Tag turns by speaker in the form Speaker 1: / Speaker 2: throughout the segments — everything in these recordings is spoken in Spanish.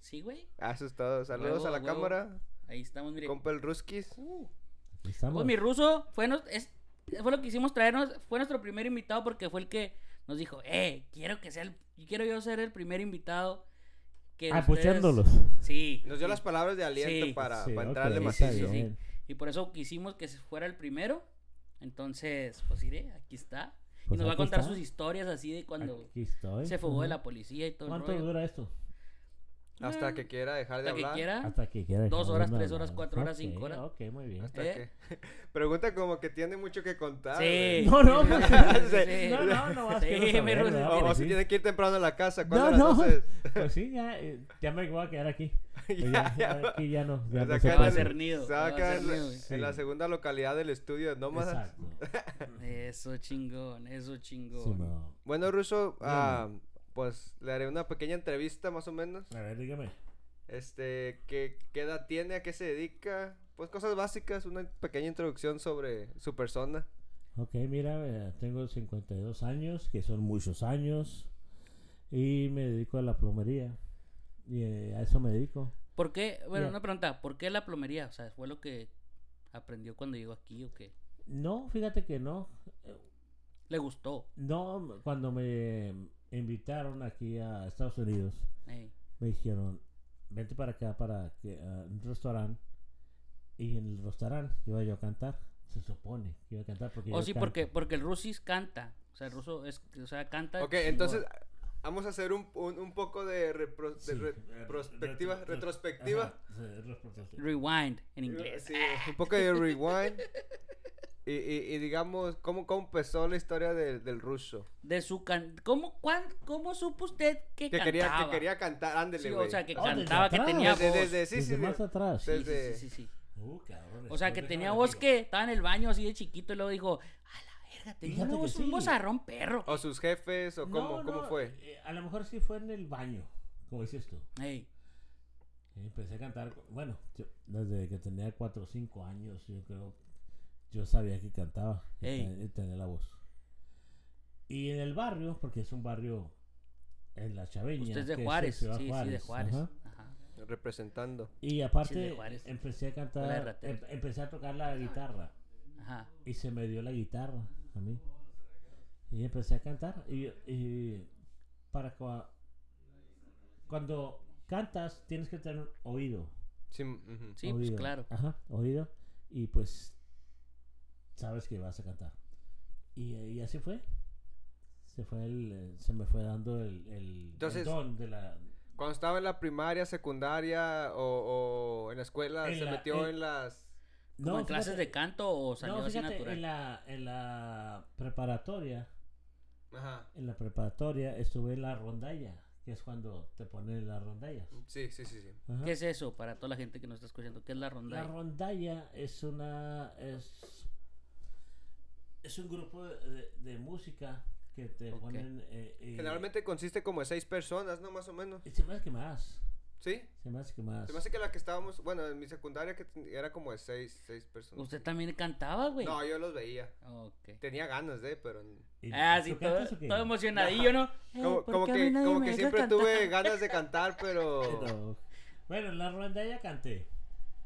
Speaker 1: Sí, güey.
Speaker 2: Ah, Eso es todo. Saludos
Speaker 1: Huevo,
Speaker 2: a la
Speaker 1: huevo.
Speaker 2: cámara.
Speaker 1: Ahí estamos, mire.
Speaker 2: Compa el Ruskis.
Speaker 1: Uh.
Speaker 3: Aquí estamos.
Speaker 1: Pues mi ruso fue, nos- es- fue lo que hicimos traernos, fue nuestro primer invitado porque fue el que nos dijo, eh, quiero que sea el, quiero yo ser el primer invitado que ustedes-"
Speaker 3: Apoyándolos.
Speaker 1: Sí.
Speaker 2: Nos dio
Speaker 1: sí.
Speaker 2: las palabras de aliento
Speaker 1: Sí.
Speaker 2: para,
Speaker 3: Sí,
Speaker 2: para
Speaker 3: ok,
Speaker 2: entrarle
Speaker 3: está
Speaker 2: macizo.
Speaker 1: sí, sí.
Speaker 3: bien.
Speaker 1: Y por eso quisimos que se fuera el primero. Entonces, pues iré, aquí está. y
Speaker 3: Pues
Speaker 1: nos va a
Speaker 3: aquí
Speaker 1: contar
Speaker 3: está.
Speaker 1: sus historias así de cuando
Speaker 3: Aquí estoy.
Speaker 1: se fugó de
Speaker 3: Ajá.
Speaker 1: la policía y todo el
Speaker 3: ¿Cuánto
Speaker 1: rollo.
Speaker 3: dura esto?
Speaker 2: Hasta que quiera dejar de
Speaker 1: Hasta que
Speaker 2: hablar.
Speaker 1: quiera.
Speaker 3: Hasta que quiera.
Speaker 1: ¿Ah? Dos
Speaker 3: dejar
Speaker 1: horas,
Speaker 3: de
Speaker 1: tres
Speaker 3: hablar.
Speaker 1: horas, cuatro horas,
Speaker 3: Ok,
Speaker 1: cinco horas.
Speaker 3: Ok, muy bien.
Speaker 2: Hasta
Speaker 1: ¿Eh?
Speaker 2: que... Pregunta como que tiene mucho que contar.
Speaker 1: Sí.
Speaker 2: güey.
Speaker 3: No, no, pues,
Speaker 1: Sí.
Speaker 3: No, no, no, más
Speaker 1: Sí,
Speaker 3: quiero saber,
Speaker 1: mi ruso,
Speaker 3: ¿verdad?
Speaker 1: mire.
Speaker 2: O, o si
Speaker 3: Ah, Sí.
Speaker 2: tiene que ir temprano a la casa.
Speaker 3: No,
Speaker 2: ¿Cuándo las
Speaker 3: no.
Speaker 2: doces?
Speaker 3: Pues sí, ya, eh, ya me voy a quedar aquí. Pues
Speaker 2: Ya,
Speaker 3: ya,
Speaker 2: ya.
Speaker 3: ya, aquí ya no. Ya
Speaker 2: Se
Speaker 3: no
Speaker 2: acaba
Speaker 1: acá
Speaker 3: se
Speaker 2: en-
Speaker 3: puede.
Speaker 1: hacer nido,
Speaker 2: se va a
Speaker 1: va a
Speaker 2: quedar
Speaker 1: hacer
Speaker 2: en la-
Speaker 1: nido, güey.
Speaker 2: en la segunda localidad del estudio de Nómadas.
Speaker 3: Exacto.
Speaker 1: Eso chingón, eso chingón.
Speaker 3: Simón.
Speaker 2: Bueno, Ruso, ah, pues le haré una pequeña entrevista más o menos.
Speaker 3: A ver, dígame.
Speaker 2: Este, ¿qué, qué edad tiene? ¿A qué se dedica? Pues cosas básicas, una pequeña introducción sobre su persona.
Speaker 3: Ok, mira, eh, tengo 52 años, que son muchos años, y me dedico a la plomería. Y eh, a eso me dedico.
Speaker 1: ¿Por qué? Bueno,
Speaker 3: Ya.
Speaker 1: una pregunta. ¿Por qué la plomería? O sea, ¿fue lo que aprendió cuando llegó aquí o qué?
Speaker 3: No, fíjate que no.
Speaker 1: ¿Le gustó?
Speaker 3: No, m- cuando me invitaron aquí a Estados Unidos,
Speaker 1: Ey.
Speaker 3: me dijeron, vente para acá, para que, a un restaurante. Y en el restaurante iba yo a cantar. Se supone que iba a cantar porque
Speaker 1: O
Speaker 3: yo
Speaker 1: Oh, sí,
Speaker 3: canto.
Speaker 1: porque, porque el rusis canta. O sea, el ruso es, o sea, canta.
Speaker 2: Ok,
Speaker 1: chingón.
Speaker 2: entonces vamos a hacer un, un- un poco de, repro- de
Speaker 3: Sí,
Speaker 2: re-
Speaker 3: eh,
Speaker 2: prospectiva-
Speaker 3: retro-
Speaker 2: retrospectiva.
Speaker 3: Ajá, sí, retrospectiva.
Speaker 1: Rewind en inglés.
Speaker 2: Sí, un poco de rewind. Y, y- y digamos, ¿cómo, cómo empezó la historia del, del ruso?
Speaker 1: De su can... ¿Cómo, cuán- ¿Cómo supo usted que,
Speaker 2: Que
Speaker 1: cantaba?
Speaker 2: quería, que quería cantar, ándele,
Speaker 1: Sí,
Speaker 2: güey.
Speaker 1: o sea, que
Speaker 3: Oh, desde
Speaker 1: cantaba, que
Speaker 3: atrás.
Speaker 1: tenía voz.
Speaker 2: Desde- desde- Eh, sí, sí,
Speaker 3: Desde
Speaker 2: de-
Speaker 3: más atrás.
Speaker 1: Sí, sí,
Speaker 2: desde-
Speaker 1: sí, sí, sí.
Speaker 3: Uh, cabrón,
Speaker 1: O sea, que
Speaker 3: después
Speaker 1: tenía
Speaker 3: déjame
Speaker 1: voz
Speaker 3: digo.
Speaker 1: que estaba en el baño así de chiquito y luego dijo, a la verga, tenía
Speaker 3: Fíjate
Speaker 1: una
Speaker 3: que
Speaker 1: voz, un
Speaker 3: sí.
Speaker 1: vozarrón perro.
Speaker 2: O sus jefes, o cómo,
Speaker 3: No,
Speaker 2: cómo
Speaker 3: no,
Speaker 2: fue.
Speaker 3: eh, a lo mejor sí fue en el baño, como dices tú.
Speaker 2: Oh.
Speaker 1: Ey.
Speaker 3: Empecé a cantar, bueno, yo- desde que tenía 4 o 5 años, yo creo, yo sabía que cantaba, y
Speaker 1: Ey.
Speaker 3: ten- y tenía la voz. Y en el barrio, porque es un barrio en la Chaveña.
Speaker 1: Usted es de
Speaker 3: que en
Speaker 1: Juárez.
Speaker 3: Ciudad
Speaker 1: sí, sí, de Juárez.
Speaker 3: ajá.
Speaker 1: Ajá.
Speaker 2: Representando.
Speaker 3: Y
Speaker 1: de
Speaker 3: aparte,
Speaker 1: Juárez.
Speaker 3: empecé a
Speaker 1: Hola,
Speaker 3: cantar,
Speaker 1: ratero.
Speaker 3: em- empecé a tocar la guitarra.
Speaker 1: Ajá.
Speaker 3: Y se me dio la guitarra a mí. Y empecé a cantar. Y, y para cua- cuando cantas tienes que tener oído.
Speaker 2: Sí, ujú.
Speaker 1: Sí,
Speaker 3: oído.
Speaker 1: pues claro.
Speaker 3: Ajá, oído. Y pues sabes que vas a cantar. Y, y así fue. Se fue el, eh, se me fue dando el, el- el
Speaker 2: Entonces,
Speaker 3: don de la
Speaker 2: Cuando estaba en la primaria, secundaria o, o en la escuela,
Speaker 3: En
Speaker 2: se
Speaker 3: la-
Speaker 2: metió
Speaker 3: en-
Speaker 2: en las...
Speaker 1: ¿Como en clases
Speaker 3: fíjate-
Speaker 1: de canto o salió
Speaker 3: no,
Speaker 1: así
Speaker 3: fíjate,
Speaker 1: natural?
Speaker 3: en la, en la preparatoria
Speaker 2: Ajá.
Speaker 3: En la preparatoria estuve en la rondalla, que es cuando te ponen las rondallas.
Speaker 2: Sí, sí, sí, sí.
Speaker 3: Ajá.
Speaker 1: ¿Qué es eso para toda la gente que nos está escuchando? ¿Qué es la
Speaker 3: La
Speaker 1: rondalla?
Speaker 3: rondalla es una es, es un grupo de, de música que te
Speaker 1: Ok.
Speaker 3: ponen eh, eh,
Speaker 2: Generalmente consiste como de seis personas, ¿no? Más o menos.
Speaker 3: se me hace que más,
Speaker 2: ¿Sí?
Speaker 3: se me hace que más.
Speaker 2: Se me hace que la que estábamos... Bueno, en mi secundaria que ten- era como de seis, seis personas.
Speaker 1: ¿Usted también cantaba, güey?
Speaker 2: No, yo los veía.
Speaker 1: Ok.
Speaker 2: Tenía ganas de, pero...
Speaker 3: ¿Y
Speaker 1: Ah,
Speaker 3: tú
Speaker 1: sí, todo,
Speaker 3: cantas o qué?
Speaker 1: todo emocionadillo, ¿no? Ey,
Speaker 2: Como,
Speaker 1: Eh, ¿por
Speaker 2: como
Speaker 1: qué a mí
Speaker 2: que,
Speaker 1: nadie
Speaker 2: como
Speaker 1: me
Speaker 2: que
Speaker 1: deja
Speaker 2: siempre
Speaker 1: cantar?
Speaker 2: tuve ganas de cantar, pero...
Speaker 3: Pero, bueno, en la rondalla canté.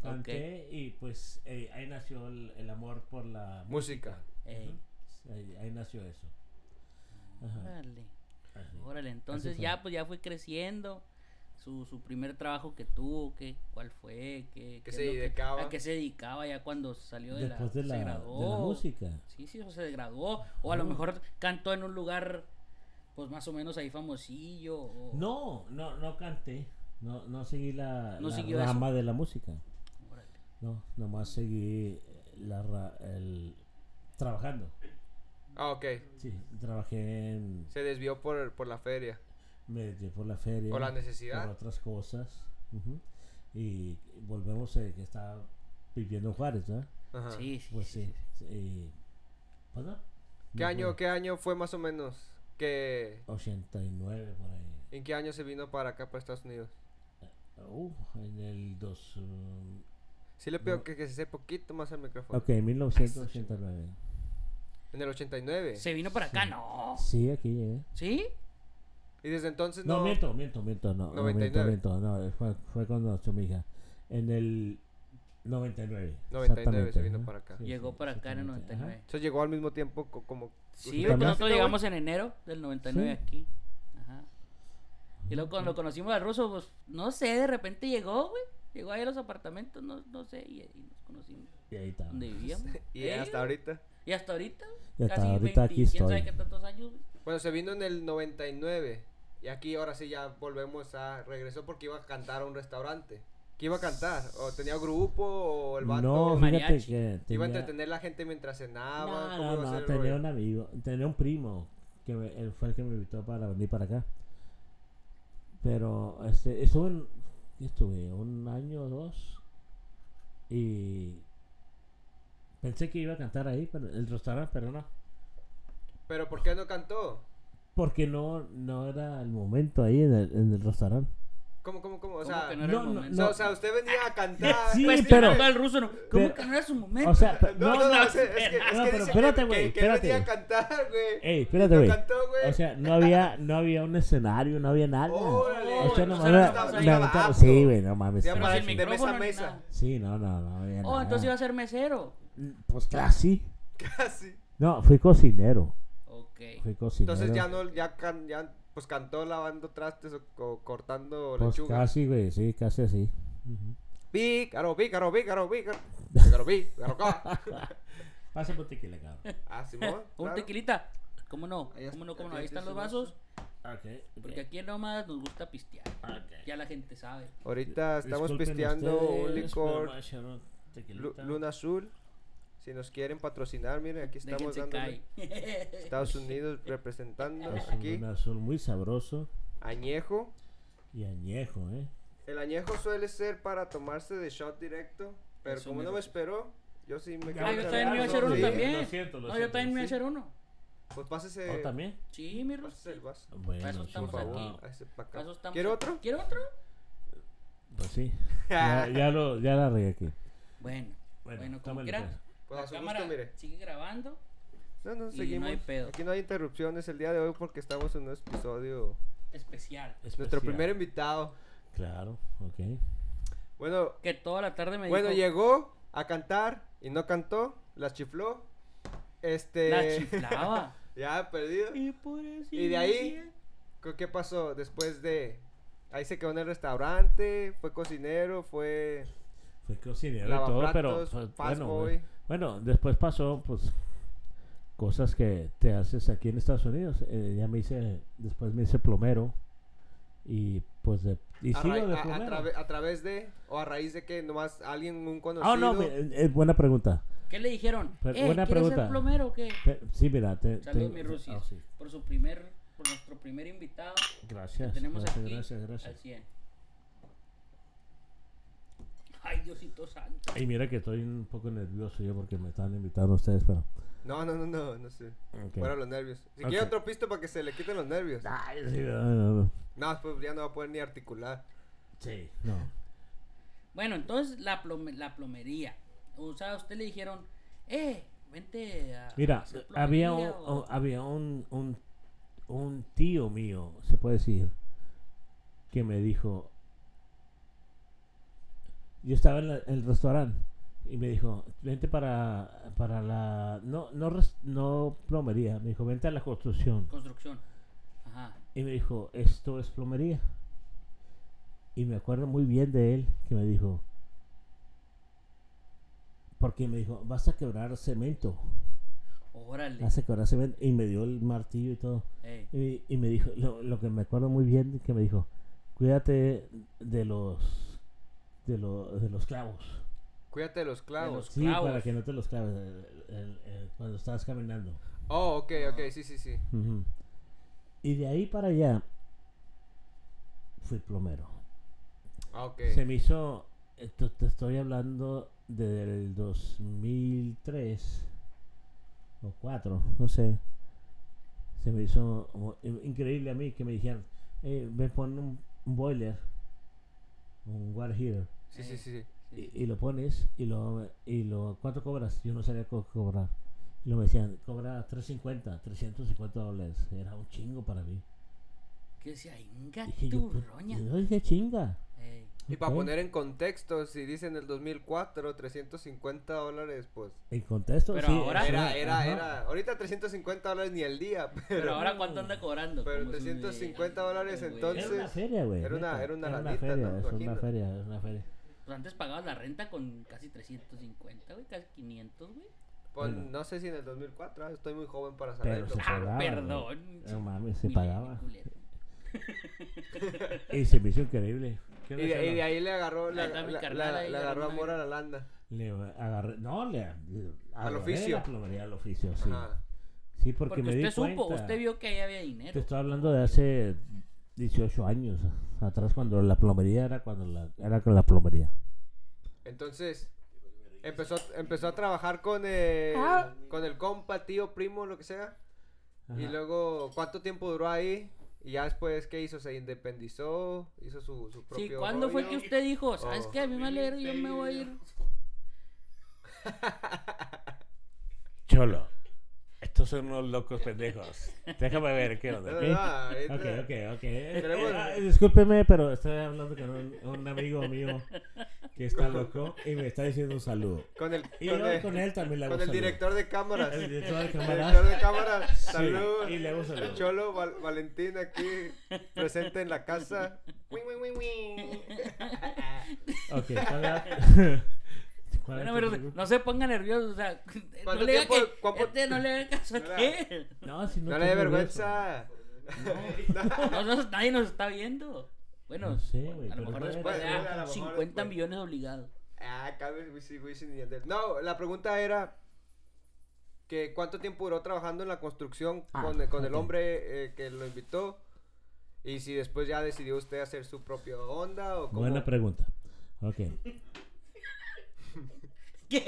Speaker 3: Canté y pues eh, ahí nació el, el amor por la
Speaker 2: Música.
Speaker 1: Ey,
Speaker 3: música. Ahí, ahí nació eso. Ajá.
Speaker 1: órale, Ah,
Speaker 3: así.
Speaker 1: órale. Entonces
Speaker 3: fue.
Speaker 1: ya, pues ya fue creciendo. Su, su primer trabajo que tuvo, ¿qué, ¿cuál fue? ¿Qué, qué
Speaker 2: se
Speaker 1: es lo que-
Speaker 2: dedicaba?
Speaker 1: ¿A qué se dedicaba ya cuando salió de
Speaker 3: Después
Speaker 1: la,
Speaker 3: de la,
Speaker 1: se
Speaker 3: de la
Speaker 1: graduó?
Speaker 3: música.
Speaker 1: Sí, sí, o se graduó. O a lo mejor cantó en un lugar, pues más o menos ahí famosillo. o-
Speaker 3: No, no, no canté. No, no seguí la,
Speaker 1: No
Speaker 3: la
Speaker 1: siguió
Speaker 3: rama de la música.
Speaker 1: Órale.
Speaker 3: No, nomás seguí la, ra- el, trabajando.
Speaker 2: Ah, ok.
Speaker 3: Sí, trabajé en,
Speaker 2: Se desvió por, por la feria.
Speaker 3: me desvié por la feria.
Speaker 2: Por la necesidad.
Speaker 3: Por otras cosas. ujú. Y volvemos a que estaba viviendo en Juárez, ¿verdad?
Speaker 2: Ajá.
Speaker 1: Sí, sí,
Speaker 3: Pues
Speaker 1: sí,
Speaker 3: sí. y- pues no,
Speaker 2: ¿Qué
Speaker 3: no
Speaker 2: año,
Speaker 3: fue.
Speaker 2: qué año fue más o menos que...
Speaker 3: 89 por ahí.
Speaker 2: ¿En qué año se vino para acá, para Estados Unidos?
Speaker 3: Uh, en el 2...
Speaker 2: Sí le pido
Speaker 3: No.
Speaker 2: que, que se sea poquito más al micrófono.
Speaker 3: Ok, 1989.
Speaker 2: En el 89.
Speaker 1: Se vino para acá, no.
Speaker 3: Sí, aquí llegué.
Speaker 1: ¿Sí?
Speaker 2: Y desde entonces
Speaker 3: No,
Speaker 2: no.
Speaker 3: miento, miento, miento, no. no, miento,
Speaker 2: 99.
Speaker 3: miento, no, eh, fue, fue cuando nació mi hija. En el 99.
Speaker 2: 99 se
Speaker 3: exactamente,
Speaker 2: vino
Speaker 3: ajá.
Speaker 2: para acá.
Speaker 1: Llegó para acá en el
Speaker 3: Pues exactamente, ajá.
Speaker 1: 99.
Speaker 2: Eso llegó al mismo tiempo co- como.
Speaker 1: Sí, güey,
Speaker 3: Pues también-
Speaker 1: pues nosotros llegamos en enero del 99
Speaker 3: Sí.
Speaker 1: aquí. Ajá. Y luego cuando conocimos al ruso, pues no sé, de repente llegó, güey. Llegó ahí a los apartamentos, no, no sé, y, y nos conocimos.
Speaker 3: Y ahí está.
Speaker 1: ¿Dónde vivíamos?
Speaker 2: Y
Speaker 1: Sí,
Speaker 2: hasta
Speaker 1: güey.
Speaker 2: ahorita.
Speaker 1: Y hasta ahorita, güey,
Speaker 3: Y hasta
Speaker 1: casi
Speaker 3: ahorita
Speaker 1: 20,
Speaker 3: aquí
Speaker 1: quién sabe
Speaker 3: estoy.
Speaker 1: qué tantos años, güey.
Speaker 2: Bueno, se vino en el 99. Y aquí ahora sí ya volvemos a. Regresó porque iba a cantar a un restaurante. ¿Qué iba a cantar? ¿O tenía grupo? ¿O el
Speaker 3: No,
Speaker 2: vato?
Speaker 1: El
Speaker 3: fíjate
Speaker 1: mariachi.
Speaker 3: que
Speaker 2: ¿Iba
Speaker 3: tenía...
Speaker 2: a entretener la gente mientras cenaba?
Speaker 3: No,
Speaker 2: ¿Cómo iba a
Speaker 3: no,
Speaker 2: ser
Speaker 3: no,
Speaker 2: el
Speaker 3: tenía
Speaker 2: rollo?
Speaker 3: un amigo, tenía un primo que me- él fue el que me invitó para venir para acá. Pero este, estuve, en- ¿qué estuve un año o dos y pensé que iba a cantar ahí, pero el restaurante, pero no,
Speaker 2: ¿Pero por qué no cantó?
Speaker 3: porque no, no era el momento ahí en el, en el restaurante.
Speaker 2: ¿Cómo, cómo, cómo? O
Speaker 1: ¿Cómo
Speaker 2: sea,
Speaker 1: que no era
Speaker 3: no,
Speaker 1: el
Speaker 3: no,
Speaker 2: o
Speaker 1: momento?
Speaker 2: sea, o sea, usted venía a cantar.
Speaker 3: Sí,
Speaker 1: Pues,
Speaker 3: pero-
Speaker 1: primero al ruso, ¿no? ¿Cómo
Speaker 3: pero-
Speaker 1: que no era su momento?
Speaker 3: O sea, pe-
Speaker 2: No, no, no,
Speaker 1: no,
Speaker 2: es, es que, es que
Speaker 1: no,
Speaker 2: dice
Speaker 3: pero
Speaker 2: que-
Speaker 3: espérate, güey,
Speaker 2: que- que él venía a
Speaker 3: espérate.
Speaker 2: cantar, güey.
Speaker 3: Ey, espérate,
Speaker 2: No
Speaker 3: güey.
Speaker 2: cantó, güey.
Speaker 3: O sea, no había, no había un escenario, no había nada.
Speaker 2: Órale.
Speaker 3: O sea,
Speaker 1: no,
Speaker 3: nomás
Speaker 1: o sea, no
Speaker 3: era-
Speaker 1: estaba- no
Speaker 3: la
Speaker 2: estaba
Speaker 3: neta-
Speaker 2: apto.
Speaker 3: sí, güey, no mames.
Speaker 2: Ya
Speaker 3: no,
Speaker 1: Pero
Speaker 2: para
Speaker 3: sí.
Speaker 2: el
Speaker 1: sin
Speaker 2: de
Speaker 1: micrófono
Speaker 2: mesa a
Speaker 1: ni
Speaker 2: mesa.
Speaker 1: nada.
Speaker 3: Sí, no, no, no había
Speaker 1: Oh,
Speaker 3: nada.
Speaker 1: entonces iba a ser mesero.
Speaker 3: Pues casi.
Speaker 2: Casi.
Speaker 3: No, fui cocinero.
Speaker 1: Ok.
Speaker 3: Fui cocinero.
Speaker 2: Entonces ya no, ya, can- ya pues cantó lavando trastes o, co- cortando
Speaker 3: Pues
Speaker 2: lechuga.
Speaker 3: casi, güey, sí, casi así. Ujú.
Speaker 2: Pícaro, pícaro, pícaro, pícaro. Pícaro, pícaro, ca.
Speaker 3: Pasa por tequila, cabrón.
Speaker 2: Ah, Simón.
Speaker 1: Un
Speaker 2: claro.
Speaker 1: tequilita. ¿Cómo no?
Speaker 2: Ahí
Speaker 1: ¿Cómo no?
Speaker 2: está-
Speaker 1: ¿Cómo no?
Speaker 2: aquí
Speaker 1: Ahí están
Speaker 2: está
Speaker 1: los
Speaker 2: su
Speaker 1: vasos.
Speaker 3: Ok.
Speaker 1: Porque aquí nomás nos gusta pistear. Ya la gente sabe.
Speaker 2: Ahorita estamos pisteando un licor Lu- Luna Azul. Si nos quieren patrocinar, miren, aquí estamos
Speaker 1: Déjense
Speaker 2: dando
Speaker 1: caer. Ah,
Speaker 2: Estados Unidos representando
Speaker 3: Es un
Speaker 2: aquí.
Speaker 3: Luna azul muy sabroso
Speaker 2: Añejo.
Speaker 3: y añejo, ¿eh?
Speaker 2: El añejo suele ser para tomarse de shot directo, pero
Speaker 1: Eso
Speaker 2: como
Speaker 1: me
Speaker 2: no me
Speaker 1: gusta.
Speaker 2: esperó, yo sí me
Speaker 1: Ah,
Speaker 2: quedé
Speaker 1: yo
Speaker 2: con
Speaker 1: también me iba a
Speaker 2: ganas.
Speaker 1: hacer uno
Speaker 2: Sí,
Speaker 1: también.
Speaker 3: lo siento, lo
Speaker 1: no, yo
Speaker 3: siento,
Speaker 1: también me iba a
Speaker 3: sí.
Speaker 1: hacer uno.
Speaker 2: Pues pásese,
Speaker 3: ¿O Ah, también?
Speaker 1: Sí, mi Rus.
Speaker 2: pásese el vaso.
Speaker 3: Bueno,
Speaker 1: eso
Speaker 3: sí,
Speaker 2: Por
Speaker 1: estamos
Speaker 3: pues,
Speaker 1: aquí.
Speaker 2: favor,
Speaker 3: no,
Speaker 2: ese pa' acá.
Speaker 1: Paso estamos
Speaker 2: ¿Quiere
Speaker 1: aquí.
Speaker 2: otro?
Speaker 1: ¿Quiere otro?
Speaker 3: Pues sí. Ya, ya lo, ya la regué aquí.
Speaker 1: Bueno. Bueno,
Speaker 3: Bueno,
Speaker 1: como
Speaker 3: tómale,
Speaker 1: quiera.
Speaker 2: Pues a su
Speaker 1: la
Speaker 2: gusto,
Speaker 1: cámara
Speaker 2: mire.
Speaker 1: sigue grabando.
Speaker 2: No, no,
Speaker 1: Y
Speaker 2: seguimos.
Speaker 1: no hay pedo.
Speaker 2: Aquí no hay interrupciones el día de hoy porque estamos en un episodio.
Speaker 1: Especial.
Speaker 2: Nuestro
Speaker 3: Especial.
Speaker 2: primer em- invitado.
Speaker 3: Claro, ok.
Speaker 2: Bueno,
Speaker 1: Que toda la tarde me
Speaker 2: bueno,
Speaker 1: dijo.
Speaker 2: llegó a cantar y no cantó, las chifló. Este.
Speaker 1: La chiflaba.
Speaker 2: ya, perdido.
Speaker 1: y por eso
Speaker 2: Y de ahí, ¿qué- ¿qué pasó después de...? Ahí se quedó en el restaurante, fue cocinero, fue
Speaker 3: Fue cocinero y todo, pero
Speaker 2: lavaplatos,
Speaker 3: pues,
Speaker 2: fast
Speaker 3: bueno,
Speaker 2: boy.
Speaker 3: Bueno, después pasó, pues, cosas que te haces aquí en Estados Unidos. Eh, ya me hice, después me hice plomero. Y pues, de, y
Speaker 2: A,
Speaker 3: sigo
Speaker 2: ra-
Speaker 3: de
Speaker 2: a- a
Speaker 3: plomero.
Speaker 2: trabe- a través de, o a raíz de que nomás alguien, un conocido...
Speaker 3: Ah, no, mi- eh, eh, buena pregunta.
Speaker 1: ¿Qué le dijeron?
Speaker 3: Pero
Speaker 1: eh,
Speaker 3: buena
Speaker 1: ¿Quieres ser
Speaker 3: pregunta.
Speaker 1: plomero o qué?
Speaker 3: Pe- sí, mira, te.
Speaker 1: Saludos,
Speaker 3: te-
Speaker 1: mi Rusis.
Speaker 3: ah, sí.
Speaker 1: Por su primer, por nuestro primer invitado.
Speaker 3: Gracias.
Speaker 1: tenemos
Speaker 3: gracias,
Speaker 1: aquí
Speaker 3: gracias,
Speaker 1: al
Speaker 3: gracias.
Speaker 1: 100. Ay, Diosito santo.
Speaker 3: Y mira que estoy un poco nervioso yo porque me están invitando ustedes, pero.
Speaker 2: No, no, no, no, no sé.
Speaker 3: ok.
Speaker 2: Fuera los nervios. Si
Speaker 3: Ok.
Speaker 2: quiere otro pisto para que se le quiten los nervios.
Speaker 3: Ay, sí, no, no, no.
Speaker 2: No, pues ya no va a poder ni articular.
Speaker 3: Sí, no.
Speaker 1: Bueno, entonces la, plome- la plomería. O sea, a usted le dijeron, eh, vente a. a
Speaker 3: Mira,
Speaker 1: hacer
Speaker 3: había un,
Speaker 1: plomería o-
Speaker 3: un- había un, un, un tío mío, se puede decir, que me dijo, yo estaba en, la- en el restaurante y me dijo, vente para, para la, no, no, res- no plomería, me dijo, vente a la construcción.
Speaker 1: Construcción. Ajá.
Speaker 3: Y me dijo, esto es plomería. Y me acuerdo muy bien de él que me dijo, porque me dijo, vas a quebrar cemento.
Speaker 1: Órale.
Speaker 3: Hace que ahora se ven y me dio el martillo y todo.
Speaker 1: Ey,
Speaker 3: Y, y me dijo, lo, lo que me acuerdo muy bien, que me dijo, cuídate de los de, lo- de los clavos.
Speaker 2: Cuídate de los clavos.
Speaker 1: los-
Speaker 3: Sí,
Speaker 1: Clavos.
Speaker 3: para que no te los claves eh, eh, eh, cuando estás caminando.
Speaker 2: Oh, ok, ok,
Speaker 3: Ah.
Speaker 2: sí, sí, sí.
Speaker 3: Ujú. Y de ahí para allá fui plomero.
Speaker 2: Ah, ok.
Speaker 3: Se me hizo, esto- te estoy hablando del 2003 o 4, no sé. Se me hizo mo- in- increíble a mí que me dijeron, eh, ven pon un, un boiler, un water heater,
Speaker 2: Sí, sí, sí, sí.
Speaker 3: y, y lo pones y lo, y lo, ¿cuánto cobras? Yo no sabía co- cobrar. Y lo me decían, cobra 350, 350 dólares. Era un chingo para mí.
Speaker 1: Que decía, inga
Speaker 3: Dije yo,
Speaker 1: tu
Speaker 3: pues,
Speaker 1: roña.
Speaker 3: yo dije chinga.
Speaker 1: Ey,
Speaker 2: Y para
Speaker 3: Ok.
Speaker 2: poner en contexto, si dicen el 2004, 350 dólares, pues.
Speaker 3: El contexto,
Speaker 1: Pero
Speaker 3: sí,
Speaker 1: ahora-
Speaker 2: Era,
Speaker 3: ajá.
Speaker 2: era, era. Ahorita 350 dólares ni el día,
Speaker 1: Pero,
Speaker 2: pero.
Speaker 1: ahora, ¿cuánto anda cobrando?
Speaker 2: pero
Speaker 1: Como si me-
Speaker 2: 350 dólares,
Speaker 1: Güey,
Speaker 3: Era
Speaker 2: entonces-
Speaker 3: una feria, güey.
Speaker 2: era una-
Speaker 3: neta,
Speaker 2: era una
Speaker 3: una
Speaker 2: lanita,
Speaker 3: feria,
Speaker 2: ¿no?
Speaker 3: es una
Speaker 2: Imagino.
Speaker 3: feria, es una feria.
Speaker 1: Pues antes pagabas la renta con casi 350, güey, casi 500, güey.
Speaker 2: pues,
Speaker 3: bueno.
Speaker 2: no sé si en el 2004, ah, estoy muy joven para
Speaker 3: Pero
Speaker 2: saberlo.
Speaker 3: se
Speaker 1: Ah,
Speaker 3: pagaba. güey.
Speaker 1: perdón.
Speaker 3: No mames, se
Speaker 1: Mire,
Speaker 3: pagaba.
Speaker 1: culero.
Speaker 3: Y se me hizo increíble. ¿Qué
Speaker 2: Y
Speaker 3: le
Speaker 2: de,
Speaker 3: hacía
Speaker 2: y de
Speaker 3: la-
Speaker 2: ahí le agarró, le,
Speaker 1: Ahí está mi
Speaker 2: le-
Speaker 1: carnal
Speaker 2: le-
Speaker 1: ahí
Speaker 2: le agarró
Speaker 1: agarrando
Speaker 2: amor
Speaker 1: ahí.
Speaker 2: a la landa.
Speaker 3: Le agarré. No, le. le
Speaker 2: Al
Speaker 3: agarré
Speaker 2: oficio.
Speaker 3: La plomería al oficio, sí.
Speaker 2: Ajá.
Speaker 3: Sí, porque,
Speaker 1: Porque
Speaker 3: me di
Speaker 1: usted supo,
Speaker 3: cuenta.
Speaker 1: usted vio que ahí había
Speaker 3: Te
Speaker 1: dinero.
Speaker 3: estoy hablando de hace 18 años atrás, cuando la plomería era cuando la, era con la plomería.
Speaker 2: Entonces, empezó, empezó a trabajar con el, con el compa, tío, primo, lo que sea. Y
Speaker 3: Ajá.
Speaker 2: luego, ¿cuánto tiempo duró ahí? Y ya después, ¿qué hizo? Se independizó, hizo su, su propio.
Speaker 1: Sí, ¿cuándo fue
Speaker 2: rollo.
Speaker 1: que usted dijo, sabes
Speaker 2: Oh.
Speaker 1: qué? A mí me alegro, yo me voy a ir.
Speaker 3: Cholo, estos son unos locos pendejos. Déjame ver qué onda.
Speaker 2: No, no,
Speaker 3: ¿ok?
Speaker 2: Ah, ahorita-
Speaker 3: Ok, ok, ok. Eh,
Speaker 2: Queremos-
Speaker 3: eh, ah, discúlpeme, pero estoy hablando con un, un amigo mío que está loco y me está diciendo un saludo.
Speaker 2: Con el,
Speaker 3: Y
Speaker 2: con
Speaker 3: yo
Speaker 2: el-
Speaker 3: con él también le hago
Speaker 2: con el
Speaker 3: saludo.
Speaker 2: director de cámaras.
Speaker 3: El
Speaker 2: El
Speaker 3: director de
Speaker 2: director
Speaker 3: cámara.
Speaker 2: de cámaras,
Speaker 3: Sí,
Speaker 2: salud.
Speaker 3: y le hago saludo.
Speaker 2: Cholo Val- Valentín aquí, presente en la casa. Uy, uy, uy, uy.
Speaker 3: Ok, ¿cuál era? ¿Cuál era
Speaker 1: Bueno,
Speaker 3: tu
Speaker 1: pero
Speaker 3: pregunta?
Speaker 1: no se ponga nervioso, o sea, no
Speaker 2: ¿Cuánto
Speaker 1: le, haga
Speaker 2: tiempo-
Speaker 1: que,
Speaker 2: cuánto-
Speaker 1: este no le haga caso a
Speaker 2: Nada.
Speaker 1: qué.
Speaker 3: No, si no
Speaker 2: No le
Speaker 3: estoy
Speaker 2: dé
Speaker 3: nervioso.
Speaker 2: vergüenza.
Speaker 1: No, no, nadie nos está viendo. Bueno,
Speaker 3: No sé, güey,
Speaker 1: a lo
Speaker 3: pero
Speaker 1: mejor
Speaker 3: no
Speaker 1: después
Speaker 2: era-
Speaker 1: ya
Speaker 2: Bueno, a lo mejor
Speaker 1: 50
Speaker 2: después.
Speaker 1: millones obligados.
Speaker 2: Ah, cabe, Wisin- Wisin y Yandel. No, la pregunta era que cuánto tiempo duró trabajando en la construcción
Speaker 3: Ah,
Speaker 2: con, con el
Speaker 3: ok.
Speaker 2: hombre eh, que lo invitó y si después ya decidió usted hacer su propia onda o cómo.
Speaker 3: Buena pregunta. Ok.
Speaker 1: ¿Qué?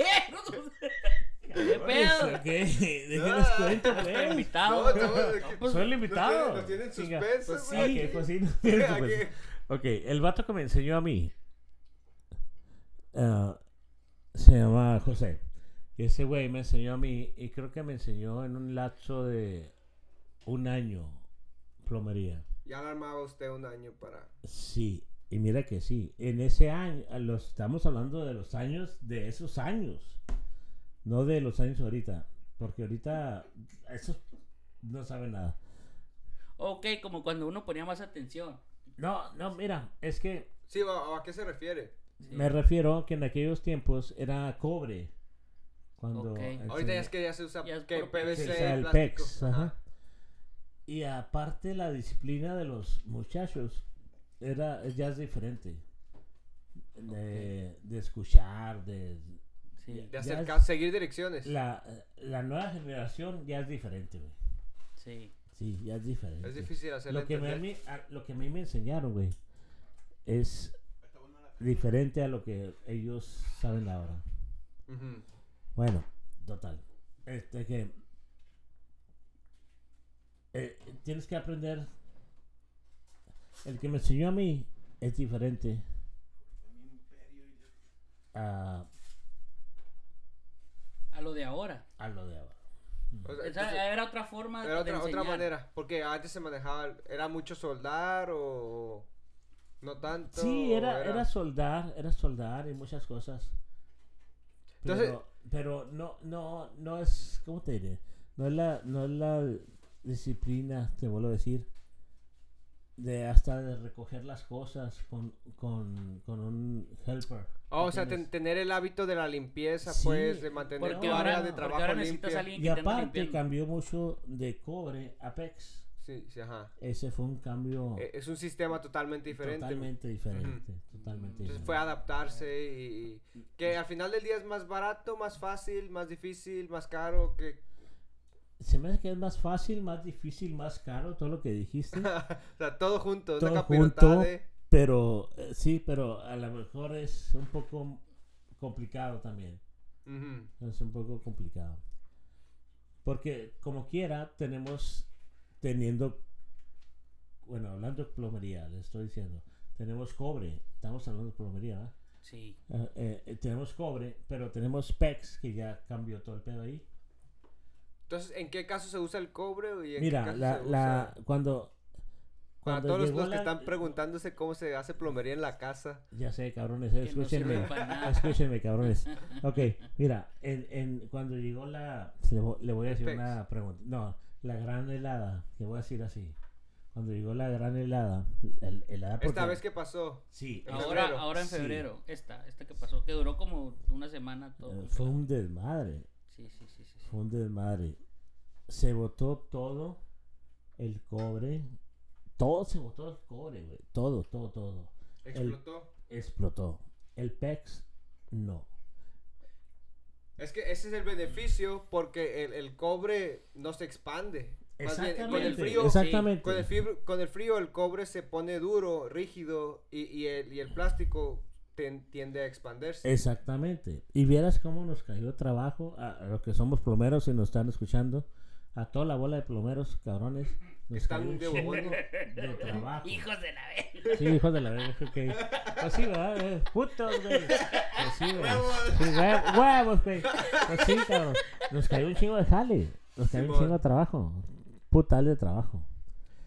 Speaker 1: ¿Qué pedo?
Speaker 3: ¿Qué? Déjenos
Speaker 2: Ah.
Speaker 3: cuento,
Speaker 1: Nuestro
Speaker 3: pues.
Speaker 2: No,
Speaker 1: invitado.
Speaker 2: estamos aquí-
Speaker 1: pues,
Speaker 3: Soy el
Speaker 2: nos
Speaker 3: invitado.
Speaker 2: tienen- nos tienen
Speaker 3: Chinga.
Speaker 2: suspenso,
Speaker 3: Pues sí,
Speaker 2: güey.
Speaker 3: ok, pues sí, nos tienen
Speaker 2: Aquí.
Speaker 3: suspenso. Ok, el vato que me enseñó a mí ah, se llama José. Y ese güey me enseñó a mí, y creo que me enseñó en un lapso de un año plomería.
Speaker 2: Ya la armaba usted un año para.
Speaker 3: Sí, y mira que sí. En ese año, a los, estamos hablando de los años, de esos años, no de los años ahorita, porque ahorita eso no sabe nada.
Speaker 1: Ok, como cuando uno ponía más atención.
Speaker 3: No, no, mira, es que
Speaker 2: Sí, ¿a, a qué se refiere?
Speaker 3: me refiero que en aquellos tiempos era cobre. Cuando
Speaker 1: Ok.
Speaker 2: Ahorita
Speaker 3: el
Speaker 2: ya
Speaker 3: señor-
Speaker 2: es que ya se usa
Speaker 1: Ya es
Speaker 2: que
Speaker 1: por-
Speaker 2: PVC,
Speaker 3: se usa el
Speaker 2: plástico.
Speaker 3: PEX,
Speaker 2: Ajá.
Speaker 3: ajá. Y aparte la disciplina de los muchachos era ya es diferente. De, de escuchar, de,
Speaker 1: Sí,
Speaker 2: De
Speaker 3: Ya
Speaker 2: hacer
Speaker 3: es-
Speaker 2: ca- seguir direcciones.
Speaker 3: La, la nueva generación ya es diferente, güey.
Speaker 1: sí.
Speaker 3: Sí, ya es diferente.
Speaker 2: Es difícil hacerlo.
Speaker 3: Lo que, me, a
Speaker 2: entender.
Speaker 3: mí, a- lo que a mí me enseñaron, güey, es diferente a lo que ellos saben ahora. Mm.
Speaker 2: Ujú.
Speaker 3: Bueno, total. Este que. eh, tienes que aprender. El que me enseñó a mí es diferente. A,
Speaker 1: A lo de ahora.
Speaker 3: a lo de ahora.
Speaker 2: O sea,
Speaker 1: Esa
Speaker 2: entonces-
Speaker 1: era otra forma
Speaker 2: Era
Speaker 1: de
Speaker 2: otra, otra
Speaker 1: enseñar.
Speaker 2: manera, porque antes se manejaba, era mucho soldar o no tanto.
Speaker 3: Sí,
Speaker 2: o
Speaker 3: era, era soldar, era soldar y muchas cosas. Pero,
Speaker 2: Entonces-
Speaker 3: pero no, no, no es, ¿cómo te diré? No es la, no es la disciplina, te vuelvo a decir, de hasta de recoger las cosas con, con, con un helper.
Speaker 2: Ah, o sea, ten-
Speaker 3: ¿entiendes?
Speaker 2: tener el hábito de la limpieza,
Speaker 3: Sí,
Speaker 2: pues, de mantener
Speaker 1: Porque
Speaker 2: tu área
Speaker 1: ahora,
Speaker 2: de
Speaker 1: porque
Speaker 2: trabajo
Speaker 1: ahora necesitas a
Speaker 2: limpia.
Speaker 1: alguien
Speaker 3: y
Speaker 1: que te ande
Speaker 3: aparte
Speaker 1: limpiando.
Speaker 3: cambió mucho de cobre a PEX.
Speaker 2: Sí, sí, ajá.
Speaker 3: Ese fue un cambio
Speaker 2: E- Es un sistema totalmente diferente.
Speaker 3: totalmente diferente. Totalmente
Speaker 2: Entonces
Speaker 3: diferente.
Speaker 2: fue adaptarse y, y- que al final del día es más barato, más fácil, más difícil, más caro que
Speaker 3: Se me hace que es más fácil, más difícil, más caro, todo lo que dijiste.
Speaker 2: o sea, todo junto, una
Speaker 3: todo
Speaker 2: capirotada
Speaker 3: junto,
Speaker 2: de-
Speaker 3: pero eh, sí, pero a lo mejor es un poco complicado también.
Speaker 2: Ujú.
Speaker 3: Es un poco complicado. Porque como quiera, tenemos teniendo, bueno, hablando de plomería, le estoy diciendo, tenemos cobre, estamos hablando de plomería, ¿verdad?
Speaker 1: Sí.
Speaker 3: Eh, eh, eh, tenemos cobre, pero tenemos PEX, que ya cambió todo el pedo ahí.
Speaker 2: Entonces, ¿en qué caso se usa el cobre y en qué
Speaker 3: Mira,
Speaker 2: caso
Speaker 3: la,
Speaker 2: se
Speaker 3: la-
Speaker 2: usa?
Speaker 3: cuando
Speaker 2: Para
Speaker 3: Cuando
Speaker 2: todos los,
Speaker 3: llegó
Speaker 2: los que
Speaker 3: la-
Speaker 2: están preguntándose cómo se hace plomería en la casa.
Speaker 3: Ya sé, cabrones, eh,
Speaker 1: no
Speaker 3: escúchenme.
Speaker 1: sirve para nada.
Speaker 3: escúchenme, cabrones. Ok, mira, en, en, cuando llegó la. Le, vo- le voy a decir
Speaker 2: Pex.
Speaker 3: una pregunta. No, la gran helada, le voy a decir así. Cuando llegó la gran helada, el- helada
Speaker 2: Esta
Speaker 3: porque-
Speaker 2: vez que Eh, pasó.
Speaker 3: Sí,
Speaker 2: En
Speaker 1: Ahora,
Speaker 2: febrero.
Speaker 1: ahora en
Speaker 3: Sí.
Speaker 1: febrero, esta, esta que pasó, que duró como una semana todo.
Speaker 3: eh,
Speaker 1: completo.
Speaker 3: fue un desmadre.
Speaker 1: Sí, sí, sí, sí, sí.
Speaker 3: Fue un desmadre. Se botó todo el cobre. Todo se botó el cobre, güey. Todo, todo, todo.
Speaker 2: Explotó.
Speaker 3: Explotó. El PEX, no.
Speaker 2: Es que ese es el beneficio porque el, el cobre no se expande. Más bien,
Speaker 3: Exactamente.
Speaker 2: con el frío,
Speaker 3: exactamente.
Speaker 2: con el, fibro- con el frío el cobre se pone duro, rígido y, y el, y el plástico ten- tiende a expandirse.
Speaker 3: Exactamente. Y vieras cómo nos cayó trabajo a a los que somos plomeros y nos están escuchando. A toda la bola de plomeros, cabrones. Nos
Speaker 2: Están
Speaker 3: cayó un
Speaker 2: de
Speaker 3: chingo
Speaker 2: huevón.
Speaker 3: de trabajo.
Speaker 1: Hijos de la verga.
Speaker 3: Sí, hijos de la verga, creo que. Pues sí, ¿verdad? Eh, putos, güey. Pues sí, güey. Sí, hue- huevos, güey. Pues sí, cabrón. Nos cayó un chingo de jale. Nos cayó un
Speaker 2: Simón.
Speaker 3: chingo de trabajo. Putal de trabajo.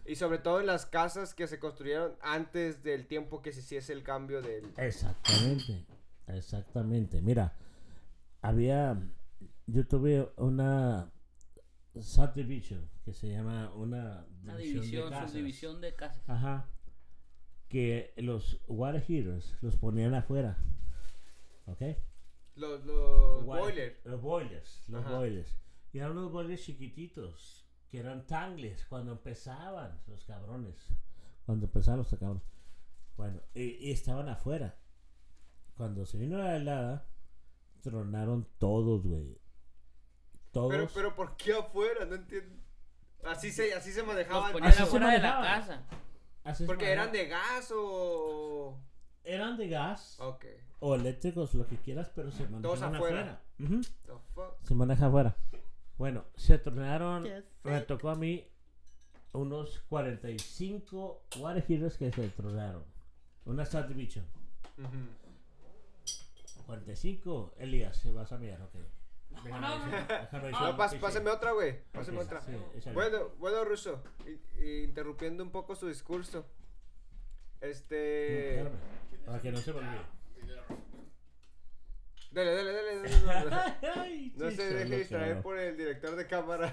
Speaker 2: Y sobre todo en las casas que se construyeron antes del tiempo que se hiciese el cambio del...
Speaker 3: Exactamente, exactamente. Mira, había, yo tuve una subdivision que se llama una
Speaker 1: Una
Speaker 3: división de
Speaker 1: división,
Speaker 3: casas. Ah.
Speaker 1: subdivisión de casas.
Speaker 3: Ajá. Que los water heaters los ponían afuera, ¿ok?
Speaker 2: Los, los
Speaker 3: Water-
Speaker 2: boilers.
Speaker 3: Los boilers, los
Speaker 2: Ajá.
Speaker 3: boilers. Y eran unos boilers chiquititos que eran tangles cuando empezaban los cabrones, cuando empezaron los cabrones. Bueno, y, y estaban afuera. Cuando se vino la helada, tronaron todos, güey. Todos.
Speaker 2: Pero, pero ¿por qué afuera? No entiendo. Así se, así se
Speaker 1: Los
Speaker 2: manejaban.
Speaker 1: ponían
Speaker 3: se
Speaker 1: afuera de la
Speaker 3: manejaban.
Speaker 1: casa.
Speaker 3: Así se
Speaker 2: Porque eran
Speaker 3: manejaba.
Speaker 2: de gas o...
Speaker 3: eran de gas
Speaker 2: Ok.
Speaker 3: o eléctricos, lo que quieras, pero se manejaban
Speaker 2: afuera.
Speaker 3: afuera. Ujú.
Speaker 2: The fuck.
Speaker 3: Se maneja afuera. Bueno, se tornaron.
Speaker 1: Qué
Speaker 3: Me tocó a mí unos 45 water heaters que se tronaron. Una subdivision.
Speaker 2: Ujú. 45.
Speaker 3: 45, Elías, se vas a mirar, ok. Déjame
Speaker 1: No, no, no.
Speaker 3: decir, déjame decir,
Speaker 2: No, Ah, pas-
Speaker 3: sí, sí.
Speaker 2: pásame otra, güey. Pásame
Speaker 3: Sí,
Speaker 2: otra.
Speaker 3: sí, échale.
Speaker 2: Bueno, bueno, Russo, i- i- interrumpiendo un poco su discurso. Este.
Speaker 3: Espérame, Para que no se me olvide.
Speaker 2: Dale, dale, dale. dale, dale, dale.
Speaker 3: Ay,
Speaker 2: No
Speaker 3: sí,
Speaker 2: se
Speaker 3: solo,
Speaker 2: deje distraer
Speaker 3: solo.
Speaker 2: por el director de cámara.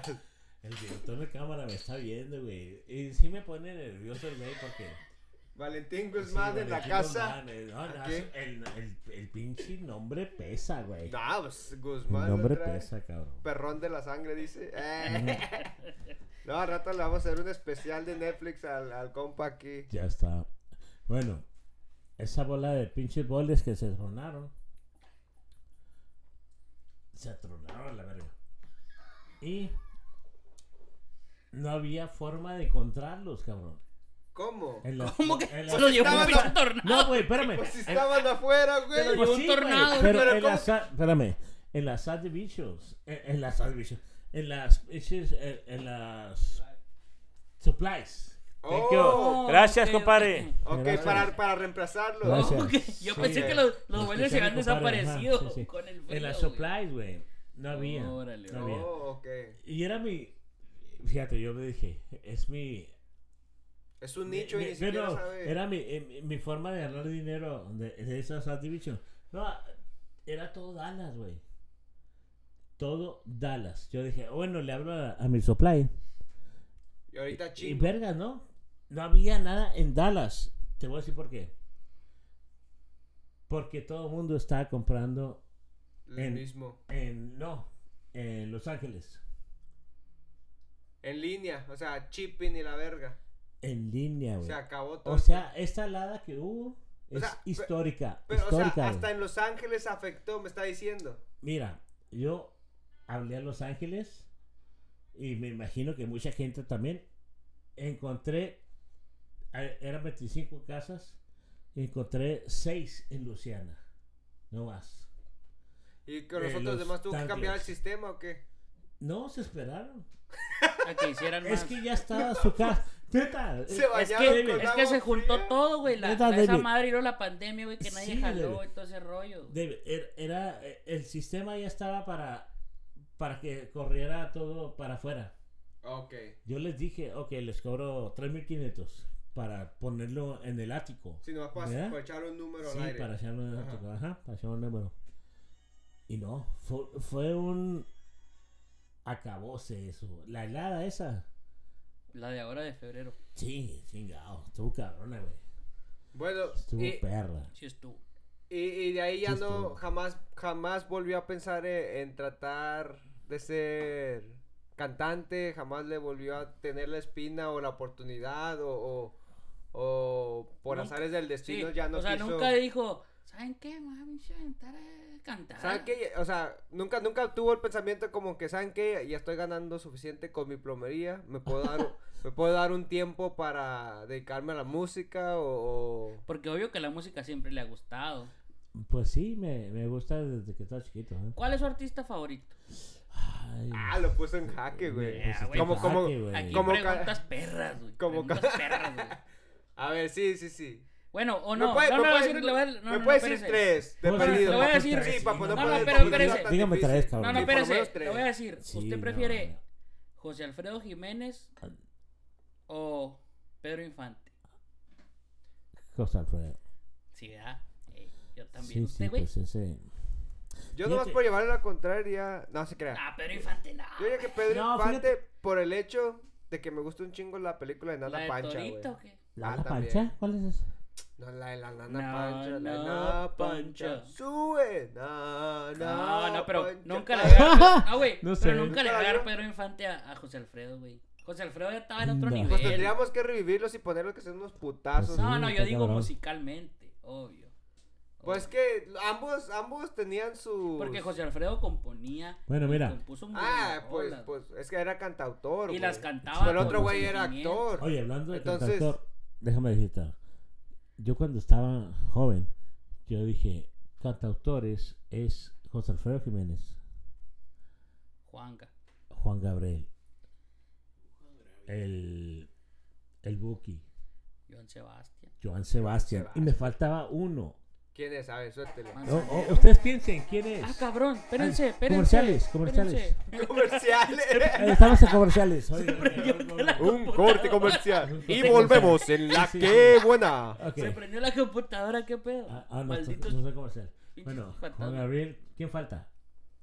Speaker 3: El director de cámara me está viendo, güey. Y sí me pone nervioso el güey porque.
Speaker 2: Valentín Guzmán
Speaker 3: más
Speaker 2: en la casa.
Speaker 3: No, no,
Speaker 2: Aquí.
Speaker 3: el, el, el pinche nombre pesa, güey.
Speaker 2: No, pues, Guzmán.
Speaker 3: el
Speaker 2: lo
Speaker 3: nombre
Speaker 2: trae.
Speaker 3: pesa, cabrón.
Speaker 2: Perrón de la sangre, dice. Eh. No, al rato le vamos a hacer un especial de Netflix al, al compa aquí.
Speaker 3: Ya está. Bueno, esa bola de pinches boles que se tronaron. Se tronaron a la verga. Y no había forma de encontrarlos, cabrón.
Speaker 2: ¿Cómo?
Speaker 3: En las-
Speaker 1: ¿Cómo que
Speaker 3: en
Speaker 1: se
Speaker 3: las-
Speaker 1: lo llevó
Speaker 2: estaba
Speaker 1: un pinche
Speaker 2: la-
Speaker 1: tornado?
Speaker 3: No, güey, espérame.
Speaker 2: Pues si
Speaker 3: En-
Speaker 2: estaban afuera, güey.
Speaker 1: Pero-
Speaker 3: pues
Speaker 1: un
Speaker 3: güey,
Speaker 1: tornado,
Speaker 3: pero
Speaker 2: pero
Speaker 3: en
Speaker 2: ¿cómo
Speaker 3: las
Speaker 2: se-
Speaker 3: a- espérame, en las subdivisions, en, en las subdivisions, en las pinches, en, en las supplies. Thank you.
Speaker 2: Oh,
Speaker 4: Gracias,
Speaker 1: ok,
Speaker 4: compadre.
Speaker 1: ok.
Speaker 2: Ok,
Speaker 3: Gracias.
Speaker 2: para, para reemplazarlo.
Speaker 1: Oh,
Speaker 3: Gracias.
Speaker 1: ok. Yo
Speaker 3: Sí,
Speaker 1: pensé
Speaker 2: güey.
Speaker 1: que los, los baños se habían
Speaker 3: Escucharon, compadre, ajá,
Speaker 1: desaparecido
Speaker 3: sí, sí.
Speaker 1: con el frío.
Speaker 3: En las
Speaker 1: güey.
Speaker 3: supplies, güey. No había.
Speaker 1: Órale,
Speaker 3: no había.
Speaker 2: Oh, ok.
Speaker 3: Y era mi. Fíjate, yo me dije, es mi.
Speaker 2: Es un nicho
Speaker 3: mi-
Speaker 2: y ni
Speaker 3: mi-
Speaker 2: siquiera
Speaker 3: no,
Speaker 2: sabe.
Speaker 3: Era mi, eh, mi- mi forma de ganar dinero de, de esas Activision. No, era todo Dallas, güey. Todo Dallas. Yo dije, bueno, le hablo a, a mi supply.
Speaker 2: Y ahorita
Speaker 3: Y
Speaker 2: chingo.
Speaker 3: verga, ¿no? No había nada en Dallas. Te voy a decir por qué. Porque todo el mundo estaba comprando
Speaker 2: El
Speaker 3: en-
Speaker 2: mismo.
Speaker 3: en. No, en Los Ángeles.
Speaker 2: En línea, o sea, chipping y la verga.
Speaker 3: En línea, güey.
Speaker 2: Se acabó todo.
Speaker 3: O sea, esta alada que hubo
Speaker 2: O
Speaker 3: es
Speaker 2: sea, pe-
Speaker 3: histórica.
Speaker 2: pero, o sea,
Speaker 3: histórica,
Speaker 2: hasta
Speaker 3: güey.
Speaker 2: en Los Ángeles afectó, me está diciendo.
Speaker 3: Mira, yo hablé a Los Ángeles y me imagino que mucha gente también. Encontré, a- eran 25 casas, y encontré 6 en Luciana, no más.
Speaker 2: Y que
Speaker 3: Eh,
Speaker 2: nosotros
Speaker 3: los
Speaker 2: demás tuvo que cambiar el
Speaker 3: tanques.
Speaker 2: sistema o qué.
Speaker 3: No, se esperaron.
Speaker 1: A que hicieran más.
Speaker 3: Es que ya estaba su casa. Neta,
Speaker 2: Se
Speaker 3: eh,
Speaker 1: Es
Speaker 2: bañaron
Speaker 1: que,
Speaker 2: con
Speaker 1: es
Speaker 2: agua
Speaker 1: que se juntó
Speaker 2: fría.
Speaker 1: todo, güey. La,
Speaker 3: Neta,
Speaker 1: la- esa
Speaker 3: David.
Speaker 1: madre y luego la pandemia, güey, que nadie
Speaker 3: Sí,
Speaker 1: jaló
Speaker 3: David.
Speaker 1: y todo ese rollo. güey.
Speaker 3: Debe- er- era, eh, el sistema ya estaba para, para que corriera todo para afuera.
Speaker 2: Ok.
Speaker 3: Yo les dije, ok, les cobro 3.500 para ponerlo en el ático.
Speaker 2: Si nomás para,
Speaker 3: ¿Verdad?
Speaker 2: para echar un número
Speaker 3: Sí,
Speaker 2: al aire.
Speaker 3: para echarlo en el
Speaker 2: Ajá.
Speaker 3: ático, ajá, para echarlo en el número. Y no, fue, fue un acabóse eso. La helada esa.
Speaker 1: La de ahora de febrero.
Speaker 3: Sí, chingado. Estuvo cabrona, güey.
Speaker 2: Bueno,
Speaker 3: Estuvo
Speaker 2: y,
Speaker 3: perra.
Speaker 1: Sí estuvo.
Speaker 2: y, y de ahí ya
Speaker 3: Sí,
Speaker 2: no,
Speaker 3: estuvo.
Speaker 2: jamás, jamás volvió a pensar e- en, tratar de ser cantante, jamás le volvió a tener la espina o la oportunidad o, o, o por
Speaker 1: Nunca-
Speaker 2: azares del
Speaker 1: Sí,
Speaker 2: destino ya no
Speaker 1: o sea,
Speaker 2: quiso.
Speaker 1: nunca dijo, ¿saben qué? Me voy a pinche aventar a cantar.
Speaker 2: ¿Saben qué? O sea, nunca, nunca tuvo el pensamiento como que, ¿saben qué? Ya estoy ganando suficiente con mi plomería, me puedo dar, me puedo dar un tiempo para dedicarme a la música o... o-
Speaker 1: Porque obvio que la música siempre le ha gustado.
Speaker 3: Pues sí, me, me gusta desde que estaba chiquito. ¿eh?
Speaker 1: ¿Cuál es su artista favorito?
Speaker 3: Ay,
Speaker 2: Ah, lo puso en jaque, güey.
Speaker 3: me pusiste
Speaker 2: Como-
Speaker 3: en
Speaker 2: como-
Speaker 3: jaque, güey.
Speaker 1: Aquí
Speaker 2: Como ca-
Speaker 1: preguntas perras, güey.
Speaker 2: como ca-
Speaker 1: preguntas perras, güey.
Speaker 2: A ver, sí, sí, sí.
Speaker 1: Bueno, o
Speaker 2: Me
Speaker 1: no.
Speaker 2: puede-
Speaker 1: no,
Speaker 2: me
Speaker 1: no,
Speaker 2: puede-
Speaker 1: decir, le voy a- no,
Speaker 2: me
Speaker 1: no,
Speaker 2: puede
Speaker 1: no,
Speaker 2: decir
Speaker 1: espérese.
Speaker 2: tres, de
Speaker 3: Pues No,
Speaker 2: perdido.
Speaker 1: le voy a
Speaker 2: para-
Speaker 1: decir-
Speaker 2: sí,
Speaker 1: sí,
Speaker 2: para poner
Speaker 1: no,
Speaker 2: por
Speaker 1: no,
Speaker 2: el-
Speaker 1: pero
Speaker 2: por el-
Speaker 1: espérese.
Speaker 2: no tan
Speaker 3: Dígame
Speaker 2: difícil.
Speaker 3: tres, cabrón.
Speaker 1: No,
Speaker 2: Ni
Speaker 1: no,
Speaker 2: por lo
Speaker 1: espérese.
Speaker 2: menos
Speaker 1: Le
Speaker 2: tres.
Speaker 1: voy a decir,
Speaker 3: Sí,
Speaker 1: ¿usted
Speaker 3: no,
Speaker 1: prefiere
Speaker 3: no.
Speaker 1: José Alfredo Jiménez o Pedro Infante?
Speaker 3: José Alfredo.
Speaker 1: Sí, ¿verdad? Ey, yo también.
Speaker 3: Sí,
Speaker 1: ¿Usted,
Speaker 3: sí,
Speaker 1: güey?
Speaker 3: pues ese.
Speaker 2: Yo nomás
Speaker 3: Fíjate.
Speaker 2: por llevarle la contraria, no se crea.
Speaker 1: Ah, Pedro Infante, no.
Speaker 2: Yo diría que Pedro
Speaker 3: No,
Speaker 2: Infante,
Speaker 3: fíjate.
Speaker 2: por el hecho de que me gusta un chingo la película de
Speaker 1: ¿La
Speaker 2: Nana
Speaker 1: de
Speaker 2: Pancha, güey.
Speaker 1: Torito o qué?
Speaker 3: ¿La,
Speaker 2: Ah,
Speaker 3: la
Speaker 2: también.
Speaker 3: pancha? ¿Cuál es esa?
Speaker 2: No, la de la nana
Speaker 1: No,
Speaker 2: pancha, la
Speaker 1: no,
Speaker 2: nana pancha.
Speaker 1: Pancha.
Speaker 2: Sube, na,
Speaker 1: No, no, pero
Speaker 2: Pancha. Pues
Speaker 1: nunca le voy a dar- No, güey.
Speaker 3: No sé.
Speaker 1: Pero nunca le voy a dar Pedro Infante a, a José Alfredo, güey. José Alfredo ya estaba en otro
Speaker 3: No.
Speaker 1: nivel.
Speaker 2: Pues tendríamos que revivirlos y ponerlos que sean unos putazos.
Speaker 3: Pues sí.
Speaker 1: No, no, yo
Speaker 3: está
Speaker 1: digo
Speaker 3: cabrón.
Speaker 1: musicalmente, obvio.
Speaker 2: Pues
Speaker 1: Obvio.
Speaker 2: que ambos, ambos tenían su.
Speaker 1: Porque José Alfredo componía.
Speaker 3: Bueno,
Speaker 1: y
Speaker 3: mira.
Speaker 1: Compuso muy
Speaker 2: Ah,
Speaker 1: buenas
Speaker 2: pues,
Speaker 1: rolas.
Speaker 2: pues, es que era cantautor.
Speaker 1: Y
Speaker 2: güey.
Speaker 1: las cantaba.
Speaker 2: Pero el
Speaker 1: con
Speaker 2: otro
Speaker 1: su
Speaker 2: güey era
Speaker 1: sentimiento.
Speaker 2: actor.
Speaker 3: Oye, hablando de
Speaker 2: Entonces-
Speaker 3: cantautor, déjame decirte. algo. Yo cuando estaba joven, yo dije, cantautores es José Alfredo Jiménez,
Speaker 1: Juanga.
Speaker 3: Juan Gabriel, el, el Buki,
Speaker 1: Joan Sebastián.
Speaker 3: Joan Sebastián, y me faltaba uno.
Speaker 2: ¿Quién es? A ver, suéltelo.
Speaker 3: O-
Speaker 1: Manzanero.
Speaker 3: o- ustedes piensen, ¿quién es?
Speaker 1: Ah, cabrón. Espérense,
Speaker 3: Ay,
Speaker 1: espérense.
Speaker 3: comerciales, comerciales.
Speaker 1: espérense.
Speaker 2: Comerciales.
Speaker 3: Eh, Estamos en comerciales. oye, oye, oye, oye.
Speaker 2: Un corte comercial.
Speaker 3: Y
Speaker 2: Y
Speaker 3: volvemos
Speaker 2: volvemos en la
Speaker 3: Sí, sí.
Speaker 2: que buena.
Speaker 3: Ok.
Speaker 1: Se prendió la computadora, qué pedo.
Speaker 3: Ah, ah, no, esto-
Speaker 1: Maldito
Speaker 3: esto no es comercial.
Speaker 1: pinches
Speaker 3: Bueno, Juan
Speaker 1: fantasmas.
Speaker 3: Gabriel, ¿quién falta?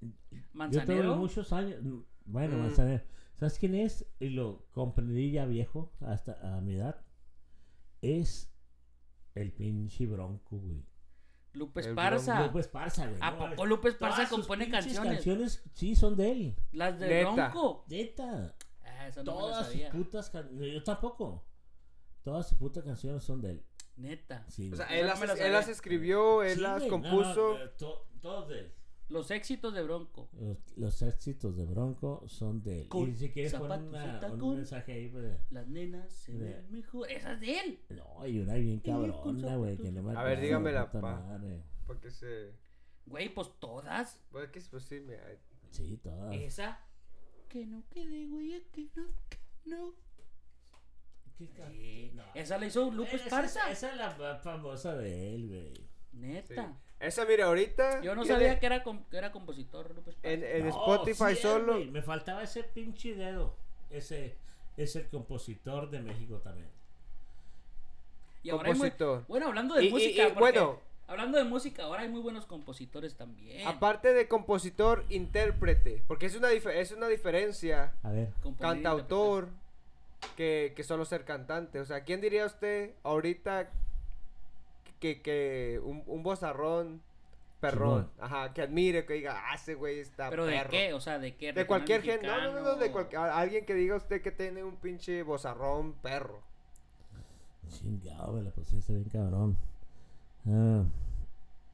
Speaker 3: Yo tengo
Speaker 1: manzanero.
Speaker 3: muchos años. mm, Bueno,
Speaker 2: Mm.
Speaker 3: Manzanero. ¿Sabes quién es? Y lo comprendí ya viejo, hasta a mi edad. Es el pinche bronco, güey.
Speaker 1: Lupe
Speaker 2: El
Speaker 1: Esparza.
Speaker 3: López Parza, güey.
Speaker 1: Ah. ¿A
Speaker 3: no,
Speaker 1: poco
Speaker 3: mames.
Speaker 1: López Parza
Speaker 3: Todas sus
Speaker 1: compone
Speaker 3: pinches
Speaker 1: canciones?
Speaker 3: canciones, sí, son de él.
Speaker 1: Las de
Speaker 2: Neta.
Speaker 1: Bronco.
Speaker 3: Neta.
Speaker 1: Ah, eso no me lo
Speaker 3: Todas sus
Speaker 1: sabía.
Speaker 3: putas canciones. Yo tampoco. Todas sus putas canciones son de él.
Speaker 1: Neta.
Speaker 3: Sí,
Speaker 2: O sea,
Speaker 3: güey.
Speaker 2: él
Speaker 1: No
Speaker 2: las,
Speaker 1: me lo
Speaker 2: él las
Speaker 1: sabía.
Speaker 2: escribió, él
Speaker 3: Sí,
Speaker 2: las
Speaker 3: güey, no, no,
Speaker 2: compuso.
Speaker 3: eh, to- todos de él.
Speaker 1: Los éxitos de Bronco.
Speaker 3: Los, los éxitos de Bronco son de él.
Speaker 1: Con
Speaker 3: y si quieres poner
Speaker 1: zapatos y
Speaker 3: una, un
Speaker 1: tacón.
Speaker 3: mensaje ahí, pues,
Speaker 1: Las nenas se
Speaker 3: Mira.
Speaker 1: ven mejor. Esa es de él.
Speaker 3: No, y una bien
Speaker 1: con
Speaker 3: cabrona, güey,
Speaker 1: zapatos
Speaker 3: que no me
Speaker 2: A ver,
Speaker 3: acuerdo,
Speaker 2: dígamela,
Speaker 3: puta
Speaker 2: pa.
Speaker 3: madre.
Speaker 2: Porque se.
Speaker 1: Güey, pues todas.
Speaker 2: Bueno, es que pues es posible. ay,
Speaker 3: Sí,
Speaker 2: Ah.
Speaker 3: todas.
Speaker 1: Esa. Que no quede, güey, que no, que no. Sí.
Speaker 3: No.
Speaker 1: Esa la hizo Lupe
Speaker 3: Esa-
Speaker 1: Esparza.
Speaker 3: Esa es la fa- famosa de él, güey.
Speaker 2: sí.
Speaker 1: Neta.
Speaker 2: Esa, mira, ahorita.
Speaker 1: Yo no
Speaker 2: tiene-
Speaker 1: sabía que era, com- que era compositor Lupe Esparza.
Speaker 2: En, en
Speaker 3: No,
Speaker 2: Spotify
Speaker 3: sí es,
Speaker 2: solo.
Speaker 3: güey, Me faltaba ese pinche dedo. Ese es el compositor de México también.
Speaker 1: Y ahora hay muy-
Speaker 2: compositor.
Speaker 1: bueno, hablando de
Speaker 2: Y- y-
Speaker 1: música.
Speaker 2: y,
Speaker 1: porque-
Speaker 2: bueno.
Speaker 1: Hablando de música, ahora hay muy buenos compositores también.
Speaker 2: Aparte de compositor, intérprete. Porque es una, dif- es una diferencia.
Speaker 3: A ver.
Speaker 1: Componer e
Speaker 2: Cantautor. Que, que solo ser cantante. O sea, ¿quién diría usted ahorita que, que un, un vozarrón perrón?
Speaker 3: Simón.
Speaker 2: Ajá, que admire, que diga, ah, ese güey está
Speaker 1: ¿Pero de
Speaker 2: perro.
Speaker 1: qué? O sea, ¿de qué?
Speaker 2: De
Speaker 1: ¿Regional
Speaker 2: cualquier género. No, no, no, de
Speaker 1: mexicano?
Speaker 2: cualquier. Alguien que diga usted que tiene un pinche vozarrón perro.
Speaker 3: Chingado, me la pusiste bien cabrón. Ah,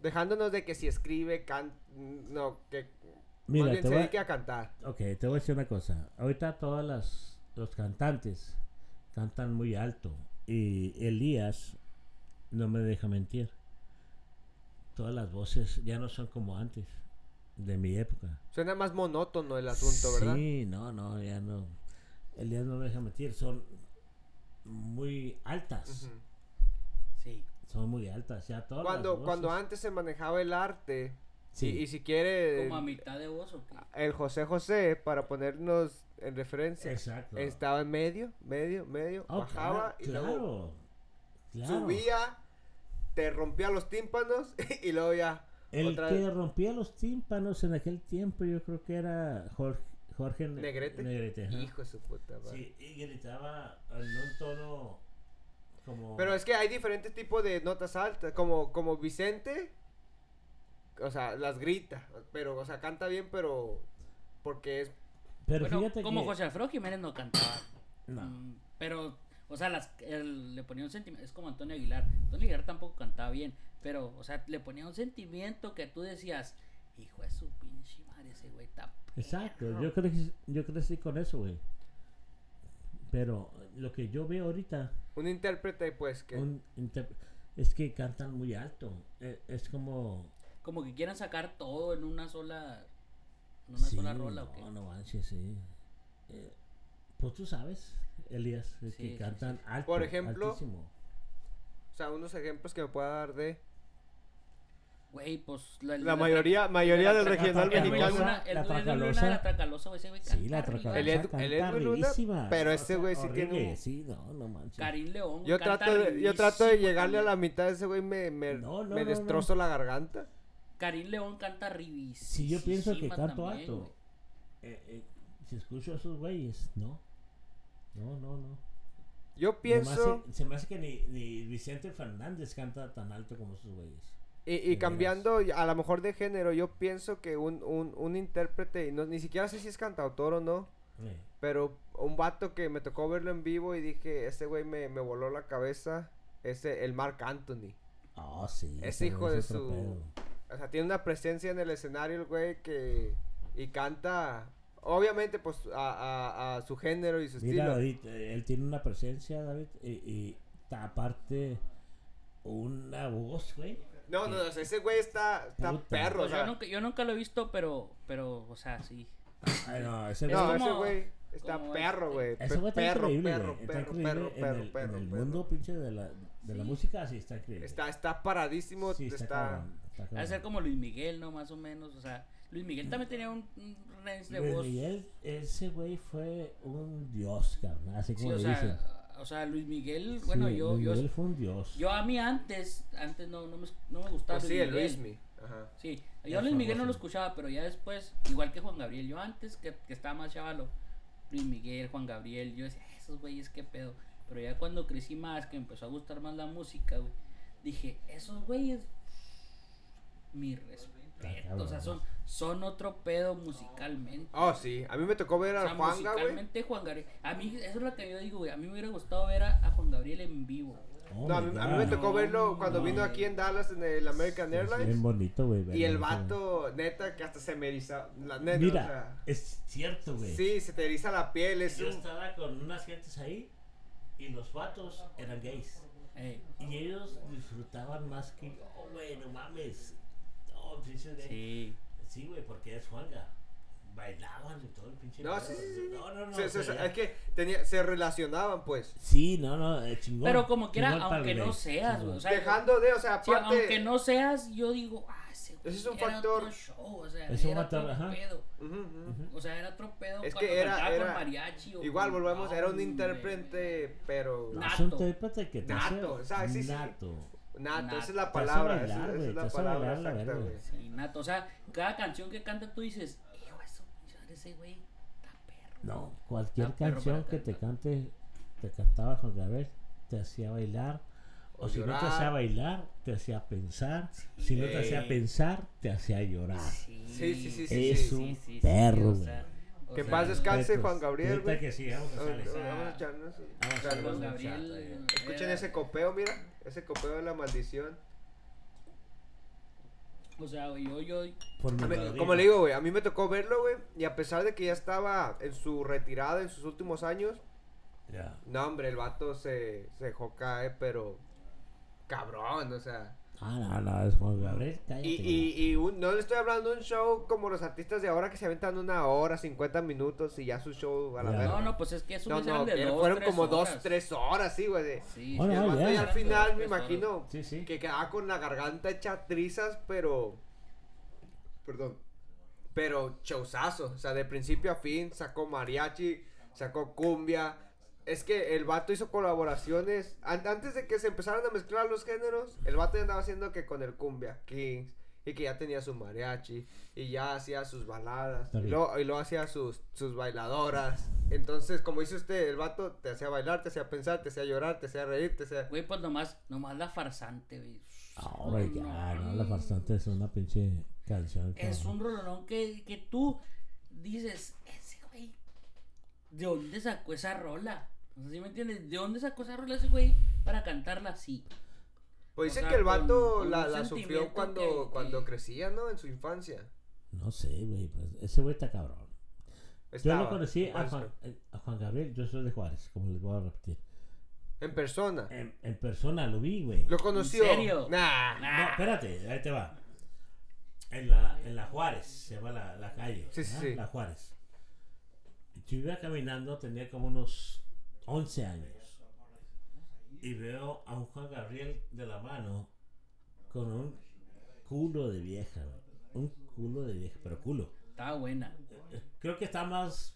Speaker 2: Dejándonos de que si escribe, can... No, que.
Speaker 3: Mira,
Speaker 2: más bien se
Speaker 3: te voy a-
Speaker 2: dedique a cantar.
Speaker 3: ok, te voy a decir una cosa. Ahorita todas las los cantantes cantan muy alto y Elías no me deja mentir. Todas las voces ya no son como antes de mi época.
Speaker 2: Suena más monótono el asunto, ¿verdad?
Speaker 3: Sí, no, no, ya no. Elías no me deja mentir, son muy altas.
Speaker 2: Ujú.
Speaker 1: Sí.
Speaker 3: Son muy altas, ya todas las
Speaker 2: Cuando,
Speaker 3: voces.
Speaker 2: cuando antes se manejaba el arte,
Speaker 3: Sí.
Speaker 2: y, y si quiere,
Speaker 1: Como a mitad de voz o qué.
Speaker 2: el José José, para ponernos en referencia,
Speaker 3: Exacto.
Speaker 2: estaba en medio, medio, medio,
Speaker 3: Oh,
Speaker 2: bajaba
Speaker 3: claro,
Speaker 2: y luego
Speaker 3: claro. Claro.
Speaker 2: subía, te rompía los tímpanos y luego ya.
Speaker 3: El
Speaker 2: otra
Speaker 3: que rompía los tímpanos en aquel tiempo, yo creo que era Jorge, Jorge Ne-
Speaker 2: Negrete.
Speaker 3: ajá.
Speaker 2: Hijo de su puta madre.
Speaker 3: Sí, y gritaba en un tono como.
Speaker 2: Pero es que hay diferentes tipos de notas altas, como, como Vicente, o sea, las grita, pero, o sea, canta bien, pero porque es...
Speaker 3: Pero
Speaker 1: Bueno,
Speaker 3: fíjate
Speaker 1: como
Speaker 3: que.
Speaker 1: José Alfredo Jiménez no cantaba.
Speaker 3: No.
Speaker 1: Mm, Pero, o sea, las, él le ponía un sentimiento. Es como Antonio Aguilar. Antonio Aguilar tampoco cantaba bien. Pero, o sea, le ponía un sentimiento que tú decías, hijo de su pinche madre, ese güey está.
Speaker 3: Exacto,
Speaker 1: perro".
Speaker 3: yo, crecí, yo crecí con eso, güey. Pero lo que yo veo ahorita
Speaker 2: Un intérprete, pues, que...
Speaker 3: un inter- es que cantan muy alto. Eh, Es como.
Speaker 1: Como que quieran sacar todo en una sola. En una
Speaker 3: Sí,
Speaker 1: sola rola, ¿o
Speaker 3: no,
Speaker 1: qué?
Speaker 3: no manches, sí. Eh, pues tú sabes, Elías, eh,
Speaker 1: Sí,
Speaker 3: que
Speaker 1: sí,
Speaker 3: cantan alto.
Speaker 2: Por ejemplo,
Speaker 3: altísimo.
Speaker 2: O sea, unos ejemplos que me pueda dar de...
Speaker 1: Güey, pues.
Speaker 2: La mayoría, mayoría del regional
Speaker 3: Tracalosa.
Speaker 2: mexicano.
Speaker 3: La
Speaker 1: La
Speaker 3: Tracalosa.
Speaker 1: tracalosa. La tracalosa, güey, ese güey
Speaker 3: Sí, la
Speaker 1: canta arriba.
Speaker 3: troca.
Speaker 2: El Ed- el Edwin Luna, pero ese güey sí tiene un-
Speaker 3: Sí, no, no manches.
Speaker 1: Karim León.
Speaker 2: Yo
Speaker 1: canta
Speaker 2: trato, de, yo trato de
Speaker 1: arribísimo,
Speaker 2: llegarle a
Speaker 1: güey.
Speaker 2: la mitad de ese güey, me, me,
Speaker 3: No, no,
Speaker 2: me
Speaker 3: no,
Speaker 2: destrozo la garganta.
Speaker 1: Karim León canta Ribis.
Speaker 3: Si yo pienso que canto alto, eh, eh, si escucho a esos güeyes, no. No, no, no.
Speaker 2: Yo
Speaker 3: Se me hace-
Speaker 2: pienso...
Speaker 3: Se me hace que ni, ni Vicente Fernández canta tan alto como esos güeyes.
Speaker 2: Y,
Speaker 3: veras.
Speaker 2: y cambiando y a lo mejor de género, yo pienso que un, un, un intérprete, y no, ni siquiera sé si es cantautor o no,
Speaker 3: Eh,
Speaker 2: pero un vato que me tocó verlo en vivo y dije, ese güey me, me voló la cabeza, ese, el Mark Anthony.
Speaker 3: Ah, sí.
Speaker 2: Ese
Speaker 3: ese güey
Speaker 2: hijo de
Speaker 3: es otro
Speaker 2: su-
Speaker 3: pedo.
Speaker 2: O sea, tiene una presencia en el escenario el güey que... y canta, obviamente, pues a, a- a su género y su
Speaker 3: Mira,
Speaker 2: estilo.
Speaker 3: David, eh, él tiene una presencia, David, y, y ta- aparte una voz, güey.
Speaker 2: No, no, no, o sea, ese güey está, está
Speaker 3: Puta.
Speaker 2: perro, o sea,
Speaker 1: Pues yo, nunca, yo nunca lo he visto, pero, pero o sea, sí.
Speaker 3: Ah, Ay, no, ese
Speaker 2: no,
Speaker 3: güey.
Speaker 1: es como-
Speaker 2: ese güey está
Speaker 1: como
Speaker 2: perro,
Speaker 1: este-
Speaker 2: güey.
Speaker 3: Ese güey está
Speaker 2: perro,
Speaker 3: increíble,
Speaker 2: perro,
Speaker 3: güey.
Speaker 2: perro,
Speaker 3: Está
Speaker 2: perro,
Speaker 3: increíble
Speaker 2: perro,
Speaker 3: en el,
Speaker 2: perro,
Speaker 3: en
Speaker 2: perro,
Speaker 3: el
Speaker 2: perro.
Speaker 3: mundo pinche de la, de la
Speaker 1: Sí.
Speaker 3: música, sí está increíble.
Speaker 2: Está, está paradísimo,
Speaker 3: sí,
Speaker 2: está...
Speaker 3: cabrón, está
Speaker 1: Ha de
Speaker 3: cabrón.
Speaker 1: ser como Luis Miguel, ¿no? Más o menos. O sea, Luis Miguel también tenía un, un range de
Speaker 3: Luis
Speaker 1: este voz.
Speaker 3: Miguel, ese güey fue un dios, cabrón. Así
Speaker 1: Sí,
Speaker 3: como
Speaker 1: o
Speaker 3: le dicen.
Speaker 1: sea, o sea, Luis Miguel, bueno,
Speaker 3: Sí,
Speaker 1: yo,
Speaker 3: Luis
Speaker 1: yo,
Speaker 3: Miguel fue un dios.
Speaker 1: yo a mí antes, antes no, no, me, no me gustaba
Speaker 2: Pues sí, el
Speaker 1: Miguel.
Speaker 2: Luismi. Ajá.
Speaker 1: Sí, yo
Speaker 3: Ya
Speaker 1: a Luis
Speaker 3: fue
Speaker 1: Miguel no lo
Speaker 3: famoso.
Speaker 1: escuchaba, pero ya después, igual que Juan Gabriel, yo antes que, que estaba más chavalo, Luis Miguel, Juan Gabriel, yo decía, "Ah, esos güeyes, qué pedo. Pero ya cuando crecí más, que me empezó a gustar más la música, güey, dije, esos güeyes, mi respeto, o sea, son, son otro pedo musicalmente.
Speaker 2: Oh, sí. A mí me tocó ver
Speaker 1: O
Speaker 2: a
Speaker 1: sea,
Speaker 2: Juanga, güey.
Speaker 1: musicalmente Juan Gabriel, a mí, eso es lo que yo digo, güey, a mí me hubiera gustado ver a, a Juan Gabriel en vivo.
Speaker 3: Oh
Speaker 2: No, a
Speaker 3: my
Speaker 2: mí, a mí me
Speaker 3: God.
Speaker 2: tocó verlo cuando
Speaker 1: No.
Speaker 2: vino aquí en Dallas en el American
Speaker 3: Es Bien
Speaker 2: Airlines.
Speaker 3: bonito, güey.
Speaker 2: Y el
Speaker 3: verlo, ese güey.
Speaker 2: vato, neta, que hasta se me eriza. La neta,
Speaker 3: Mira,
Speaker 2: o sea,
Speaker 3: es cierto, güey.
Speaker 2: Sí, se te eriza la piel. Es
Speaker 3: Yo
Speaker 2: un...
Speaker 3: estaba con unas gentes ahí y los vatos eran gays.
Speaker 1: Eh,
Speaker 3: Y ellos disfrutaban más que yo, güey, no mames. No, pinche de-
Speaker 1: sí.
Speaker 3: Sí, güey, porque es Juanga. Bailaban y todo el pinche.
Speaker 2: No,
Speaker 3: pedo.
Speaker 2: sí, sí, sí.
Speaker 3: No, no, no.
Speaker 2: se-
Speaker 3: o
Speaker 2: se-
Speaker 3: sea,
Speaker 2: es que tenía, se relacionaban, pues.
Speaker 3: Sí, no, no, eh, chingón.
Speaker 1: Pero como quiera,
Speaker 3: Chingón para el
Speaker 1: aunque no
Speaker 3: güey,
Speaker 1: seas,
Speaker 3: chingón.
Speaker 1: güey, o sea,
Speaker 2: Dejando de, o sea,
Speaker 1: Sí,
Speaker 2: aparte.
Speaker 1: aunque no seas, yo digo, ah, ese güey
Speaker 2: Ese es un
Speaker 1: era
Speaker 2: factor.
Speaker 1: otro show, o sea,
Speaker 3: Es un
Speaker 1: era
Speaker 3: factor,
Speaker 1: otro
Speaker 3: ajá.
Speaker 1: pedo.
Speaker 2: Ujú, ujú.
Speaker 1: O sea, era otro pedo
Speaker 2: Es
Speaker 1: cuando
Speaker 2: que era-
Speaker 1: cantaba con
Speaker 2: era-
Speaker 1: mariachi o
Speaker 2: Igual,
Speaker 1: con-
Speaker 2: volvemos, era un
Speaker 1: Ay,
Speaker 2: intérprete, pero.
Speaker 3: No,
Speaker 1: Nato.
Speaker 3: Es un intérprete que te hace
Speaker 2: Nato, o sea, sí, sí, sí.
Speaker 3: nato.
Speaker 2: Nato, esa es la
Speaker 1: Nato.
Speaker 2: palabra.
Speaker 3: Te hace
Speaker 2: esa-
Speaker 3: bailar,
Speaker 2: esa es
Speaker 3: güey, te
Speaker 2: la
Speaker 3: hace
Speaker 2: palabra
Speaker 3: bailar, la
Speaker 2: exacta,
Speaker 3: verga.
Speaker 2: güey.
Speaker 1: güey. Sí, nato, o sea, cada canción que canta tú dices, hijo, eso, madre, ese güey está perro.
Speaker 3: No, cualquier
Speaker 1: Ah, perro
Speaker 3: canción
Speaker 1: para
Speaker 3: que te
Speaker 1: cantar.
Speaker 3: cante, te cantaba Juan Gabriel, te hacía bailar. O,
Speaker 2: O
Speaker 3: si no te
Speaker 2: llorar.
Speaker 3: hacía bailar, te hacía pensar. Si no te hacía
Speaker 2: Ey.
Speaker 3: pensar, te hacía llorar.
Speaker 2: Sí, sí, sí, sí,
Speaker 3: Ah. Es un perro,
Speaker 1: o sea, o
Speaker 2: Que
Speaker 1: sea,
Speaker 2: paz descanse
Speaker 3: Respetos.
Speaker 2: Juan Gabriel,
Speaker 3: Neta
Speaker 2: güey.
Speaker 3: que sí, vamos a
Speaker 2: Vamos
Speaker 3: hacer esa-
Speaker 2: a echarnos.
Speaker 3: Vamos a
Speaker 2: echarnos.
Speaker 3: echarnos.
Speaker 1: Juan Gabriel.
Speaker 2: Escuchen
Speaker 1: era-
Speaker 2: ese copeo, mira. Ese copeo de la maldición.
Speaker 1: O sea, güey, yo, yo,
Speaker 3: Por mi
Speaker 2: A mí-
Speaker 3: Rodrigo.
Speaker 2: como le digo, güey, a mí me tocó verlo, güey. Y a pesar de que ya estaba en su retirada, en sus últimos años.
Speaker 3: Ya.
Speaker 2: No, hombre, el vato se, se dejó caer, pero. Cabrón, o sea.
Speaker 3: Ah, no, no, es Juan Gabriel, cállate.
Speaker 2: Y, y, y un- no le estoy hablando de un show como los artistas de ahora que se aventan una hora, 50 minutos y ya su show a la
Speaker 3: Ya.
Speaker 2: verga.
Speaker 1: no, no, pues es que eso
Speaker 2: No,
Speaker 1: eran
Speaker 2: no,
Speaker 1: de
Speaker 2: que
Speaker 1: dos,
Speaker 2: fueron
Speaker 1: tres
Speaker 2: como dos,
Speaker 1: horas.
Speaker 2: tres horas, sí, güey. de-
Speaker 1: Sí,
Speaker 3: Bueno,
Speaker 1: sí,
Speaker 2: Y el
Speaker 3: Ah,
Speaker 2: vato
Speaker 3: ya.
Speaker 2: ya al final,
Speaker 1: Tres
Speaker 2: me
Speaker 1: horas.
Speaker 2: imagino,
Speaker 3: Sí, sí.
Speaker 2: que quedaba con la garganta hecha trizas, pero... Perdón. Pero chauzazo, o sea, de principio a fin, sacó mariachi, sacó cumbia, Es que el vato hizo colaboraciones. an- antes de que se empezaran a mezclar los géneros, el vato ya andaba haciendo que con el Cumbia Kings. Y que ya tenía su mariachi. Y ya hacía sus baladas.
Speaker 3: Está
Speaker 2: Y
Speaker 3: bien.
Speaker 2: lo, y luego hacía sus, sus bailadoras. Entonces, como dice usted, el vato te hacía bailar, te hacía pensar, te hacía llorar, te hacía reír, te hacía.
Speaker 1: Güey, pues nomás, nomás la farsante, güey.
Speaker 3: Ahora
Speaker 1: Ay,
Speaker 3: Ah, ya, no, la
Speaker 1: mm.
Speaker 3: farsante es una pinche canción.
Speaker 1: Es
Speaker 3: cabrón.
Speaker 1: un rolonón que, que tú dices, ese güey, ¿de dónde sacó esa rola? O sea, ¿sí me entiendes? ¿De dónde sacó esa rola ese güey para cantarla así? O
Speaker 2: Pues dicen
Speaker 1: sea,
Speaker 2: que el
Speaker 1: con-
Speaker 2: vato
Speaker 1: con
Speaker 2: la,
Speaker 1: un
Speaker 2: la sufrió
Speaker 1: sentimiento
Speaker 2: cuando,
Speaker 1: que-
Speaker 2: cuando
Speaker 1: que-
Speaker 2: crecía, ¿no? En su infancia.
Speaker 3: No sé, güey. pues, ese güey está cabrón.
Speaker 2: Estaba,
Speaker 3: yo lo conocí a
Speaker 2: parece.
Speaker 3: Juan, eh, a Juan Gabriel, yo soy de Juárez, como les voy a repetir.
Speaker 2: En persona.
Speaker 3: En, en persona lo vi, güey.
Speaker 2: ¿Lo conoció?
Speaker 1: Eh, serio?
Speaker 2: Nah.
Speaker 3: No, espérate, ahí te va. En la, en la Juárez, se llama la, la calle.
Speaker 2: Sí, sí,
Speaker 3: ¿verdad?
Speaker 2: sí.
Speaker 3: La Juárez. Yo iba caminando, tenía como unos 11 años. Y veo a un Juan Gabriel de la mano con un culo de vieja, güey. Un culo de vieja, pero culo.
Speaker 1: Estaba buena.
Speaker 3: Creo que está más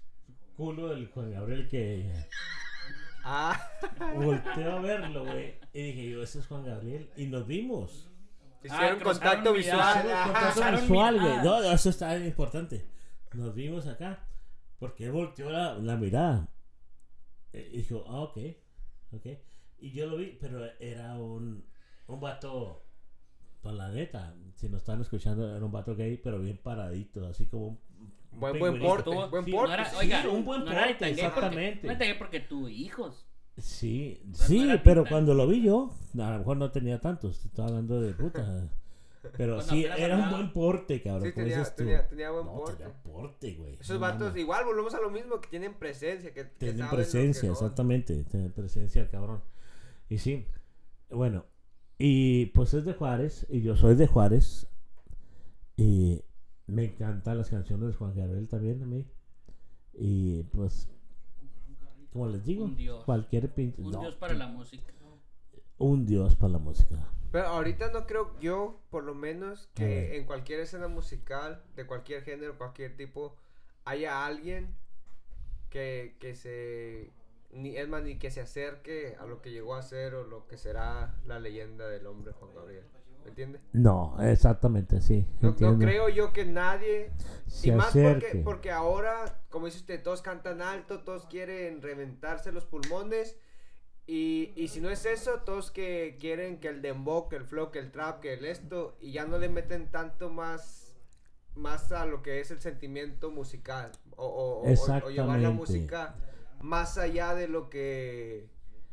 Speaker 3: culo el Juan Gabriel que...
Speaker 2: Ah.
Speaker 3: Volteo a verlo, güey. Y dije yo, ese es Juan Gabriel. Y nos vimos.
Speaker 2: Hicieron
Speaker 1: cruzaron
Speaker 2: contacto
Speaker 1: miradas.
Speaker 2: visual.
Speaker 1: Hicieron
Speaker 2: ajá.
Speaker 1: contacto-
Speaker 3: Contacto
Speaker 1: Pasaron
Speaker 3: visual, güey.
Speaker 1: miradas.
Speaker 3: No, no, eso está bien importante. Nos vimos acá. Porque él volteó la, la mirada. Eh, Y dijo, ah, ok. Ok. Y yo lo vi, pero era un, un vato. Pues la neta, si nos están escuchando, era un vato gay, pero bien paradito, así como un. un
Speaker 2: Buen- buen
Speaker 3: pingüinito.
Speaker 2: porte. Buen
Speaker 3: Sí,
Speaker 1: No
Speaker 2: porte,
Speaker 1: era,
Speaker 2: sí,
Speaker 1: oiga,
Speaker 3: un buen
Speaker 1: no era de
Speaker 3: porte,
Speaker 1: tan gay porque-
Speaker 3: exactamente.
Speaker 1: no era tan gay porque tuve hijos.
Speaker 3: Sí,
Speaker 1: sea, no
Speaker 3: sí,
Speaker 1: era
Speaker 3: pero
Speaker 1: pinta.
Speaker 3: cuando lo vi yo, a lo mejor no tenía tantos, te estaba hablando de puta. Pero
Speaker 1: Bueno,
Speaker 3: sí,
Speaker 1: apenas
Speaker 3: era un
Speaker 1: hablaba.
Speaker 3: buen porte, cabrón.
Speaker 2: Sí,
Speaker 3: como
Speaker 2: tenía-
Speaker 3: dices tú.
Speaker 2: tenía- tenía buen
Speaker 3: No,
Speaker 2: porte.
Speaker 3: tenía porte, güey.
Speaker 2: Esos
Speaker 3: no
Speaker 2: vatos,
Speaker 3: mames.
Speaker 2: igual volvemos a lo mismo, que tienen presencia. Que, que saben
Speaker 3: Tienen
Speaker 2: lo que
Speaker 3: presencia,
Speaker 2: son.
Speaker 3: exactamente. Tienen presencia, el cabrón. Y sí, bueno, y pues es de Juárez, y yo soy de Juárez. Y me encantan las canciones de Juan Gabriel también a mí. Y pues, como les digo,
Speaker 1: Un dios.
Speaker 3: cualquier pinche.
Speaker 1: Un
Speaker 3: no,
Speaker 1: dios para la música.
Speaker 3: un dios para la música.
Speaker 2: Pero ahorita no creo yo, por lo menos,
Speaker 3: A
Speaker 2: que
Speaker 3: ver.
Speaker 2: en cualquier escena musical, de cualquier género, cualquier tipo, haya alguien que, que se. Ni, es más, ni que se acerque a lo que llegó a ser o lo que será la leyenda del hombre Juan Gabriel. ¿Me entiendes?
Speaker 3: No, exactamente, sí.
Speaker 2: No, no
Speaker 3: entiendo.
Speaker 2: creo yo que nadie.
Speaker 3: Se
Speaker 2: Y más porque,
Speaker 3: acerque.
Speaker 2: porque ahora, como dice usted, todos cantan alto, todos quieren reventarse los pulmones. Y, y si no es eso, todos que quieren que el dembow, que el flow, que el trap, que el esto, y ya no le meten tanto más, más a lo que es el sentimiento musical. O, o- o- o- o llevar la
Speaker 3: Exactamente.
Speaker 2: música más allá de lo que...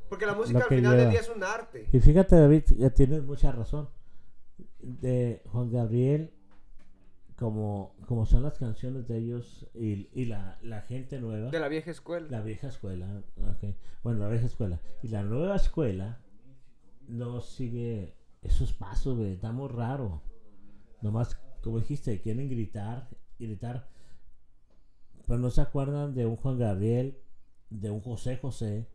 Speaker 2: Porque la música
Speaker 3: Lo
Speaker 2: al
Speaker 3: que
Speaker 2: final del
Speaker 3: lleva.
Speaker 2: día es un arte.
Speaker 3: Y fíjate, David, ya tienes mucha razón. De Juan Gabriel, como, como son las canciones de ellos y, y la, la gente nueva,
Speaker 2: De
Speaker 3: la...
Speaker 2: la vieja escuela.
Speaker 3: vieja escuela, ok, bueno, la vieja escuela, y la nueva escuela no sigue esos pasos, güey, está muy raro. Nomás, como dijiste, quieren gritar, gritar, pero no se acuerdan de un Juan Gabriel, de un José José,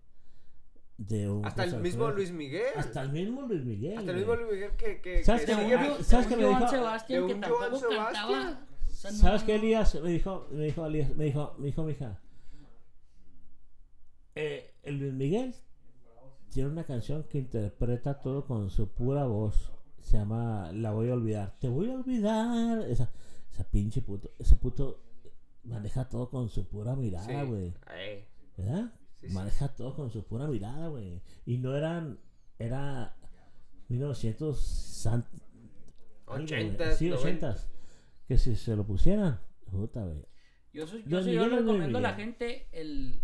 Speaker 3: de un
Speaker 2: Hasta el
Speaker 3: José
Speaker 2: mismo
Speaker 3: Alfredo.
Speaker 2: Luis Miguel. Hasta,
Speaker 3: Hasta el mismo Luis Miguel.
Speaker 2: el mismo
Speaker 3: güey.
Speaker 2: Luis Miguel que... que-
Speaker 3: ¿Sabes
Speaker 2: que
Speaker 3: qué?
Speaker 2: sigue
Speaker 3: Ah,
Speaker 2: vivo.
Speaker 3: ¿sabes qué me
Speaker 1: Joan
Speaker 3: dijo?
Speaker 1: Sebastián
Speaker 2: De
Speaker 1: que
Speaker 2: un
Speaker 1: tampoco
Speaker 2: Joan Sebastián.
Speaker 1: cantaba. O sea, no,
Speaker 3: ¿Sabes qué,
Speaker 1: no,
Speaker 3: Elías? Me dijo, me dijo, Elías, me dijo, me dijo mi hija. eh, el Luis Miguel tiene una canción que interpreta todo con su pura voz. Se llama La voy a olvidar. Te voy a olvidar. Esa, esa pinche puto. Ese puto maneja todo con su pura mirada,
Speaker 2: Sí.
Speaker 3: güey.
Speaker 2: Ey.
Speaker 3: ¿Verdad?
Speaker 2: Sí, sí.
Speaker 3: Maneja todo con su pura mirada, güey. Y no eran. Era. 1900. san- algo, güey.
Speaker 2: 80s,
Speaker 3: Sí,
Speaker 2: 90s.
Speaker 3: 80s. Que si se lo pusieran. Puta, güey.
Speaker 1: Yo, soy- yo,
Speaker 3: Don
Speaker 1: soy- yo
Speaker 3: Miguel es muy
Speaker 1: recomiendo a la
Speaker 3: bien.
Speaker 1: gente el,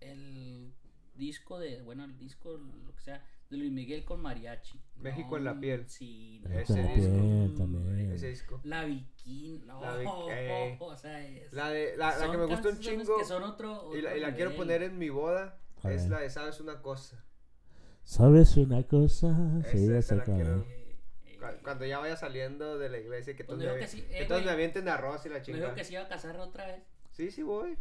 Speaker 1: el disco de, bueno, el disco, lo que sea, de Luis Miguel con mariachi.
Speaker 2: México en la piel.
Speaker 1: Sí,
Speaker 3: Era
Speaker 2: Ese
Speaker 3: como
Speaker 2: disco.
Speaker 3: piel
Speaker 1: Mm,
Speaker 3: también.
Speaker 2: Ese disco.
Speaker 1: La Bikini, no,
Speaker 2: La Vic- eh.
Speaker 1: o sea, es-
Speaker 2: La, de, la, la
Speaker 1: son
Speaker 2: que me gusta un
Speaker 1: canciones
Speaker 2: chingo
Speaker 1: que son otro-
Speaker 2: y la,
Speaker 1: otro
Speaker 2: y la quiero
Speaker 1: nivel.
Speaker 2: poner en mi boda
Speaker 3: A
Speaker 2: es
Speaker 3: ver.
Speaker 2: la de Sabes una cosa.
Speaker 3: ¿Sabes una cosa?
Speaker 2: Esa-
Speaker 3: Sí, ya
Speaker 2: esa
Speaker 3: sé
Speaker 2: la
Speaker 3: cuál
Speaker 2: quiero.
Speaker 3: es.
Speaker 1: Eh, eh,
Speaker 2: Cu- Cuando ya vaya saliendo de la iglesia y que todos,
Speaker 1: Cuando
Speaker 2: me,
Speaker 1: digo
Speaker 2: avien-
Speaker 1: que sí,
Speaker 2: que
Speaker 1: eh,
Speaker 2: todos me
Speaker 1: güey.
Speaker 2: avienten arroz y la
Speaker 1: Me dijo
Speaker 2: chingada.
Speaker 1: que se iba a casar otra vez.
Speaker 2: Sí, sí voy.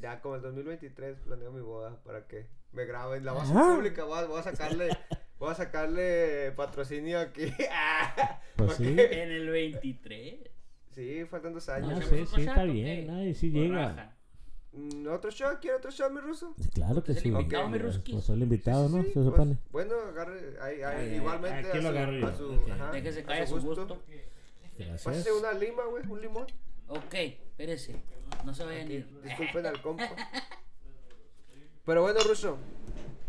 Speaker 2: Ya como el 2023 planeo mi boda para que me graben. La voy a hacer
Speaker 3: Ajá.
Speaker 2: pública, voy a, voy a sacarle voy a sacarle patrocinio aquí.
Speaker 3: Pues sí.
Speaker 2: Porque-
Speaker 1: En el 23.
Speaker 2: sí, faltan dos
Speaker 3: Ah,
Speaker 2: años.
Speaker 1: Hacemos
Speaker 3: sí,
Speaker 1: un
Speaker 3: Ah, sí, está
Speaker 1: contrato,
Speaker 3: bien.
Speaker 1: ok.
Speaker 3: Ay, sí
Speaker 1: Por
Speaker 3: llega.
Speaker 1: raja.
Speaker 2: Mm, ¿Otro shot? ¿Quiere otro shot, mi ruso?
Speaker 3: Claro que
Speaker 1: Es el
Speaker 3: sí.
Speaker 1: invitado,
Speaker 2: mi
Speaker 3: pues,
Speaker 1: Ruski.
Speaker 3: pues, soy el invitado,
Speaker 2: Sí,
Speaker 3: ¿no?
Speaker 2: sí,
Speaker 3: Se
Speaker 2: pues,
Speaker 3: supone.
Speaker 2: bueno, agarre. ahí- ahí,
Speaker 3: Ay, ay,
Speaker 2: igualmente
Speaker 3: aquí lo
Speaker 2: a
Speaker 3: agarro
Speaker 2: su,
Speaker 3: yo.
Speaker 2: a su-
Speaker 3: Ok.
Speaker 2: ajá,
Speaker 1: Déjese
Speaker 2: a
Speaker 1: caer a su gusto.
Speaker 3: Gracias.
Speaker 2: Pásese una lima, güey, un limón.
Speaker 1: Ok, espérese. No se vayan a ir.
Speaker 2: Disculpen al compa. Pero bueno, ruso.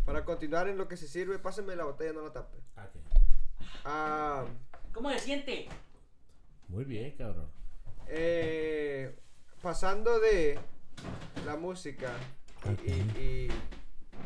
Speaker 2: Para continuar en lo que se sirve, pásenme la botella, no la tape. Ah,
Speaker 1: ¿Cómo se siente?
Speaker 3: Muy bien, cabrón.
Speaker 2: eh, pasando de la música y, y-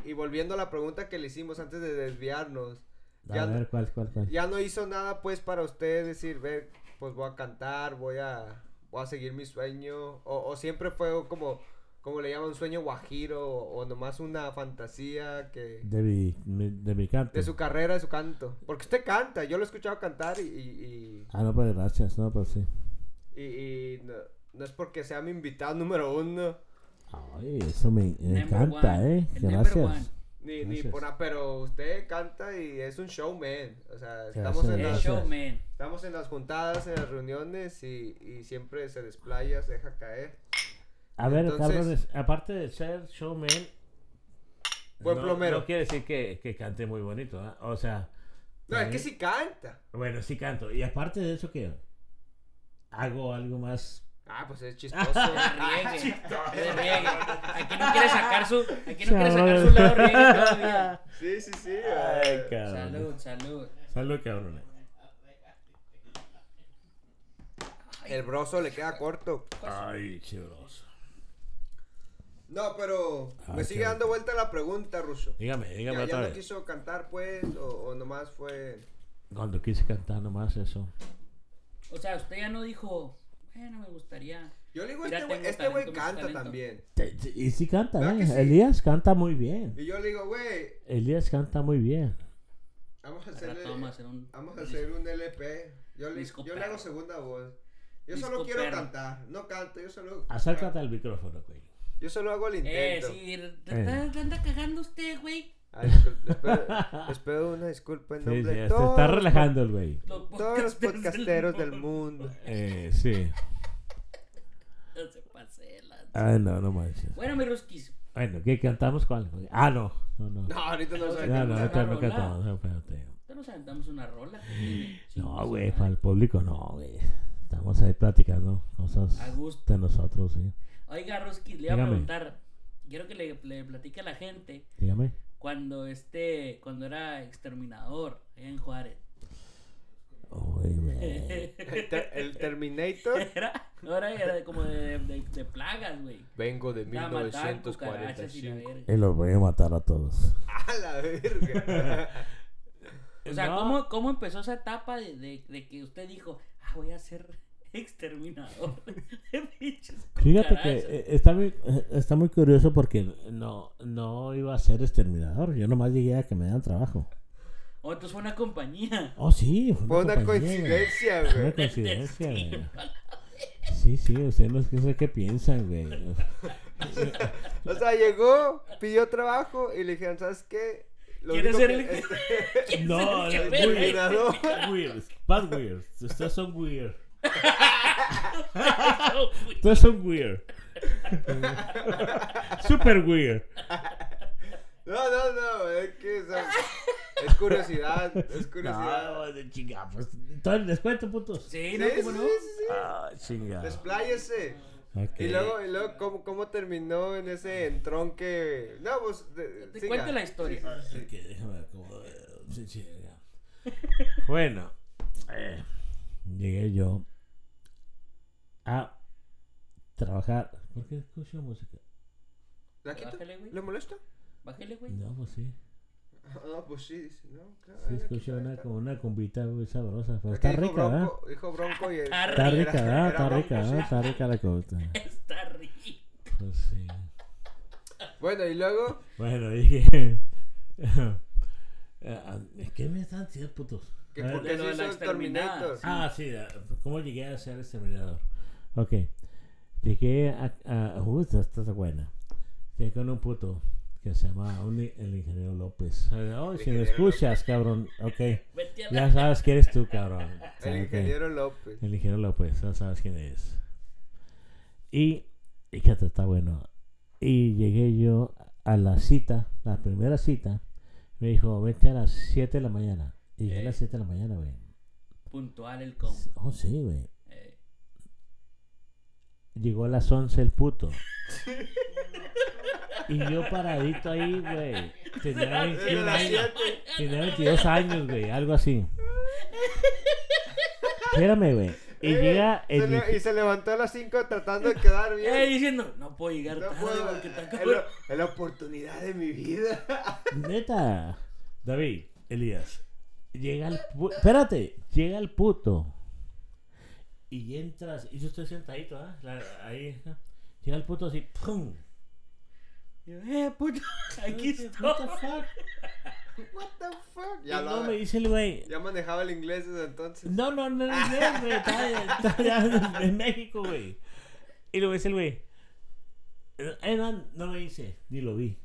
Speaker 2: y- y volviendo a la pregunta que le hicimos antes de desviarnos.
Speaker 3: A
Speaker 2: Ya-
Speaker 3: ver, ¿cuál, cuál, cuál?
Speaker 2: ya no hizo nada pues para usted decir, ver, pues voy a cantar, voy a, voy a seguir mi sueño, o, o siempre fue como, como le llaman, un sueño guajiro, o, o nomás una fantasía que...
Speaker 3: De mi, mi- de mi canto.
Speaker 2: De su carrera, de su canto. Porque usted canta, yo lo he escuchado cantar y, y,
Speaker 3: Ah, no, pues gracias, no, pues sí.
Speaker 2: y- y- y no, no es porque sea mi invitado número uno,
Speaker 3: Ay, eso me
Speaker 1: Number
Speaker 3: encanta,
Speaker 1: one.
Speaker 3: ¿eh?
Speaker 1: El number one.
Speaker 3: Gracias.
Speaker 2: ni, ni
Speaker 3: Gracias.
Speaker 2: por nada, pero usted canta y es un showman. O sea, estamos
Speaker 3: Gracias,
Speaker 2: en,
Speaker 1: El
Speaker 2: las,
Speaker 3: gracias.
Speaker 1: showman.
Speaker 2: estamos en las juntadas, en las reuniones y, y siempre se desplaya, se deja caer.
Speaker 3: A ver,
Speaker 2: Entonces-
Speaker 3: cabrones, aparte de ser showman.
Speaker 2: Buen
Speaker 3: no,
Speaker 2: plomero.
Speaker 3: No quiere decir que, que cante muy bonito, ¿ah? O sea.
Speaker 2: No, es que
Speaker 3: también-
Speaker 2: sí canta.
Speaker 3: Bueno, sí canto. Y aparte de eso, ¿qué? Hago algo más.
Speaker 2: Ah, pues es chistoso.
Speaker 1: Riegue. se riegue. Aquí no quiere sacar su, aquí no quiere sacar
Speaker 3: Cabrón.
Speaker 1: su lado riegue todavía.
Speaker 2: sí, sí, sí.
Speaker 3: Ay,
Speaker 2: eh.
Speaker 3: cabrón.
Speaker 1: Salud, salud.
Speaker 3: Salud, cabrones.
Speaker 2: El broso le queda corto.
Speaker 3: Ay, chibroso.
Speaker 2: No, pero me
Speaker 3: Ay,
Speaker 2: sigue
Speaker 3: Ah, qué-
Speaker 2: dando vuelta la pregunta, Ruso.
Speaker 3: Dígame,
Speaker 2: Ya,
Speaker 3: dígame
Speaker 2: ya
Speaker 3: otra
Speaker 2: no
Speaker 3: vez.
Speaker 2: quiso cantar, pues, o, o nomás fue.
Speaker 3: Cuando quise cantar nomás eso.
Speaker 1: O sea, usted ya no dijo, bueno, me gustaría.
Speaker 2: Yo le digo,
Speaker 1: Mira,
Speaker 2: este güey
Speaker 1: tengo
Speaker 2: este güey
Speaker 1: talento, mucho
Speaker 2: canta
Speaker 1: talento.
Speaker 2: también.
Speaker 3: Te- te- Y sí canta,
Speaker 2: ¿Verdad
Speaker 3: ¿eh?
Speaker 2: que sí?
Speaker 3: Elías canta muy bien.
Speaker 2: Y yo le digo, güey,
Speaker 3: Elías canta muy bien.
Speaker 2: vamos a
Speaker 1: Al
Speaker 2: hacerle.
Speaker 1: rato vamos a hacer un.
Speaker 2: Vamos a hacer un LP. Yo le,
Speaker 1: Disco
Speaker 2: yo le
Speaker 1: perro.
Speaker 2: hago segunda voz. Yo
Speaker 1: Disco
Speaker 2: solo quiero
Speaker 1: perro.
Speaker 2: cantar. No canto, yo solo.
Speaker 3: Acércate al micrófono, güey.
Speaker 2: Yo solo hago el
Speaker 1: Eh,
Speaker 2: intento.
Speaker 1: sí, anda, anda cagando usted, güey.
Speaker 2: Ah, disculpe, les pedo- les pedo una disculpa en
Speaker 3: Sí, sí,
Speaker 2: nombre
Speaker 3: se
Speaker 2: de
Speaker 3: está
Speaker 2: todos
Speaker 3: relajando el güey.
Speaker 1: Los
Speaker 2: Todos los podcasteros del mundo.
Speaker 3: Eh, sí.
Speaker 1: mundo. Se pasé la-
Speaker 3: Ay, Ah, no, no manches.
Speaker 1: Bueno, mi Ruskis.
Speaker 3: Bueno, ¿qué cantamos cuál? Ah, no. No, no.
Speaker 2: No, ahorita no se
Speaker 3: No, no,
Speaker 2: alcanza.
Speaker 3: ahorita no
Speaker 1: rola.
Speaker 3: cantamos. no, espérate.
Speaker 1: Ya nos aventamos una rola. Dime,
Speaker 3: No,
Speaker 1: chingas,
Speaker 3: güey,
Speaker 1: madre.
Speaker 3: para el público no, güey. Estamos ahí platicando cosas
Speaker 1: A gusto.
Speaker 3: de nosotros, sí.
Speaker 1: Oiga, Ruskis, le iba a
Speaker 3: Dígame.
Speaker 1: preguntar. Quiero que le, le platique a la gente
Speaker 3: Dígame.
Speaker 1: cuando este, cuando era exterminador allá en Juárez.
Speaker 3: Uy,
Speaker 2: Oh.
Speaker 3: güey.
Speaker 2: El, ter- el Terminator.
Speaker 1: Era, ahora era de- como de, de, de plagas, güey.
Speaker 2: Vengo de
Speaker 1: Estaba matando cucarachas y la verga.
Speaker 3: Y los voy a matar a todos.
Speaker 2: A la verga.
Speaker 1: O sea,
Speaker 3: No.
Speaker 1: ¿cómo, ¿cómo empezó esa etapa de, de, de que usted dijo, ah, voy a ser exterminador de pinches
Speaker 3: Fíjate que
Speaker 1: cucarachas"?
Speaker 3: eh, está muy, eh, está muy curioso porque no, no iba a ser exterminador. Yo nomás llegué a que me dan trabajo.
Speaker 1: O entonces fue una compañía.
Speaker 3: Oh, sí.
Speaker 2: Fue una
Speaker 3: compañía, güey.
Speaker 2: coincidencia,
Speaker 3: Fue
Speaker 2: güey.
Speaker 3: una coincidencia, güey. Sí, sí, ustedes no sé qué piensan, güey.
Speaker 2: O sea, llegó, pidió trabajo y le dijeron, ¿sabes qué? Lo
Speaker 1: ¿Quieres
Speaker 2: único
Speaker 1: ser el
Speaker 2: que-
Speaker 3: No,
Speaker 1: Qué verga.
Speaker 3: no,
Speaker 2: Terminador.
Speaker 3: Weird. Bad weird. Ustedes son weird.
Speaker 1: No, güey.
Speaker 3: Ustedes son weird. Super weird.
Speaker 2: No, no, no, es que o sea, es curiosidad, es curiosidad.
Speaker 3: No, de chinga, pues. Todo el descuento, putos.
Speaker 1: Sí,
Speaker 2: Sí,
Speaker 1: ¿no?
Speaker 2: sí,
Speaker 1: ¿Cómo no?
Speaker 2: sí, sí.
Speaker 3: Ah, chinga.
Speaker 2: Despláyese.
Speaker 3: Ok.
Speaker 2: Y luego, y luego ¿cómo, ¿cómo terminó en ese entronque? No, pues. de-
Speaker 1: Te
Speaker 2: siga.
Speaker 1: cuento la historia.
Speaker 3: Ok, déjame ver cómo- eh, sí, sí, ya. Bueno, eh, llegué yo a trabajar. ¿Por qué escucho música?
Speaker 2: ¿La quito?
Speaker 1: Bájale, güey.
Speaker 2: ¿Le molesta?
Speaker 1: Bájale, güey.
Speaker 3: No, pues sí.
Speaker 2: No, pues sí, dice, no. claro,
Speaker 3: Sí,
Speaker 2: la
Speaker 3: escucho
Speaker 2: quito, ahí
Speaker 3: una,
Speaker 2: está.
Speaker 3: como una cumbita muy sabrosa. Pero
Speaker 2: Es que
Speaker 3: está
Speaker 2: dijo
Speaker 3: rica, ¿verdad?
Speaker 2: Bronco, Dijo Bronco y
Speaker 1: Está
Speaker 3: Está rica,
Speaker 2: era-
Speaker 3: ¿verdad?
Speaker 2: era
Speaker 3: Está
Speaker 2: Bronco,
Speaker 3: rica, ¿verdad?
Speaker 2: sí.
Speaker 3: Está rica la cumbita.
Speaker 1: Está rico.
Speaker 3: Pues sí.
Speaker 2: Bueno, y luego.
Speaker 3: Bueno, dije. eh, ah, ¿Qué me están haciendo, putos?
Speaker 2: Que
Speaker 3: A ver,
Speaker 2: por
Speaker 1: de
Speaker 2: qué
Speaker 1: lo
Speaker 2: se
Speaker 1: de la
Speaker 2: hizo el Terminator.
Speaker 1: exterminada.
Speaker 3: Ah, sí, ah, ¿cómo llegué a ser exterminador? Ok, llegué a. a uh, esta esta está buena. Llegué con un puto que se llama un i- el ingeniero López. Eh, Oh, si me
Speaker 2: ingeniero
Speaker 3: escuchas, cabrón. Ok,
Speaker 1: Vete a la-
Speaker 3: ya sabes que eres tú, cabrón.
Speaker 2: El
Speaker 3: Ok.
Speaker 2: ingeniero López.
Speaker 3: El ingeniero López, ya sabes quién es. Y. Fíjate, está bueno. Y llegué yo a la cita, la primera cita. Me dijo, vete a las 7 de la mañana. Y llegué a las
Speaker 1: Eh.
Speaker 3: 7 de la mañana, güey.
Speaker 1: Puntual el compa.
Speaker 3: Oh, sí, güey.
Speaker 1: Eh,
Speaker 3: Llegó a las 11 el puto. Y yo paradito ahí, güey. Tenía 21
Speaker 2: las
Speaker 3: años.
Speaker 2: siete.
Speaker 3: Tenía 22 años, güey. Algo así. Espérame, güey. Y
Speaker 2: Eh,
Speaker 3: llega
Speaker 2: se
Speaker 3: el...
Speaker 2: le- y se levantó a las 5 tratando de quedar bien.
Speaker 1: eh, diciendo, no puedo llegar
Speaker 2: No
Speaker 1: tarde
Speaker 2: puedo, eh,
Speaker 1: porque está
Speaker 2: es,
Speaker 1: cabrón.
Speaker 2: la- es la oportunidad de mi vida.
Speaker 3: Neta. David, Elías. Llega el pu- Espérate, llega el puto. Y entras. Y yo estoy sentadito, ¿ah? La- Ahí. ajá. Llega el puto así. ¡Pum!
Speaker 1: Yo, Eh, puto, aquí
Speaker 3: Yo, What the
Speaker 1: estoy.
Speaker 3: fuck?
Speaker 2: What the fuck? Ya,
Speaker 3: Y luego
Speaker 2: hablaba-
Speaker 3: me dice el güey.
Speaker 2: ya manejaba el inglés desde entonces.
Speaker 3: No, no, no, no, no, güey. Estaba estaba ya en México, güey. Y luego dice el güey. Eh, no, no lo hice, ni lo vi.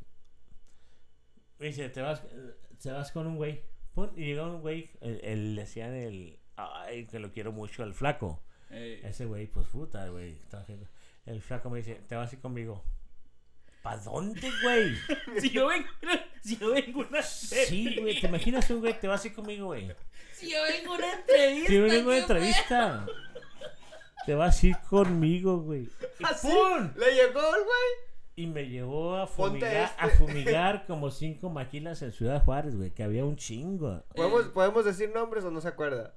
Speaker 3: Me dice, te vas, eh, te vas con un güey. Pum, Y llega un güey, el, el- le decían el. Ay, que lo quiero mucho, al flaco.
Speaker 1: Eh,
Speaker 3: Ese güey, pues puta, güey. estaba haciendo- El flaco me dice, te vas a ir conmigo. ¿Pa' dónde, güey?
Speaker 1: si yo vengo, si yo vengo a una
Speaker 3: Sí, güey. ¿Te imaginas un güey? Te vas a ir conmigo, güey.
Speaker 1: Si yo vengo a una entrevista.
Speaker 3: Quiero vengo una
Speaker 1: ¿qué
Speaker 3: entrevista. Te vas a ir conmigo, güey. Y
Speaker 2: Así
Speaker 3: ¡pum!
Speaker 2: le llegó el güey.
Speaker 3: Y me llevó a
Speaker 2: Ponte
Speaker 3: fumigar,
Speaker 2: este.
Speaker 3: a fumigar como cinco maquilas en Ciudad Juárez, güey, que había un chingo.
Speaker 2: ¿Podemos, ¿Podemos decir nombres o no se acuerda?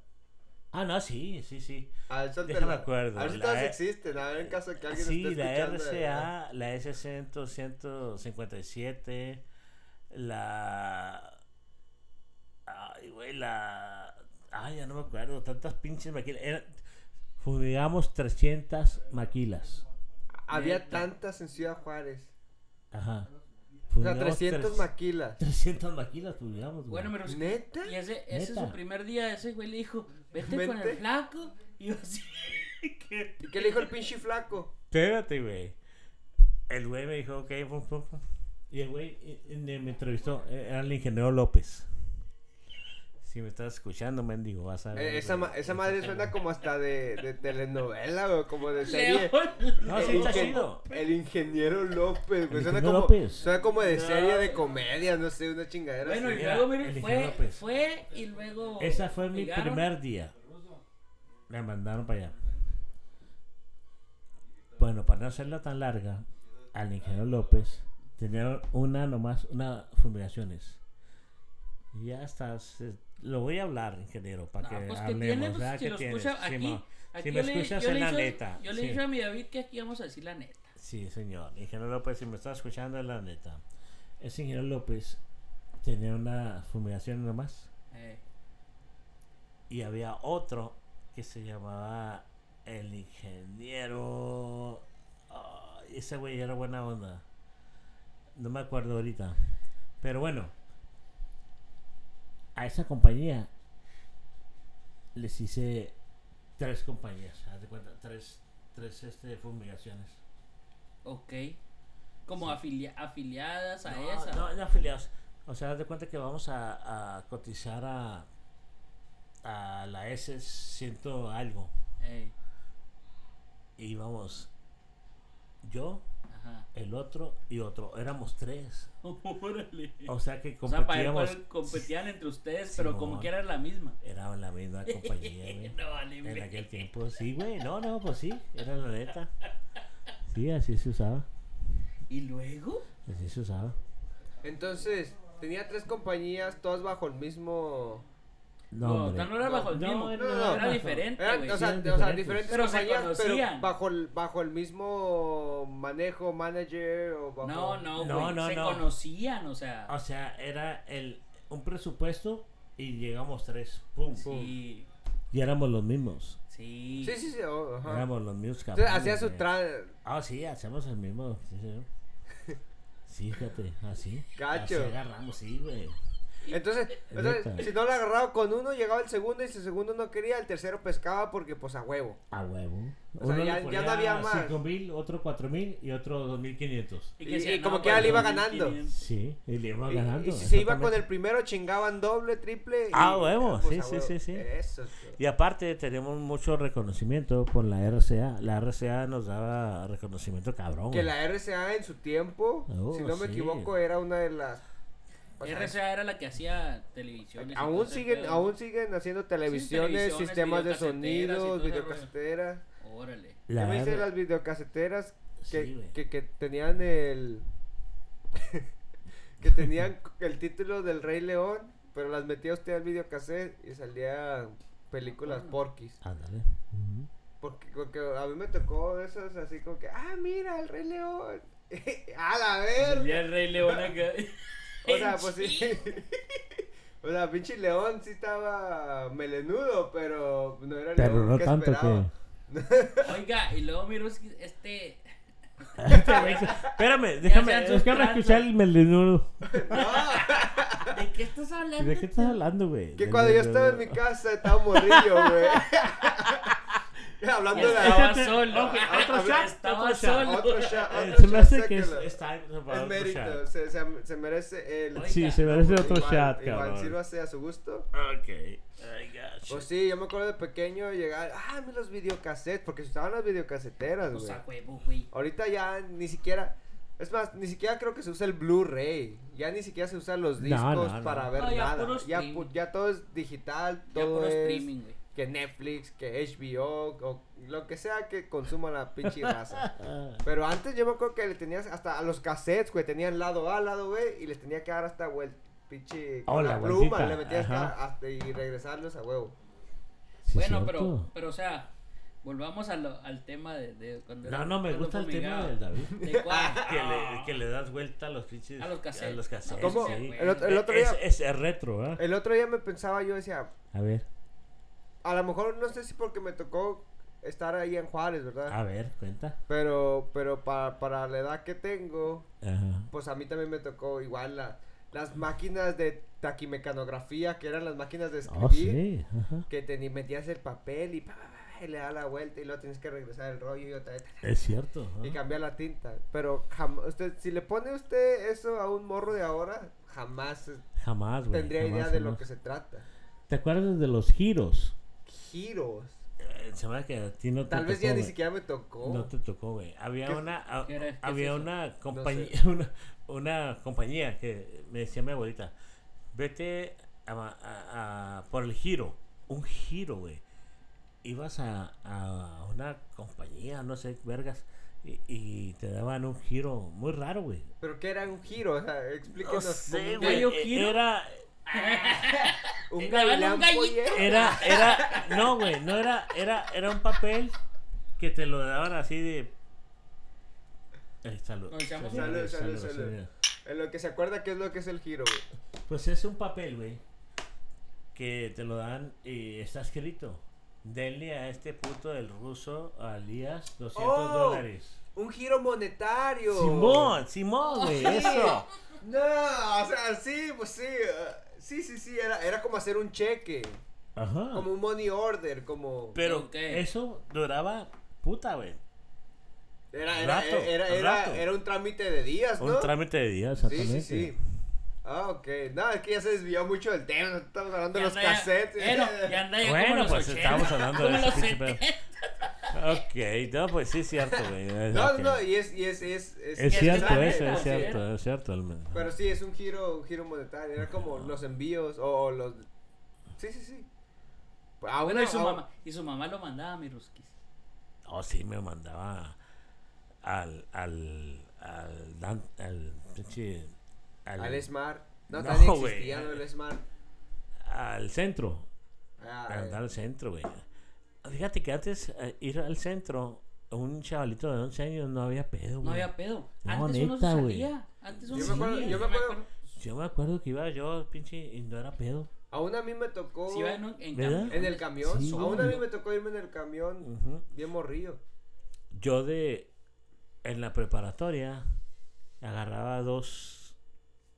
Speaker 3: Ah, no, sí, sí, sí.
Speaker 2: A ver, suéltela.
Speaker 3: Déjame acuerdo,
Speaker 2: A ver si
Speaker 3: la-
Speaker 2: todas existen. A ver, en caso de que alguien
Speaker 3: Sí,
Speaker 2: esté
Speaker 3: la
Speaker 2: escuchando.
Speaker 3: RCA, la S100, 157, la... Ay, güey, la... Ay, ya no me acuerdo, tantas pinches maquilas. Era- Fumigamos 300 maquilas.
Speaker 2: Había
Speaker 1: Neta.
Speaker 2: tantas en Ciudad Juárez.
Speaker 3: Ajá.
Speaker 2: O sea,
Speaker 3: Fumigamos
Speaker 2: 300
Speaker 3: Pues tres-
Speaker 2: maquilas.
Speaker 3: 300 maquilas fumigamos, güey.
Speaker 1: Bueno, pero es-
Speaker 2: ¿Neta?
Speaker 1: Y ese, ese es
Speaker 3: Neta.
Speaker 1: su primer día, ese güey le dijo, vete, con
Speaker 2: Vente.
Speaker 1: el flaco. Y yo así, que...
Speaker 2: ¿Y qué le dijo el pinche flaco?
Speaker 3: Espérate, güey. El güey me dijo, ok, pum, pum, pum. Y el güey eh, eh, me entrevistó, eh, era el ingeniero López. Si me estás escuchando, mendigo, vas a ver.
Speaker 2: Eh, esa, ma-
Speaker 3: güey.
Speaker 2: esa madre suena como hasta de, de telenovela, güey, como de serie.
Speaker 1: León.
Speaker 3: No, sí,
Speaker 2: El
Speaker 3: está
Speaker 2: ingen-
Speaker 3: chido.
Speaker 2: El ingeniero López, güey.
Speaker 3: El
Speaker 2: Suena
Speaker 3: ingeniero
Speaker 2: como,
Speaker 3: López.
Speaker 2: suena como de
Speaker 1: No.
Speaker 2: serie de comedia, no sé, una chingadera.
Speaker 1: Bueno,
Speaker 2: así.
Speaker 1: y
Speaker 3: Mira,
Speaker 1: luego,
Speaker 3: el
Speaker 1: miren,
Speaker 3: ingeniero
Speaker 1: fue,
Speaker 3: López.
Speaker 1: fue y luego...
Speaker 3: Esa fue mi
Speaker 1: llegaron.
Speaker 3: primer día. Me mandaron para allá. Bueno, para no hacerla tan larga, al ingeniero López tenía una nomás, una fumigaciones. Y Ya estás. eh, Lo voy a hablar, ingeniero,
Speaker 1: No,
Speaker 3: para que
Speaker 1: pues que
Speaker 3: hablemos.
Speaker 1: tiene,
Speaker 3: ¿verdad?
Speaker 1: pues,
Speaker 3: ¿Qué
Speaker 1: si lo
Speaker 3: tienes?
Speaker 1: escucha
Speaker 3: Sí,
Speaker 1: aquí,
Speaker 3: mo-
Speaker 1: aquí
Speaker 3: si me
Speaker 1: yo le-
Speaker 3: escuchas
Speaker 1: yo
Speaker 3: en
Speaker 1: le
Speaker 3: la
Speaker 1: hice-
Speaker 3: neta.
Speaker 1: Yo le
Speaker 3: sí.
Speaker 1: dije a mi David que aquí vamos a decir la neta.
Speaker 3: Sí, señor. Ingeniero López, si me está escuchando, la neta. Ese ingeniero López tenía una fumigación nomás.
Speaker 1: Eh,
Speaker 3: y había otro que se llamaba el ingeniero ah, ese güey era buena onda no me acuerdo ahorita pero bueno a esa compañía les hice tres compañías haz de cuenta tres tres este fumigaciones
Speaker 1: ok. Como afilia- afiliadas a
Speaker 3: no,
Speaker 1: esa.
Speaker 3: no, no afiliados o sea haz de cuenta que vamos a, a cotizar a a la S ciento algo
Speaker 1: Eh,
Speaker 3: íbamos yo,
Speaker 1: ajá.
Speaker 3: el otro y otro. Éramos tres.
Speaker 1: Órale.
Speaker 3: O sea que
Speaker 1: O sea, para ver
Speaker 3: competíamos.
Speaker 1: cuál competían entre ustedes, pero como
Speaker 3: Simón.
Speaker 1: que era la misma.
Speaker 3: Era la misma compañía, güey.
Speaker 1: no, vale,
Speaker 3: En
Speaker 1: güey.
Speaker 3: aquel tiempo, sí, güey. No, no, pues sí, era la neta. Sí, así se usaba.
Speaker 1: ¿Y luego?
Speaker 3: Así se usaba.
Speaker 2: Entonces, tenía tres compañías, todas bajo el mismo.
Speaker 1: No,
Speaker 3: No, hombre.
Speaker 1: no, no era bajo el
Speaker 3: No,
Speaker 1: mismo.
Speaker 3: no,
Speaker 2: no,
Speaker 1: era
Speaker 2: no.
Speaker 1: diferente,
Speaker 2: Eran,
Speaker 1: güey.
Speaker 2: o, sea,
Speaker 3: eran
Speaker 2: o sea,
Speaker 3: diferentes.
Speaker 2: diferentes
Speaker 1: Pero se
Speaker 2: compañías, pero
Speaker 1: conocían.
Speaker 2: bajo el, bajo el mismo manejo, manager o bajo.
Speaker 1: no, no,
Speaker 3: No,
Speaker 1: güey.
Speaker 3: no,
Speaker 1: se
Speaker 3: no. Ah,
Speaker 1: conocían, o sea.
Speaker 3: O sea, era el, un presupuesto y llegamos tres. ¡Pum!
Speaker 1: sí,
Speaker 3: Y éramos los mismos.
Speaker 1: sí.
Speaker 2: Sí, sí, sí. oh, ajá.
Speaker 3: Éramos los mismos
Speaker 2: Entonces,
Speaker 3: cabrones,
Speaker 2: hacía su
Speaker 3: güey.
Speaker 2: tra.
Speaker 3: Ah, sí, hacemos el mismo. Sí, señor. Sí, fíjate, así.
Speaker 2: Gacho.
Speaker 3: Así agarramos, sí, güey.
Speaker 2: Entonces, entonces,
Speaker 3: Neta.
Speaker 2: si no lo agarraba con uno, llegaba el segundo y si el segundo no quería, el tercero pescaba porque pues a huevo.
Speaker 3: A huevo.
Speaker 2: O sea,
Speaker 3: Uno le
Speaker 2: ya- ya no
Speaker 3: ponía
Speaker 2: había más.
Speaker 3: 5.000, otro 4.000 y otro 2.500.
Speaker 2: Y- y como
Speaker 1: pues,
Speaker 2: quiera le iba ganando.
Speaker 3: Sí, y le iba
Speaker 2: Y,
Speaker 3: ganando.
Speaker 2: y si se iba con
Speaker 3: exactamente.
Speaker 2: el primero, chingaban doble, triple. y- pues,
Speaker 3: Ah, huevo, sí,
Speaker 2: a
Speaker 3: sí, sí, sí.
Speaker 2: Eso es todo.
Speaker 3: Y aparte tenemos mucho reconocimiento por la RCA. La RCA nos daba reconocimiento cabrón.
Speaker 2: Que
Speaker 3: güey.
Speaker 2: la RCA en su tiempo,
Speaker 3: Oh,
Speaker 2: si no me
Speaker 3: sí.
Speaker 2: equivoco, era una de las... o sea,
Speaker 1: RCA era la que hacía televisión.
Speaker 2: Aún siguen, aún siguen haciendo televisiones,
Speaker 1: televisiones,
Speaker 2: sistemas de
Speaker 1: videocaseteras y
Speaker 2: sonidos,
Speaker 1: todo ese rollo.
Speaker 2: videocaseteras.
Speaker 1: Órale.
Speaker 3: La
Speaker 2: ¿Ya viste
Speaker 3: R-
Speaker 2: las videocaseteras que,
Speaker 3: Sí, güey.
Speaker 2: que, que tenían el. que tenían el título del Rey León, pero las metía usted al videocassette y salía películas porquis.
Speaker 3: Ándale. Ujú.
Speaker 2: Porque, porque a mí me tocó esas así como que, ah, mira, el Rey León. a la
Speaker 1: Y
Speaker 2: ver.
Speaker 1: el Rey León acá.
Speaker 2: O sea, pues sí. O sea, pinche León sí estaba melenudo, pero no era el
Speaker 3: Pero
Speaker 2: León
Speaker 3: no
Speaker 2: que
Speaker 3: tanto
Speaker 2: esperaba.
Speaker 3: que...
Speaker 1: Oiga, y luego mi Ruski, este.
Speaker 3: Este güey se- Espérame, déjame,
Speaker 1: sean sus
Speaker 3: déjame
Speaker 1: tratos.
Speaker 3: escuchar el melenudo.
Speaker 1: ¿De qué estás hablando?
Speaker 3: ¿De qué estás hablando, güey?
Speaker 2: Que
Speaker 3: Del
Speaker 2: cuando yo estaba en mi
Speaker 3: melenudo.
Speaker 2: casa estaba morrillo, güey. Hablando de la.
Speaker 1: Estaba
Speaker 3: Échate-
Speaker 1: solo.
Speaker 3: ok, otro shot,
Speaker 1: Estaba
Speaker 3: otro shot.
Speaker 1: solo.
Speaker 2: Otro shot,
Speaker 3: Eh,
Speaker 2: otro
Speaker 3: se me
Speaker 2: shot,
Speaker 3: hace que es,
Speaker 2: sáquenlo.
Speaker 3: es time para
Speaker 2: Es
Speaker 3: otro
Speaker 2: mérito,
Speaker 3: shot.
Speaker 2: se, se- se merece el.
Speaker 1: Oiga,
Speaker 3: Sí, se
Speaker 1: no,
Speaker 3: merece
Speaker 2: Igual-
Speaker 3: otro chat,
Speaker 2: Igual
Speaker 3: cabrón.
Speaker 2: sírvase a su gusto.
Speaker 3: Ok. Ay, gosh.
Speaker 2: Pues sí, yo me acuerdo de pequeño llegar. Ah, mira los videocassettes, porque se usaban las videocaseteras,
Speaker 1: O
Speaker 2: güey.
Speaker 1: sea, Pues, huevo, güey.
Speaker 2: Ahorita ya ni siquiera. Es más, ni siquiera creo que se usa el Blu-ray. Ya ni siquiera se usan los
Speaker 3: No,
Speaker 2: discos
Speaker 3: no, no.
Speaker 2: para ver
Speaker 1: No, ya
Speaker 2: nada.
Speaker 1: puro
Speaker 2: Ya,
Speaker 1: streaming.
Speaker 2: pu- ya todo es digital,
Speaker 1: Ya
Speaker 2: todo
Speaker 1: puro
Speaker 2: es.
Speaker 1: streaming, güey.
Speaker 2: que Netflix, que HBO, o lo que sea que consuma la pinche raza.
Speaker 3: Ah,
Speaker 2: Pero antes yo me acuerdo que le tenías hasta a los cassettes, güey, tenían lado A, lado B, y les tenía que dar hasta, güey, el pinche...
Speaker 3: Oh, la
Speaker 2: la pluma,
Speaker 3: vueltita,
Speaker 2: le metías
Speaker 3: ajá.
Speaker 2: ca- hasta y regresarlos a huevo.
Speaker 3: sí,
Speaker 1: bueno,
Speaker 3: cierto.
Speaker 1: pero, pero, o sea, volvamos a lo- al tema de, de cuando
Speaker 3: No, no, me
Speaker 1: cuando
Speaker 3: gusta el tema
Speaker 1: fumigaba.
Speaker 3: del David.
Speaker 1: ¿De cuál?
Speaker 3: Que le, que le das vuelta a los pinches.
Speaker 1: Ah. A los cassettes.
Speaker 3: cassettes,
Speaker 2: ¿Cómo?
Speaker 3: sí.
Speaker 1: güey.
Speaker 2: El, otro- el otro
Speaker 3: es,
Speaker 2: día, Eh.
Speaker 3: es, es retro, ¿ah?
Speaker 2: el otro día me pensaba, yo decía,
Speaker 3: A ver,
Speaker 2: a lo mejor, no sé si porque me tocó estar ahí en Juárez, ¿verdad?
Speaker 3: a ver, cuenta.
Speaker 2: Pero, pero para, para la edad que tengo,
Speaker 3: Ajá.
Speaker 2: pues a mí también me tocó igual la- las máquinas de taquimecanografía, que eran las máquinas de escribir.
Speaker 3: Oh, sí. Ajá.
Speaker 2: que te ni metías el papel y, pa, pa, pa, y le da la vuelta y luego tienes que regresar el rollo y otra vez ta, ta,
Speaker 3: Es cierto.
Speaker 2: y
Speaker 3: ajá.
Speaker 2: cambiar la tinta. Pero jam- usted, si le pone usted eso a un morro de ahora, jamás eh,
Speaker 3: Jamás, güey.
Speaker 2: tendría
Speaker 3: jamás,
Speaker 2: idea de lo
Speaker 3: jamás.
Speaker 2: que se trata.
Speaker 3: ¿Te acuerdas de los giros?
Speaker 2: Giros.
Speaker 3: Eh, Se me hace que a ti no te
Speaker 2: Tal vez
Speaker 3: tocó,
Speaker 2: ya ni
Speaker 3: güey.
Speaker 2: siquiera me tocó.
Speaker 3: No te tocó, güey. Había
Speaker 2: ¿Qué-
Speaker 3: una a-
Speaker 1: qué era- qué
Speaker 3: había
Speaker 1: es eso?
Speaker 3: una compañía una, una compañía que me decía mi abuelita, vete a, a- a- por el giro, un giro, güey. Ibas a, a una compañía, no sé, vergas, y, y te daban un giro muy raro, güey.
Speaker 2: Pero que era un giro, o sea,
Speaker 3: No
Speaker 2: explíquenos.
Speaker 3: sé,
Speaker 2: un,
Speaker 3: güey.
Speaker 1: gallo
Speaker 3: eh,
Speaker 1: giro?
Speaker 3: Era
Speaker 2: un
Speaker 1: Eh,
Speaker 2: gavilán
Speaker 1: un gallito.
Speaker 2: pollero.
Speaker 3: era era no, güey, no era era era un papel que te lo daban así de Ahí, salud.
Speaker 1: Nos echamos
Speaker 2: un- Salud,
Speaker 3: güey, salud,
Speaker 2: salud,
Speaker 3: salud.
Speaker 2: En lo que se acuerda que es lo que es el giro, güey.
Speaker 3: Pues es un papel, güey. Que te lo dan y está escrito. Denle a este puto del ruso, a Elías, 200
Speaker 2: Oh.
Speaker 3: dólares.
Speaker 2: Un giro monetario.
Speaker 3: Simón, Simón, güey, eso.
Speaker 2: No, o sea, sí, pues sí. uh, sí, sí, sí, era, era como hacer un cheque.
Speaker 3: Ajá.
Speaker 2: Como un money order, como...
Speaker 3: Pero
Speaker 1: Ok.
Speaker 3: eso duraba, puta, güey.
Speaker 2: Era, era,
Speaker 3: rato,
Speaker 2: era, era,
Speaker 3: rato.
Speaker 2: era un trámite de días,
Speaker 3: Un
Speaker 2: ¿no?
Speaker 3: trámite de día,
Speaker 2: Sí,
Speaker 3: exactamente.
Speaker 2: sí, sí. Ah, ok. No, es que ya se desvió mucho del tema. Estamos hablando de los
Speaker 1: Ya anda ya-
Speaker 2: cassettes.
Speaker 1: Eh, no, ya anda ya como
Speaker 3: Bueno,
Speaker 1: los
Speaker 3: pues
Speaker 1: 80,
Speaker 3: estábamos hablando
Speaker 1: como
Speaker 3: de ese
Speaker 1: los
Speaker 3: pinche pedo.
Speaker 1: 70.
Speaker 3: Ok, no, pues sí es cierto, güey.
Speaker 2: no, no,
Speaker 3: Ok.
Speaker 2: no, y es... Y es, es, es,
Speaker 3: Es
Speaker 1: es
Speaker 3: cierto
Speaker 1: grande,
Speaker 3: eso, es
Speaker 1: pues, sí, ¿eh?
Speaker 3: cierto, es cierto. el-
Speaker 2: Pero sí, es un giro, un giro monetario. Era como los envíos o, o los... Sí, sí, sí. Ah,
Speaker 1: Bueno, y su
Speaker 2: ah,
Speaker 1: mamá, y su mamá lo mandaba mi Ruskis.
Speaker 3: Oh, sí, me mandaba al. al. al. dan- al. pinche- al,
Speaker 2: Al Smart. No,
Speaker 3: No,
Speaker 2: tan
Speaker 3: güey.
Speaker 2: existía ¿no? el Smart.
Speaker 3: al centro.
Speaker 2: Ah,
Speaker 3: a
Speaker 2: eh.
Speaker 3: andar al centro, güey. Fíjate que antes eh, ir al centro, un chavalito de 11 años no había pedo, güey.
Speaker 1: No había pedo.
Speaker 3: No,
Speaker 1: Antes uno se
Speaker 3: neta, güey.
Speaker 1: salía. Antes uno
Speaker 2: Yo
Speaker 1: se
Speaker 2: me acuerdo-
Speaker 1: salía.
Speaker 2: yo me acuerdo-
Speaker 3: Yo me acuerdo que iba yo, pinche, y no era pedo.
Speaker 2: Aún a mí me tocó...
Speaker 1: Si iba en, un- en
Speaker 3: ¿Verdad?
Speaker 1: camión.
Speaker 2: En el camión.
Speaker 3: Sí. Mm.
Speaker 2: Aún a mí me tocó irme en el camión
Speaker 3: Ujú.
Speaker 2: bien morrillo.
Speaker 3: Yo de. en la preparatoria agarraba dos.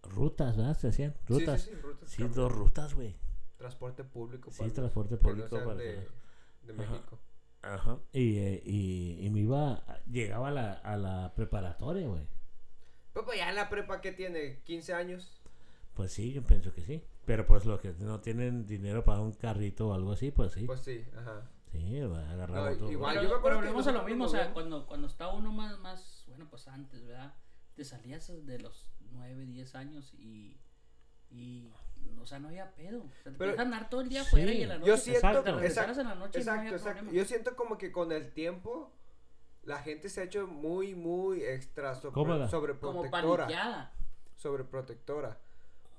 Speaker 3: rutas, ¿verdad? Se hacían
Speaker 2: Sí,
Speaker 3: rutas.
Speaker 2: Sí, sí, rutas,
Speaker 3: Sí,
Speaker 2: claro.
Speaker 3: dos rutas, güey.
Speaker 2: Transporte público.
Speaker 3: Sí,
Speaker 2: para-
Speaker 3: transporte
Speaker 2: que no
Speaker 3: público
Speaker 2: sean
Speaker 3: para
Speaker 2: de,
Speaker 3: que-
Speaker 2: de
Speaker 3: Ajá.
Speaker 2: México.
Speaker 3: Ajá. Y, eh, y, y me iba, a- llegaba a la, a la preparatoria, güey.
Speaker 2: Pero pues ya en la prepa, ¿qué tiene? ¿15 años?
Speaker 3: Pues sí, yo pienso que sí. Pero pues los que no tienen dinero para un carrito o algo así, pues sí.
Speaker 2: Pues sí, ajá.
Speaker 3: sí, agarraba
Speaker 2: No,
Speaker 3: todo.
Speaker 2: igual-
Speaker 1: Pero,
Speaker 2: yo me acuerdo
Speaker 1: pero
Speaker 2: que
Speaker 1: volvemos a lo
Speaker 2: nosotros
Speaker 1: mismo, o
Speaker 2: nos
Speaker 1: sea,
Speaker 2: veíamos-
Speaker 1: cuando, cuando estaba uno más, más, bueno, pues antes, ¿verdad? Te salías de los 9, 10 años y, y o sea, no había pedo. O sea, te
Speaker 2: Pero-
Speaker 1: podías andar todo el día
Speaker 3: Sí.
Speaker 1: afuera y en la noche.
Speaker 2: Yo
Speaker 1: te-
Speaker 2: siento,
Speaker 1: te
Speaker 3: Exacto.
Speaker 1: regresabas
Speaker 2: exacto,
Speaker 1: en la noche y no
Speaker 2: exacto,
Speaker 1: había
Speaker 2: exacto.
Speaker 1: problema.
Speaker 2: Yo siento como que con el tiempo la gente se ha hecho muy, muy extra sobre-
Speaker 3: Cómoda.
Speaker 1: Como
Speaker 2: sobreprotectora.
Speaker 1: paniqueada.
Speaker 2: sobreprotectora.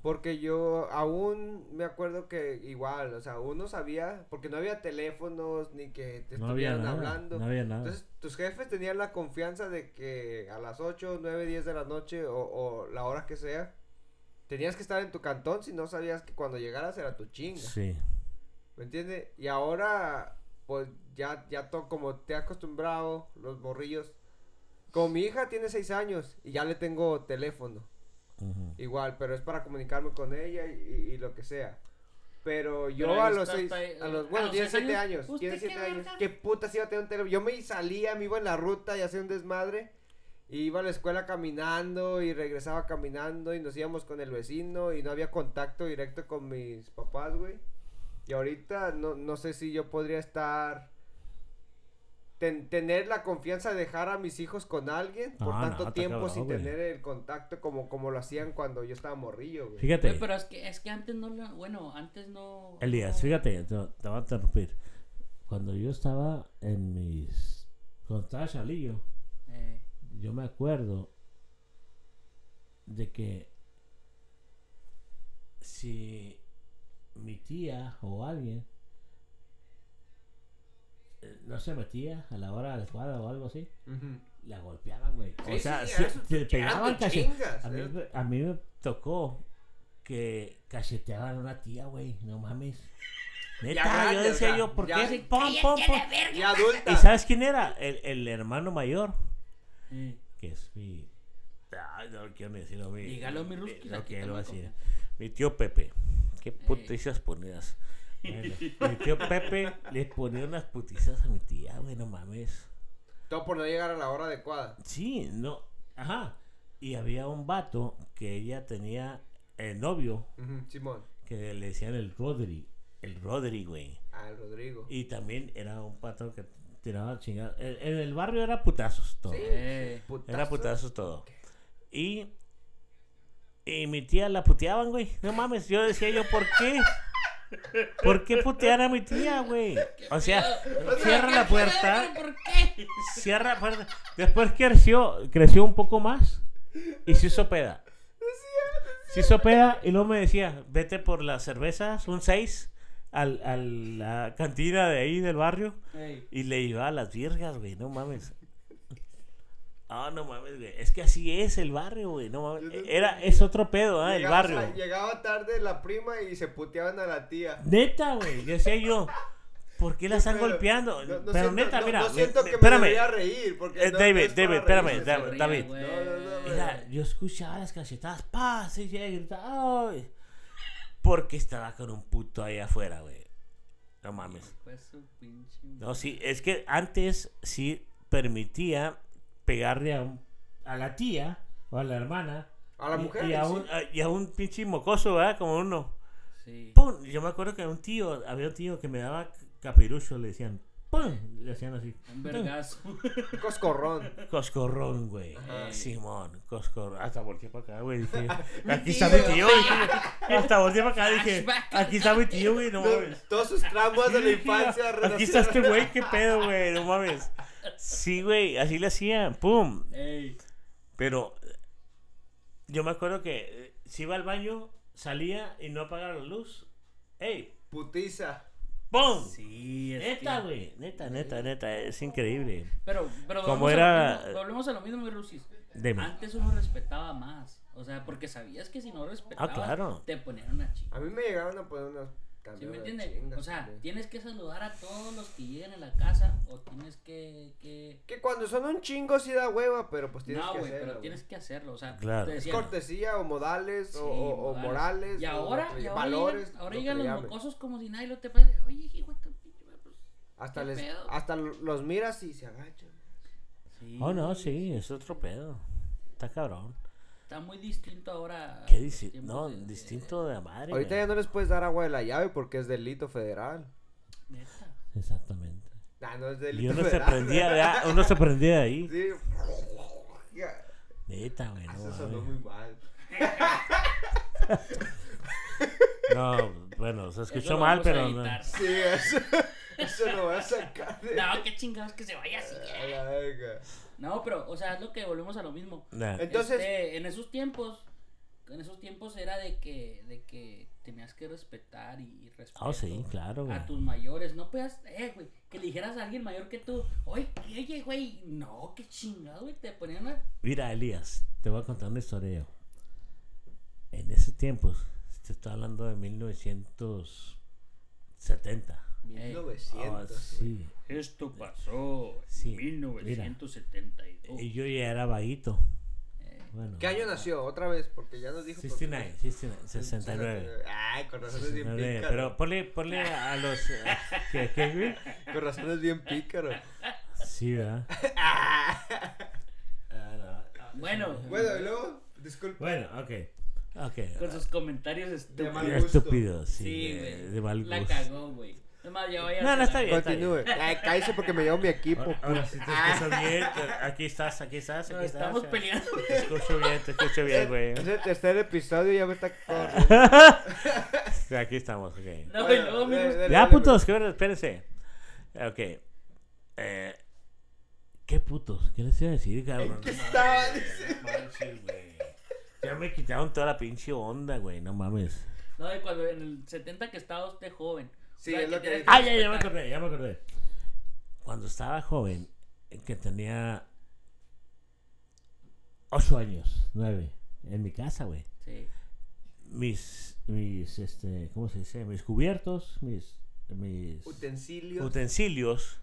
Speaker 2: Porque yo aún me acuerdo que igual, o sea, uno sabía, porque no había teléfonos ni que te
Speaker 3: no había
Speaker 2: estuvieran
Speaker 3: nada.
Speaker 2: hablando.
Speaker 3: No había nada.
Speaker 2: Entonces, tus jefes tenían la confianza de que a las 8, 9, 10 de la noche o, o la hora que sea, tenías que estar en tu cantón si no sabías que cuando llegaras era tu chinga.
Speaker 3: sí.
Speaker 2: ¿Me entiendes? Y ahora, pues ya, ya to- como te has acostumbrado, los morrillos. Como mi hija tiene 6 años y ya le tengo teléfono.
Speaker 3: Ujú.
Speaker 2: Igual, pero es para comunicarme con ella y, y lo que sea. Pero yo
Speaker 1: Pero
Speaker 2: a
Speaker 1: ahí
Speaker 2: los
Speaker 1: está,
Speaker 2: seis,
Speaker 1: está ahí, eh,
Speaker 2: a
Speaker 1: a
Speaker 2: los, bueno,
Speaker 1: los
Speaker 2: tiene
Speaker 1: seis
Speaker 2: siete
Speaker 1: años,
Speaker 2: años,
Speaker 1: ¿usted
Speaker 2: tiene
Speaker 1: qué
Speaker 2: siete años.
Speaker 1: verga?
Speaker 2: ¿Qué puta si iba a tener un teléfono? Yo me salía, me iba en la ruta y hacía un desmadre. Y iba a la escuela caminando y regresaba caminando y nos íbamos con el vecino y no había contacto directo con mis papás, güey. Y ahorita no, no sé si yo podría estar... ten- tener la confianza de dejar a mis hijos con alguien por
Speaker 3: Ah, no,
Speaker 2: tanto
Speaker 3: está
Speaker 2: tiempo
Speaker 3: cabrón,
Speaker 2: sin
Speaker 3: güey.
Speaker 2: tener el contacto como, como lo hacían cuando yo estaba morrillo, güey.
Speaker 3: Fíjate.
Speaker 1: Güey, pero es que, es que antes no, lo- bueno, antes no...
Speaker 3: Elías,
Speaker 1: no-
Speaker 3: fíjate, te, te voy a interrumpir. Cuando yo estaba en mis. Cuando estaba Chalillo,
Speaker 1: Eh,
Speaker 3: yo me acuerdo de que si mi tía o alguien eh, no se metía a la hora adecuada o algo así, la golpeaban, güey.
Speaker 2: Sí,
Speaker 3: o sea,
Speaker 2: sí,
Speaker 3: si-
Speaker 2: era su-
Speaker 3: te
Speaker 2: era
Speaker 3: pegaban
Speaker 2: tu
Speaker 3: cachet-
Speaker 2: chingas, eh.
Speaker 3: A mí,
Speaker 2: era tu-
Speaker 3: me- a mí me tocó que cacheteaban a una tía, güey. No mames. Neta, yo
Speaker 2: grande, o
Speaker 3: decía
Speaker 2: sea,
Speaker 3: yo, ¿por
Speaker 2: ya-
Speaker 3: qué? Pom, pom, pom.
Speaker 2: Y adulta.
Speaker 3: ¿Y sabes quién era? El, el hermano mayor,
Speaker 1: eh,
Speaker 3: que es mi. Ay, no lo quiero ni decirlo, mi.
Speaker 1: Dígalo, mi
Speaker 3: eh,
Speaker 1: Ruski,
Speaker 3: lo
Speaker 1: aquí
Speaker 3: que lo
Speaker 1: tengo
Speaker 3: va a decir.
Speaker 1: confianza.
Speaker 3: Mi tío Pepe. Qué putizas ponías. Bueno, mi tío Pepe le ponía unas putizas a mi tía, güey, no mames.
Speaker 2: Todo por no llegar a la hora adecuada.
Speaker 3: Sí, no. Ajá. Y había un vato que ella tenía el novio,
Speaker 2: Ujú, Simón.
Speaker 3: que le decían el Rodri. El Rodri, güey.
Speaker 2: Al Rodrigo.
Speaker 3: Y también era un pato que tiraba chingados. En, en el barrio era putazos todo.
Speaker 2: Sí,
Speaker 1: Eh,
Speaker 2: putazo.
Speaker 3: Era putazos todo. Y. Y mi tía la puteaban, güey. No mames, yo decía yo, ¿por qué? ¿Por qué putear a mi tía, güey? O sea, cierra la puerta.
Speaker 1: ¿Por qué?
Speaker 3: Cierra la puerta. Después creció, creció un poco más y se hizo peda. Se hizo peda y luego me decía, vete por las cervezas, un 6, al, a la cantina de ahí del barrio.
Speaker 1: Ey,
Speaker 3: Y le llevaba las virgas, güey, no mames. Ah, no mames, güey. Es que así es el barrio, güey, no mames. Era, es otro pedo, ¿ah? El
Speaker 2: Llegaba-
Speaker 3: barrio.
Speaker 2: Llegaba tarde la prima y se puteaban a la tía.
Speaker 3: Neta, güey. yo Decía yo, ¿por qué la están
Speaker 2: Pero-
Speaker 3: golpeando?
Speaker 2: no- no
Speaker 3: Pero
Speaker 2: siento-
Speaker 3: neta,
Speaker 2: no-
Speaker 3: mira.
Speaker 2: No
Speaker 3: me-
Speaker 2: siento
Speaker 3: me-
Speaker 2: que me
Speaker 3: espérame.
Speaker 2: debería reír. Porque
Speaker 3: Eh,
Speaker 2: no- no
Speaker 3: David,
Speaker 2: es para
Speaker 3: David, espérame,
Speaker 2: reírse.
Speaker 3: David. David.
Speaker 1: Pues güey.
Speaker 2: No, no, no,
Speaker 3: Mira, yo escuchaba las cachetadas, pa, se llega y gritaba, "Ay", Porque estaba con un puto ahí afuera, güey. No mames.
Speaker 1: Pues su pinche
Speaker 3: No, sí, es que antes sí permitía pegarle a, un- a la tía o a la hermana.
Speaker 2: A la
Speaker 3: y-
Speaker 2: mujer.
Speaker 3: Y, a,
Speaker 2: sí.
Speaker 3: un, a- y a un pinche mocoso, ¿verdad? Como uno.
Speaker 1: Sí.
Speaker 3: ¡Pum! Yo me acuerdo que un tío, había un tío que me daba capirucho, le decían, ¡pum! Le hacían así.
Speaker 1: Un vergazo.
Speaker 2: Un coscorrón.
Speaker 3: Coscorrón, güey. Eh,
Speaker 1: Ajá.
Speaker 3: Simón, coscorrón. Hasta volteé para acá, güey. Dije,
Speaker 2: Mi
Speaker 3: aquí está mi
Speaker 2: tío".
Speaker 3: tío. dije. Hasta volteé para acá, dije,
Speaker 1: Flashback.
Speaker 3: aquí está mi tío, güey, no
Speaker 2: No,
Speaker 3: mames.
Speaker 2: Todos sus traumas de la infancia.
Speaker 3: Aquí está este
Speaker 2: relacionados.
Speaker 3: güey, qué pedo, güey, no mames. Sí, güey, así le hacían, pum.
Speaker 1: Ey.
Speaker 3: Pero eh, yo me acuerdo que eh, si iba al baño, salía y no apagaba la luz. ¡Ey!
Speaker 2: Putiza.
Speaker 3: ¡Pum!
Speaker 1: Sí, es
Speaker 3: Neta,
Speaker 1: que-
Speaker 3: güey. Neta, neta, neta. Es increíble.
Speaker 1: Pero, pero
Speaker 3: Como
Speaker 1: volvemos
Speaker 3: era-
Speaker 1: a lo mismo, volvemos a lo mismo, mi Rusis.
Speaker 3: Dime.
Speaker 1: Antes uno respetaba más. O sea, porque sabías que si no respetabas,
Speaker 3: Ah, claro.
Speaker 1: te ponían una chica.
Speaker 2: A mí me llegaron a poner unas
Speaker 1: ¿Sí
Speaker 2: cambió
Speaker 1: me
Speaker 2: Ah, la
Speaker 1: entiendes?
Speaker 2: chinga,
Speaker 1: O sea,
Speaker 2: güey.
Speaker 1: tienes que saludar a todos los que lleguen a la casa o tienes que... que...
Speaker 2: Que cuando son un chingo sí da hueva, pero pues tienes
Speaker 1: No,
Speaker 2: que
Speaker 1: güey,
Speaker 2: hacerlo.
Speaker 1: pero
Speaker 2: güey.
Speaker 1: tienes que hacerlo. O sea,
Speaker 3: Claro.
Speaker 1: te
Speaker 3: Es
Speaker 2: Es
Speaker 1: decían,
Speaker 2: cortesía o modales
Speaker 1: Sí,
Speaker 2: o, o- o morales.
Speaker 1: Y
Speaker 2: o lo
Speaker 1: ahora,
Speaker 2: que-
Speaker 1: y ahora
Speaker 2: valores.
Speaker 1: llegan,
Speaker 2: lo
Speaker 1: ahora
Speaker 2: que
Speaker 1: llegan
Speaker 2: le
Speaker 1: los
Speaker 2: llamen.
Speaker 1: mocosos como si nadie lo te pasa. Oye, hijo de tu pinche madre, pues,
Speaker 2: Hasta,
Speaker 1: ¿qué
Speaker 2: les,
Speaker 1: pedo?
Speaker 2: hasta los miras y se agachan.
Speaker 1: sí,
Speaker 3: Oh, no,
Speaker 1: güey,
Speaker 3: sí, es otro pedo. Está cabrón.
Speaker 1: Está muy distinto ahora. a
Speaker 3: Qué
Speaker 1: los
Speaker 3: distinto.
Speaker 1: tiempos
Speaker 3: No,
Speaker 1: de- de-
Speaker 3: distinto de la madre.
Speaker 2: Ahorita
Speaker 3: güey.
Speaker 2: ya no les puedes dar agua de la llave porque es delito federal.
Speaker 1: neta.
Speaker 3: Exactamente.
Speaker 2: Nah, no es
Speaker 3: Y
Speaker 2: delito
Speaker 3: uno se
Speaker 2: federal.
Speaker 3: prendía de a- uno se prendía de ahí.
Speaker 2: Sí. Ya,
Speaker 3: Neta, güey. No,
Speaker 2: Eso sonó
Speaker 3: mames.
Speaker 2: muy mal.
Speaker 3: No, bueno, se
Speaker 1: Eso
Speaker 3: escuchó
Speaker 1: lo
Speaker 3: mal,
Speaker 1: vamos a
Speaker 3: pero no.
Speaker 1: editar.
Speaker 2: Sí, eso, eso lo voy a sacar de
Speaker 1: No, qué chingados que se vaya así.
Speaker 2: a la verga.
Speaker 1: No, pero, o sea, es lo que volvemos a lo mismo.
Speaker 3: Nah.
Speaker 2: Entonces-
Speaker 1: Este, en esos tiempos, en esos tiempos era de que, de que tenías que respetar y, y respetar.
Speaker 3: Oh, sí, claro, güey.
Speaker 1: a tus mayores, no puedas, eh, güey, que le dijeras a alguien mayor que tú, oye, oye, güey, no, qué chingado, güey, te ponían a...
Speaker 3: Mira, Elías, te voy a contar una historia yo. En ese tiempo, te estoy hablando de 1970.
Speaker 2: 1900.
Speaker 1: Eh.
Speaker 3: Ah, sí.
Speaker 1: Esto pasó
Speaker 3: Sí,
Speaker 1: en 1972.
Speaker 3: Y yo ya era vaguito. Bueno,
Speaker 2: Eh, ¿Qué año nació? Otra vez, porque ya nos dijo. por qué.
Speaker 3: 69, 69, 69.
Speaker 2: Ay, con razón es bien
Speaker 3: 69,
Speaker 2: pícaro.
Speaker 3: Pero ponle, ponle a los. a- ¿Qué, qué, güey?
Speaker 2: Con razón es bien pícaro.
Speaker 3: Sí, ¿verdad? Ah, no.
Speaker 1: Bueno,
Speaker 2: Bueno, y luego, disculpa.
Speaker 3: Bueno, ok.
Speaker 1: con
Speaker 3: Ok. Ah,
Speaker 1: sus comentarios
Speaker 2: De mal
Speaker 1: estúpidos.
Speaker 2: gusto.
Speaker 3: Estúpido, sí.
Speaker 1: Sí,
Speaker 3: de-
Speaker 1: güey.
Speaker 3: De mal
Speaker 1: La
Speaker 3: gusto.
Speaker 1: cagó, güey. Es más, ya vaya a
Speaker 3: No, no,
Speaker 1: la-
Speaker 3: está bien.
Speaker 2: Continúe. Ay, cállese porque me llevo mi equipo.
Speaker 3: Ahora, ahora sí te escucho bien. te- Aquí estás, aquí estás. Aquí
Speaker 1: Nos
Speaker 3: estás,
Speaker 1: estamos
Speaker 3: ya.
Speaker 1: peleando.
Speaker 3: Te escucho bien, te escucho bien, güey.
Speaker 2: Es el tercer episodio y ya me está corriendo.
Speaker 3: Sí, Aquí estamos, ok.
Speaker 1: No, y luego,
Speaker 2: Bueno, dale,
Speaker 1: mira,
Speaker 2: dale,
Speaker 3: Ya,
Speaker 2: dale,
Speaker 3: putos, que bueno, espérense. Ok. Eh, ¿Qué putos? ¿Qué les iba a decir, cabrón?
Speaker 2: ¿Qué estaba
Speaker 3: No manches, güey. Ya me quitaron toda la pinche onda, güey, no mames.
Speaker 1: no, de cuando en el 70 que estaba usted joven.
Speaker 2: Sí, es lo que
Speaker 1: tienes
Speaker 2: dije.
Speaker 3: Ah, ya, ya me acordé, ya me acordé. Cuando estaba joven, eh, que tenía ocho años, nueve, en mi casa, güey.
Speaker 1: Sí.
Speaker 3: Mis, mis, este, ¿cómo se dice? Mis cubiertos, mis, mis
Speaker 2: Utensilios.
Speaker 3: utensilios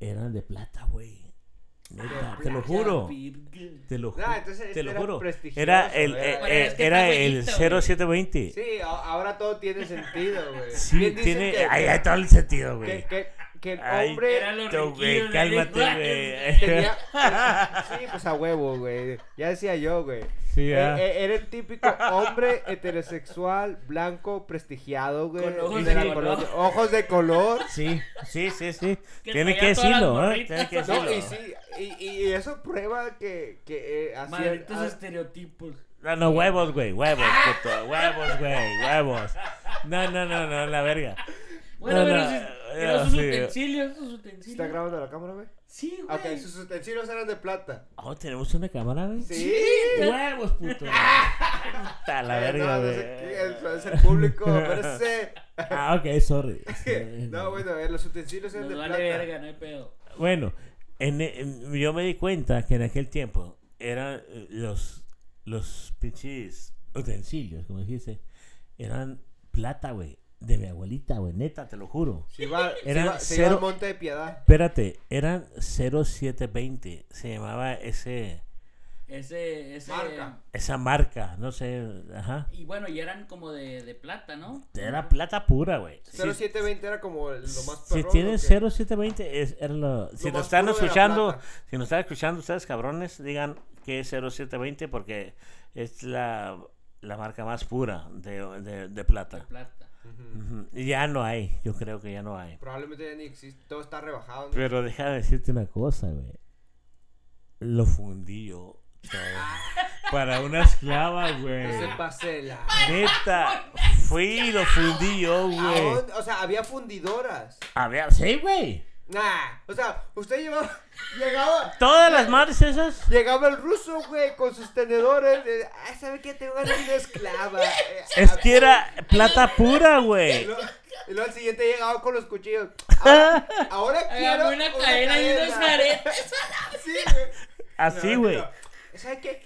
Speaker 3: eran de plata, güey. Neta,
Speaker 2: De
Speaker 3: te lo
Speaker 2: Ah, plata,
Speaker 3: juro.
Speaker 1: Virgen.
Speaker 3: Te lo, ju-
Speaker 2: Nah, entonces
Speaker 3: te
Speaker 2: este
Speaker 3: lo
Speaker 2: era
Speaker 3: juro.
Speaker 2: prestigioso,
Speaker 3: Era el,
Speaker 2: era-
Speaker 3: eh,
Speaker 1: Bueno,
Speaker 3: eh,
Speaker 1: es que
Speaker 3: era
Speaker 1: está
Speaker 3: el
Speaker 1: güey.
Speaker 3: 0720. Sí,
Speaker 2: Sí, a- ahora todo tiene sentido, güey. Bien dicen
Speaker 3: tiene.
Speaker 2: que-
Speaker 3: Ahí hay todo el sentido,
Speaker 2: que,
Speaker 3: güey.
Speaker 2: que, que el
Speaker 3: Ay,
Speaker 2: hombre
Speaker 1: Era los
Speaker 3: Tú, güey,
Speaker 1: riquillos de
Speaker 3: Cálmate,
Speaker 1: Juárez.
Speaker 3: güey.
Speaker 2: tenía. Sí, pues a huevo, güey. Ya decía yo, güey.
Speaker 3: Sí,
Speaker 2: E-
Speaker 3: ah.
Speaker 2: e- era el típico hombre heterosexual, blanco, prestigiado, güey.
Speaker 1: Con ojos
Speaker 2: Y
Speaker 1: de
Speaker 2: la
Speaker 1: color.
Speaker 2: ojos de color.
Speaker 3: Sí, sí, sí, sí.
Speaker 1: Que
Speaker 3: Tiene
Speaker 1: traía
Speaker 3: que
Speaker 1: todas las
Speaker 3: decirlo, ¿eh?
Speaker 1: gorritas.
Speaker 3: Tiene que
Speaker 1: No,
Speaker 3: decirlo.
Speaker 2: No, y sí, y, y eso prueba que, que eh, hacían-
Speaker 1: Malditos
Speaker 2: ah,
Speaker 1: estereotipos.
Speaker 3: No, Ah, no, huevos, güey, huevos, puto, huevos, güey, huevos. No, no, no, no, la verga.
Speaker 1: Bueno,
Speaker 3: No,
Speaker 1: pero
Speaker 3: no,
Speaker 1: sus-
Speaker 3: eh,
Speaker 1: pero sus
Speaker 3: sí.
Speaker 1: utensilios, sus
Speaker 2: ¿Está
Speaker 1: utensilios.
Speaker 2: grabando la cámara, güey? Ah,
Speaker 1: Sí, güey.
Speaker 2: Ok, sus utensilios eran de plata.
Speaker 3: Oh, ¿tenemos una cámara, güey?
Speaker 2: Sí.
Speaker 3: Huevos, puto. Está la
Speaker 2: Eh,
Speaker 3: verga,
Speaker 2: no, no
Speaker 3: güey.
Speaker 2: sé qué, el, es el público, pero sé.
Speaker 3: Ah, ok, sorry.
Speaker 2: No, bueno, eh, los utensilios eran
Speaker 1: Nos
Speaker 2: de
Speaker 1: vale
Speaker 2: plata.
Speaker 1: verga, no hay pedo.
Speaker 3: Bueno, en- en- yo me di cuenta que en aquel tiempo eran eh, los, los pinches utensilios, como dijiste, eran plata, güey, de mi abuelita, güey, neta, te lo juro.
Speaker 2: Se iba, se
Speaker 3: Eran
Speaker 2: iba- se iba
Speaker 3: cero-
Speaker 2: al monte de piedad.
Speaker 3: Espérate, eran 0720, se llamaba ese,
Speaker 1: Ese, ese.
Speaker 2: Marca.
Speaker 3: esa marca, no sé, ajá.
Speaker 1: Y bueno, y eran como de, de plata, ¿no?
Speaker 3: Era plata pura, güey. Si-
Speaker 2: 0720 era como el- lo más
Speaker 3: Si
Speaker 2: perrón,
Speaker 3: tienen
Speaker 2: ¿o qué?
Speaker 3: 0720, es, era lo- si
Speaker 2: más
Speaker 3: nos están
Speaker 2: puro de la
Speaker 3: escuchando,
Speaker 2: plata.
Speaker 3: si nos están escuchando ustedes cabrones, digan que es 0720 porque es la, la marca más pura de, de- de
Speaker 1: De
Speaker 3: plata.
Speaker 1: plata.
Speaker 2: Ujú.
Speaker 3: Ujú. Y Ya no hay, yo creo que ya no hay.
Speaker 2: Probablemente ya ni existe. Todo está rebajado. ¿no?
Speaker 3: Pero deja de decirte una cosa, güey. Lo fundí yo todo. para una esclava, güey.
Speaker 2: No se pase la-
Speaker 3: Neta, fui y lo fundí yo,
Speaker 1: eh.
Speaker 3: güey.
Speaker 2: Aún- O sea, había fundidoras.
Speaker 3: A ver, sí, güey.
Speaker 2: Nah. O sea, usted llevaba. Llegaba.
Speaker 3: Todas las madres esas
Speaker 2: Llegaba el ruso, güey, con sus tenedores. eh, ah, ¿sabe qué? Tengo ganas de una esclava. eh,
Speaker 3: Es
Speaker 2: a-
Speaker 3: que era plata pura,
Speaker 2: Y
Speaker 3: güey.
Speaker 2: luego, y luego al siguiente llegaba con los cuchillos. Ahora quiero.
Speaker 1: Agarró una cadena y unos aretes.
Speaker 2: Sí, güey.
Speaker 3: Así,
Speaker 2: No,
Speaker 3: güey.
Speaker 2: no. ¿Sabes qué?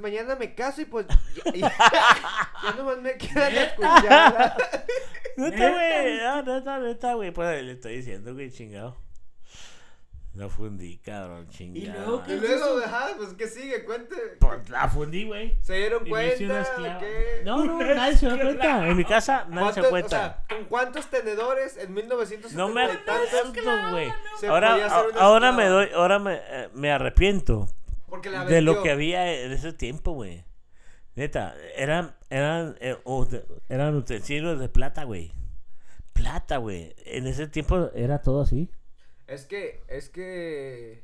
Speaker 2: mañana me caso y pues. Ya, ya- ya nomás me quedan las cucharas.
Speaker 3: No está, güey. No, no está, no está, güey. Pues le estoy diciendo, güey, chingado. La fundí, cabrón, chingado.
Speaker 1: luego qué?
Speaker 2: Y luego, ajá, pues que sigue, cuente.
Speaker 3: Pues la fundí, güey.
Speaker 2: ¿Se dieron
Speaker 3: Y me hice una
Speaker 2: cuenta?
Speaker 3: esclava.
Speaker 2: ¿Qué?
Speaker 3: No, no, nadie se da cuenta. En mi casa nadie
Speaker 2: ¿Cuántos-
Speaker 3: se
Speaker 2: O
Speaker 3: cuenta.
Speaker 2: sea, ¿con cuántos tenedores en 1970
Speaker 3: No me
Speaker 2: y tantos?
Speaker 3: arrepiento, güey.
Speaker 2: Se podía
Speaker 3: Ahora,
Speaker 2: hacer una
Speaker 3: ahora me
Speaker 2: esclava.
Speaker 3: doy, ahora me, eh, me arrepiento
Speaker 2: Porque la
Speaker 3: de lo
Speaker 2: vendió.
Speaker 3: que había en ese tiempo, güey. Neta, eran, eran, eh, ut- eran utensilios de plata, güey. Plata, güey. En ese tiempo era todo así.
Speaker 2: Es que, es que.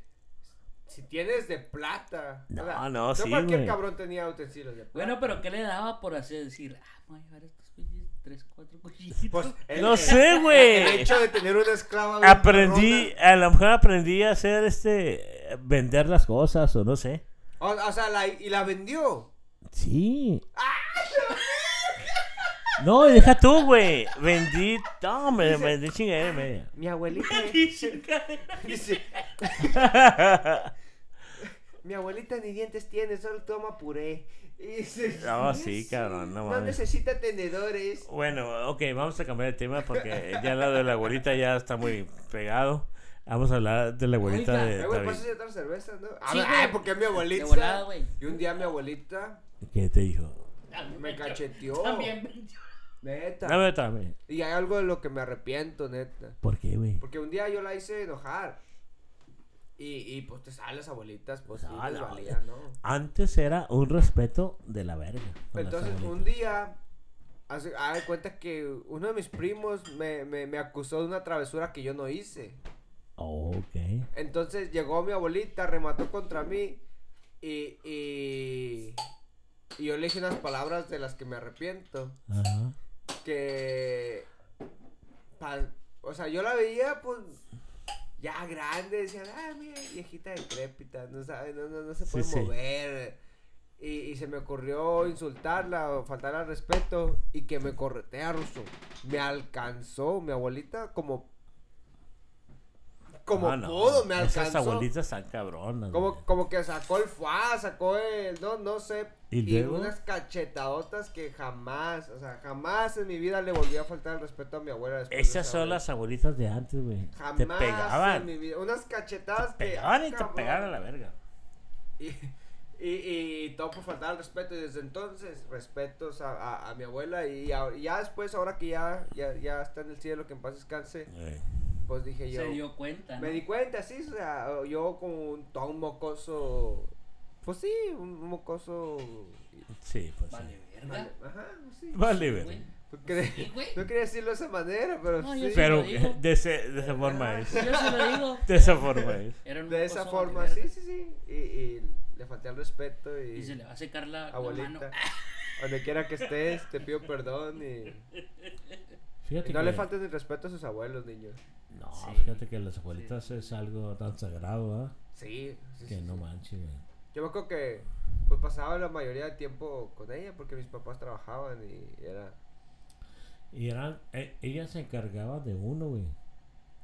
Speaker 2: Si tienes de plata.
Speaker 3: No,
Speaker 2: o sea,
Speaker 3: no, sí,
Speaker 2: cualquier
Speaker 3: güey.
Speaker 2: cabrón tenía utensilios de plata.
Speaker 1: Bueno, pero ¿qué le daba por hacer? Decir, ah, voy a llevar estos güeyes, tres, cuatro cuchillitos.
Speaker 2: Pues, el-
Speaker 3: No
Speaker 2: el-
Speaker 3: sé,
Speaker 2: El
Speaker 3: güey.
Speaker 2: hecho de tener eh, una esclava. bien
Speaker 3: Aprendí, a lo mejor aprendí a hacer este, vender las cosas o no sé.
Speaker 2: perrona- O, o sea, la, y la vendió.
Speaker 3: Sí. No, y deja tú, güey. Vendí, no, me vendí chingadera y media.
Speaker 2: Mi abuelita. eh, dice, mi abuelita ni dientes tiene, solo toma puré. Y dice,
Speaker 3: No, sí, cabrón, no mames. Oh,
Speaker 2: necesita tenedores.
Speaker 3: Bueno, ok, vamos a cambiar de tema porque ya lo de la abuelita ya está muy pegado. Vamos a hablar de la abuelita
Speaker 1: Oiga,
Speaker 2: Eh,
Speaker 3: de
Speaker 2: güey,
Speaker 3: David.
Speaker 2: pásate otra cerveza, ¿no?
Speaker 1: Sí,
Speaker 2: ah,
Speaker 1: güey.
Speaker 2: porque mi abuelita.
Speaker 1: De volada, güey.
Speaker 2: Y un día mi abuelita
Speaker 3: ¿Qué te dijo?
Speaker 2: me cacheteó.
Speaker 1: También vendió.
Speaker 2: Neta.
Speaker 3: Dame, dame.
Speaker 2: Y hay algo de lo que me arrepiento, neta.
Speaker 3: ¿Por qué, güey?
Speaker 2: Porque un día yo la hice enojar. Y, y pues te sabes, las abuelitas, pues sí,
Speaker 3: Ah,
Speaker 2: les
Speaker 3: la-
Speaker 2: valía, ¿no?
Speaker 3: Antes era un respeto de la verga. con las
Speaker 2: Entonces, un
Speaker 3: abuelitas.
Speaker 2: día, hace, haz de cuenta que uno de mis primos me, me, me acusó de una travesura que yo no hice.
Speaker 3: Oh, ok.
Speaker 2: Entonces llegó mi abuelita, remató contra mí y, y, y yo le dije unas palabras de las que me arrepiento.
Speaker 3: Ajá.
Speaker 2: que pa- o sea yo la veía pues ya grande decían ah mira viejita decrépita no sabe no, no, no se
Speaker 3: Sí,
Speaker 2: puede
Speaker 3: sí.
Speaker 2: mover y, y se me ocurrió insultarla o faltar al respeto y que me corretea ruso me alcanzó mi abuelita como como
Speaker 3: Ah, no.
Speaker 2: pudo me
Speaker 3: Esas
Speaker 2: alcanzó
Speaker 3: abuelitas están cabronas.
Speaker 2: como,
Speaker 3: güey.
Speaker 2: como que sacó el fuá, sacó el. No, no sé.
Speaker 3: ¿Y luego?
Speaker 2: unas cachetadotas que jamás, o sea, jamás en mi vida le volví a faltar el respeto a mi abuela. después de
Speaker 3: Esas
Speaker 2: esa
Speaker 3: son
Speaker 2: vez.
Speaker 3: las abuelitas de antes, güey.
Speaker 2: Jamás
Speaker 3: Te
Speaker 2: en
Speaker 3: pegaban.
Speaker 2: mi
Speaker 3: Te
Speaker 2: vida. Unas cachetadas que.
Speaker 3: pegaban y te
Speaker 2: cabrón.
Speaker 3: pegaban a la verga.
Speaker 2: Y, y, y todo por faltar al respeto. Y desde entonces, respetos a, a- a mi abuela. Y, a- y ya después, ahora que ya, ya, ya está en el cielo, que en paz descanse,
Speaker 3: Eh,
Speaker 2: pues dije yo.
Speaker 1: Se dio cuenta, ¿no?
Speaker 2: Me di cuenta, sí, o sea, yo como un, todo un mocoso, pues sí, un un mocoso,
Speaker 3: Sí, pues. sí.
Speaker 1: Vale, verga.
Speaker 2: ajá, pues sí.
Speaker 3: Vale, verga.
Speaker 1: Güey.
Speaker 2: No, quería-
Speaker 1: Sí, güey.
Speaker 2: no quería decirlo de esa manera, pero
Speaker 1: No, yo
Speaker 2: sí,
Speaker 1: sé.
Speaker 3: Pero
Speaker 1: lo digo.
Speaker 3: de, ese- de esa forma es.
Speaker 1: Yo se lo digo.
Speaker 3: De esa forma es.
Speaker 1: Era un
Speaker 2: de esa
Speaker 1: mocoso
Speaker 2: forma,
Speaker 1: vale
Speaker 2: sí,
Speaker 1: verga.
Speaker 2: sí, sí, y, y le falté al respeto y,
Speaker 1: Y se le va a secar la, la mano.
Speaker 2: abuelita, donde quiera que estés, te pido perdón y,
Speaker 3: Fíjate
Speaker 2: y no
Speaker 3: que,
Speaker 2: le faltes el respeto a sus abuelos, niños.
Speaker 3: No,
Speaker 1: Sí.
Speaker 3: fíjate que las abuelitas es algo tan sagrado, ¿ah?
Speaker 2: Sí, sí,
Speaker 3: Que
Speaker 2: sí,
Speaker 3: no
Speaker 2: sí.
Speaker 3: manches, güey.
Speaker 2: Yo me acuerdo que pues pasaba la mayoría del tiempo con ella porque mis papás trabajaban y era...
Speaker 3: Y eran. eh, ella se encargaba de uno, güey.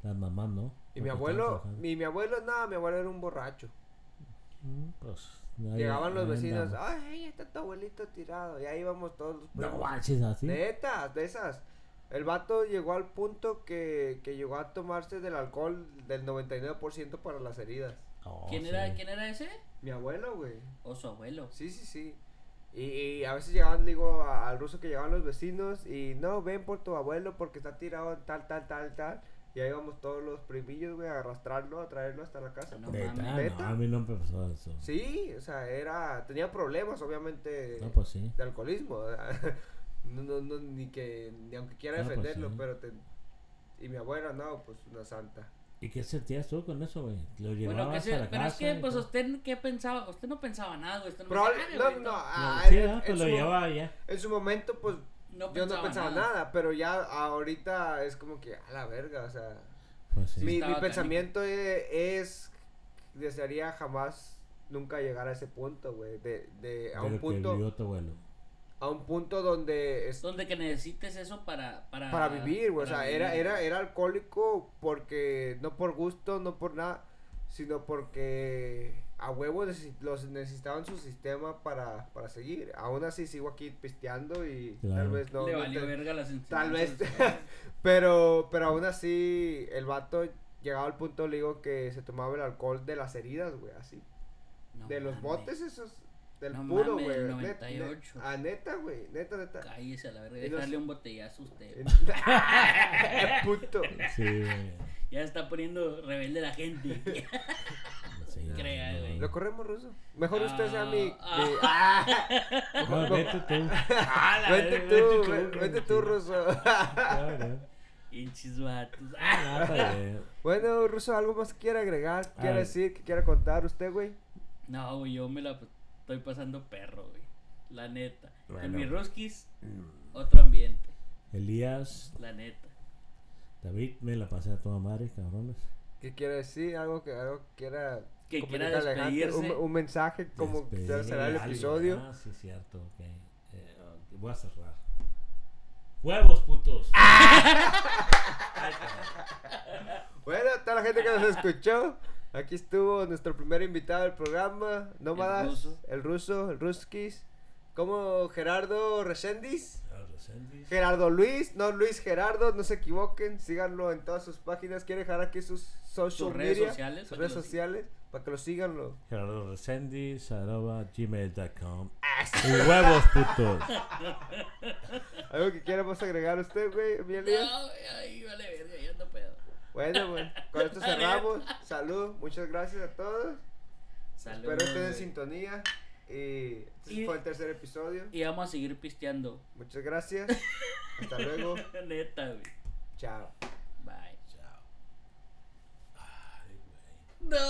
Speaker 3: Las mamás, ¿no?
Speaker 2: Y mi
Speaker 3: Porque
Speaker 2: abuelo,
Speaker 3: estaban
Speaker 2: mi, mi abuelo, nada, mi abuelo era un borracho.
Speaker 3: trabajando. Mm, Pues. ahí-
Speaker 2: Llegaban los
Speaker 3: ahí
Speaker 2: vecinos, "Ah,
Speaker 3: andaba.
Speaker 2: ay, ahí está tu abuelito tirado. Y ahí íbamos todos los
Speaker 3: No
Speaker 2: primos.
Speaker 3: manches, ¿ah, así.
Speaker 2: Neta, de esas. El vato llegó al punto que, que llegó a tomarse del alcohol del 99% para las heridas.
Speaker 3: Oh,
Speaker 1: ¿Quién,
Speaker 3: sí.
Speaker 1: era, ¿Quién era ese?
Speaker 2: Mi abuelo, güey.
Speaker 1: O su abuelo.
Speaker 2: Sí, sí, sí. Y, y a veces llegaban, digo, a- al ruso que llegaban los vecinos y no, ven por tu abuelo porque está tirado en tal, tal, tal, tal. Y ahí íbamos todos los primillos, güey, a arrastrarlo, a traerlo hasta la casa.
Speaker 1: No
Speaker 3: Neta,
Speaker 1: mames.
Speaker 2: Neta.
Speaker 3: no, a mí no me pasó eso.
Speaker 2: Sí, o sea, era, tenía problemas, obviamente,
Speaker 3: No, pues sí.
Speaker 2: de alcoholismo. No, no, no, ni que, ni aunque quiera
Speaker 3: Ah, pues
Speaker 2: defenderlo,
Speaker 3: sí.
Speaker 2: pero te... Y mi abuela, no, pues una santa.
Speaker 3: ¿Y qué sentías tú con eso, güey? Lo llevabas
Speaker 1: Bueno, que
Speaker 3: a
Speaker 1: se,
Speaker 3: la
Speaker 1: pero es
Speaker 3: casa.
Speaker 1: que,
Speaker 3: y
Speaker 1: pues,
Speaker 3: todo.
Speaker 1: usted, ¿qué pensaba? Usted no pensaba nada, güey. Usted no
Speaker 2: Probable-
Speaker 1: pensaba, "Ah,
Speaker 2: no,
Speaker 1: güey,
Speaker 2: no, ah,
Speaker 3: No, sí,
Speaker 2: en,
Speaker 3: ah, pues
Speaker 2: en
Speaker 3: lo
Speaker 2: su, mo-
Speaker 3: llevaba ya.
Speaker 2: en su momento, pues,
Speaker 1: no
Speaker 2: yo no pensaba nada. pero ya ahorita es como que, a la verga, o sea...
Speaker 3: Pues sí.
Speaker 2: mi- mi
Speaker 1: estaba cañón.
Speaker 2: pensamiento e- es, desearía jamás, nunca llegar a ese punto, güey, de, de, a
Speaker 3: de
Speaker 2: un
Speaker 3: lo que
Speaker 2: punto,
Speaker 3: vivió tu abuelo.
Speaker 2: a un punto donde... es-
Speaker 1: Donde que necesites eso para... Para,
Speaker 2: para vivir, güey. O
Speaker 1: para
Speaker 2: sea, era,
Speaker 1: vivir.
Speaker 2: era, era alcohólico porque no por gusto, no por nada. sino porque a huevo necesi- los necesitaban su sistema para, para seguir. Aún así sigo aquí pisteando y tal
Speaker 3: Claro.
Speaker 2: vez no...
Speaker 1: Le
Speaker 2: no
Speaker 1: valió
Speaker 2: te-
Speaker 1: verga las
Speaker 2: Tal vez.
Speaker 1: enseñanzas.
Speaker 2: pero, pero aún así, el vato llegaba al punto, le digo, que se tomaba el alcohol de las heridas, güey, así.
Speaker 1: No
Speaker 2: de los
Speaker 1: mames.
Speaker 2: botes esos. Del
Speaker 1: No
Speaker 2: puro,
Speaker 1: mames,
Speaker 2: güey.
Speaker 1: del
Speaker 2: net- net-
Speaker 1: 98.
Speaker 2: A neta, güey. Neta, neta.
Speaker 1: Cállese a la verga.
Speaker 2: Y los-
Speaker 1: Dejarle un botellazo a usted.
Speaker 2: Puto.
Speaker 3: Sí, güey.
Speaker 1: Ya está poniendo rebelde la gente.
Speaker 3: Pues Sí, no,
Speaker 1: Crea,
Speaker 3: no,
Speaker 1: güey.
Speaker 2: Lo corremos, ruso. Mejor usted sea
Speaker 1: Ah,
Speaker 2: mi. mi-
Speaker 1: ah.
Speaker 2: Ah.
Speaker 3: No, vete tú.
Speaker 1: A la
Speaker 2: Vete
Speaker 1: verga.
Speaker 2: tú,
Speaker 3: tú,
Speaker 2: güey,
Speaker 3: güey,
Speaker 2: vete
Speaker 3: sí.
Speaker 2: tú, ruso.
Speaker 3: Claro.
Speaker 1: Hinchis vatos. Ah,
Speaker 3: Ah, está bien.
Speaker 2: bueno, ruso, ¿algo más que quiera agregar? que ¿Quiere
Speaker 3: Ah.
Speaker 2: decir? que quiera contar usted, güey?
Speaker 1: No, güey, yo me la estoy pasando perro, güey. La neta. En
Speaker 3: Bueno.
Speaker 1: mis ruskis, otro ambiente.
Speaker 3: Elías,
Speaker 1: La neta.
Speaker 3: David, me la pasé a toda madre, cabrones.
Speaker 2: ¿Qué quiere decir? Algo que, algo que quiera.
Speaker 1: Que quiera
Speaker 2: comunicarle a la gente,
Speaker 1: despedirse.
Speaker 2: Un, un mensaje como que
Speaker 3: Despedida,
Speaker 2: será el
Speaker 3: Este, algo,
Speaker 2: episodio.
Speaker 3: Ah, sí, cierto, ok. Eh, ok, voy a cerrar. ¡Huevos, putos!
Speaker 2: Ah. Bueno, a toda la gente que nos escuchó, aquí estuvo nuestro primer invitado del programa, Nómadas, el ruso,
Speaker 1: ruso.
Speaker 2: el, Ruskis, como Gerardo Reséndiz,
Speaker 3: Al Resendiz.
Speaker 2: Gerardo Luis, no Luis Gerardo, no se equivoquen, síganlo en todas sus páginas, quiere dejar aquí sus social
Speaker 1: Sus redes
Speaker 2: media,
Speaker 1: sociales,
Speaker 2: sus
Speaker 1: para que
Speaker 2: redes
Speaker 1: lo
Speaker 2: sociales, para que lo sigan. lo-
Speaker 3: Gerardo Resendiz, arroba gmail.com.
Speaker 2: Ah,
Speaker 3: ¡Huevos, putos!
Speaker 2: Algo que quiera más agregar usted, güey, mi Elías?
Speaker 1: No, güey, ay, vale, verga, ya ando pedo.
Speaker 2: Bueno, güey, con esto cerramos, salud, muchas gracias a todos,
Speaker 1: Saludos,
Speaker 2: espero estén en
Speaker 1: güey.
Speaker 2: sintonía, y este
Speaker 1: Y-
Speaker 2: fue el tercer episodio,
Speaker 1: Y vamos a seguir pisteando.
Speaker 2: muchas gracias, hasta luego.
Speaker 1: Neta, güey.
Speaker 2: Chao.
Speaker 1: Bye.
Speaker 3: Chao. Ay, güey.
Speaker 1: No.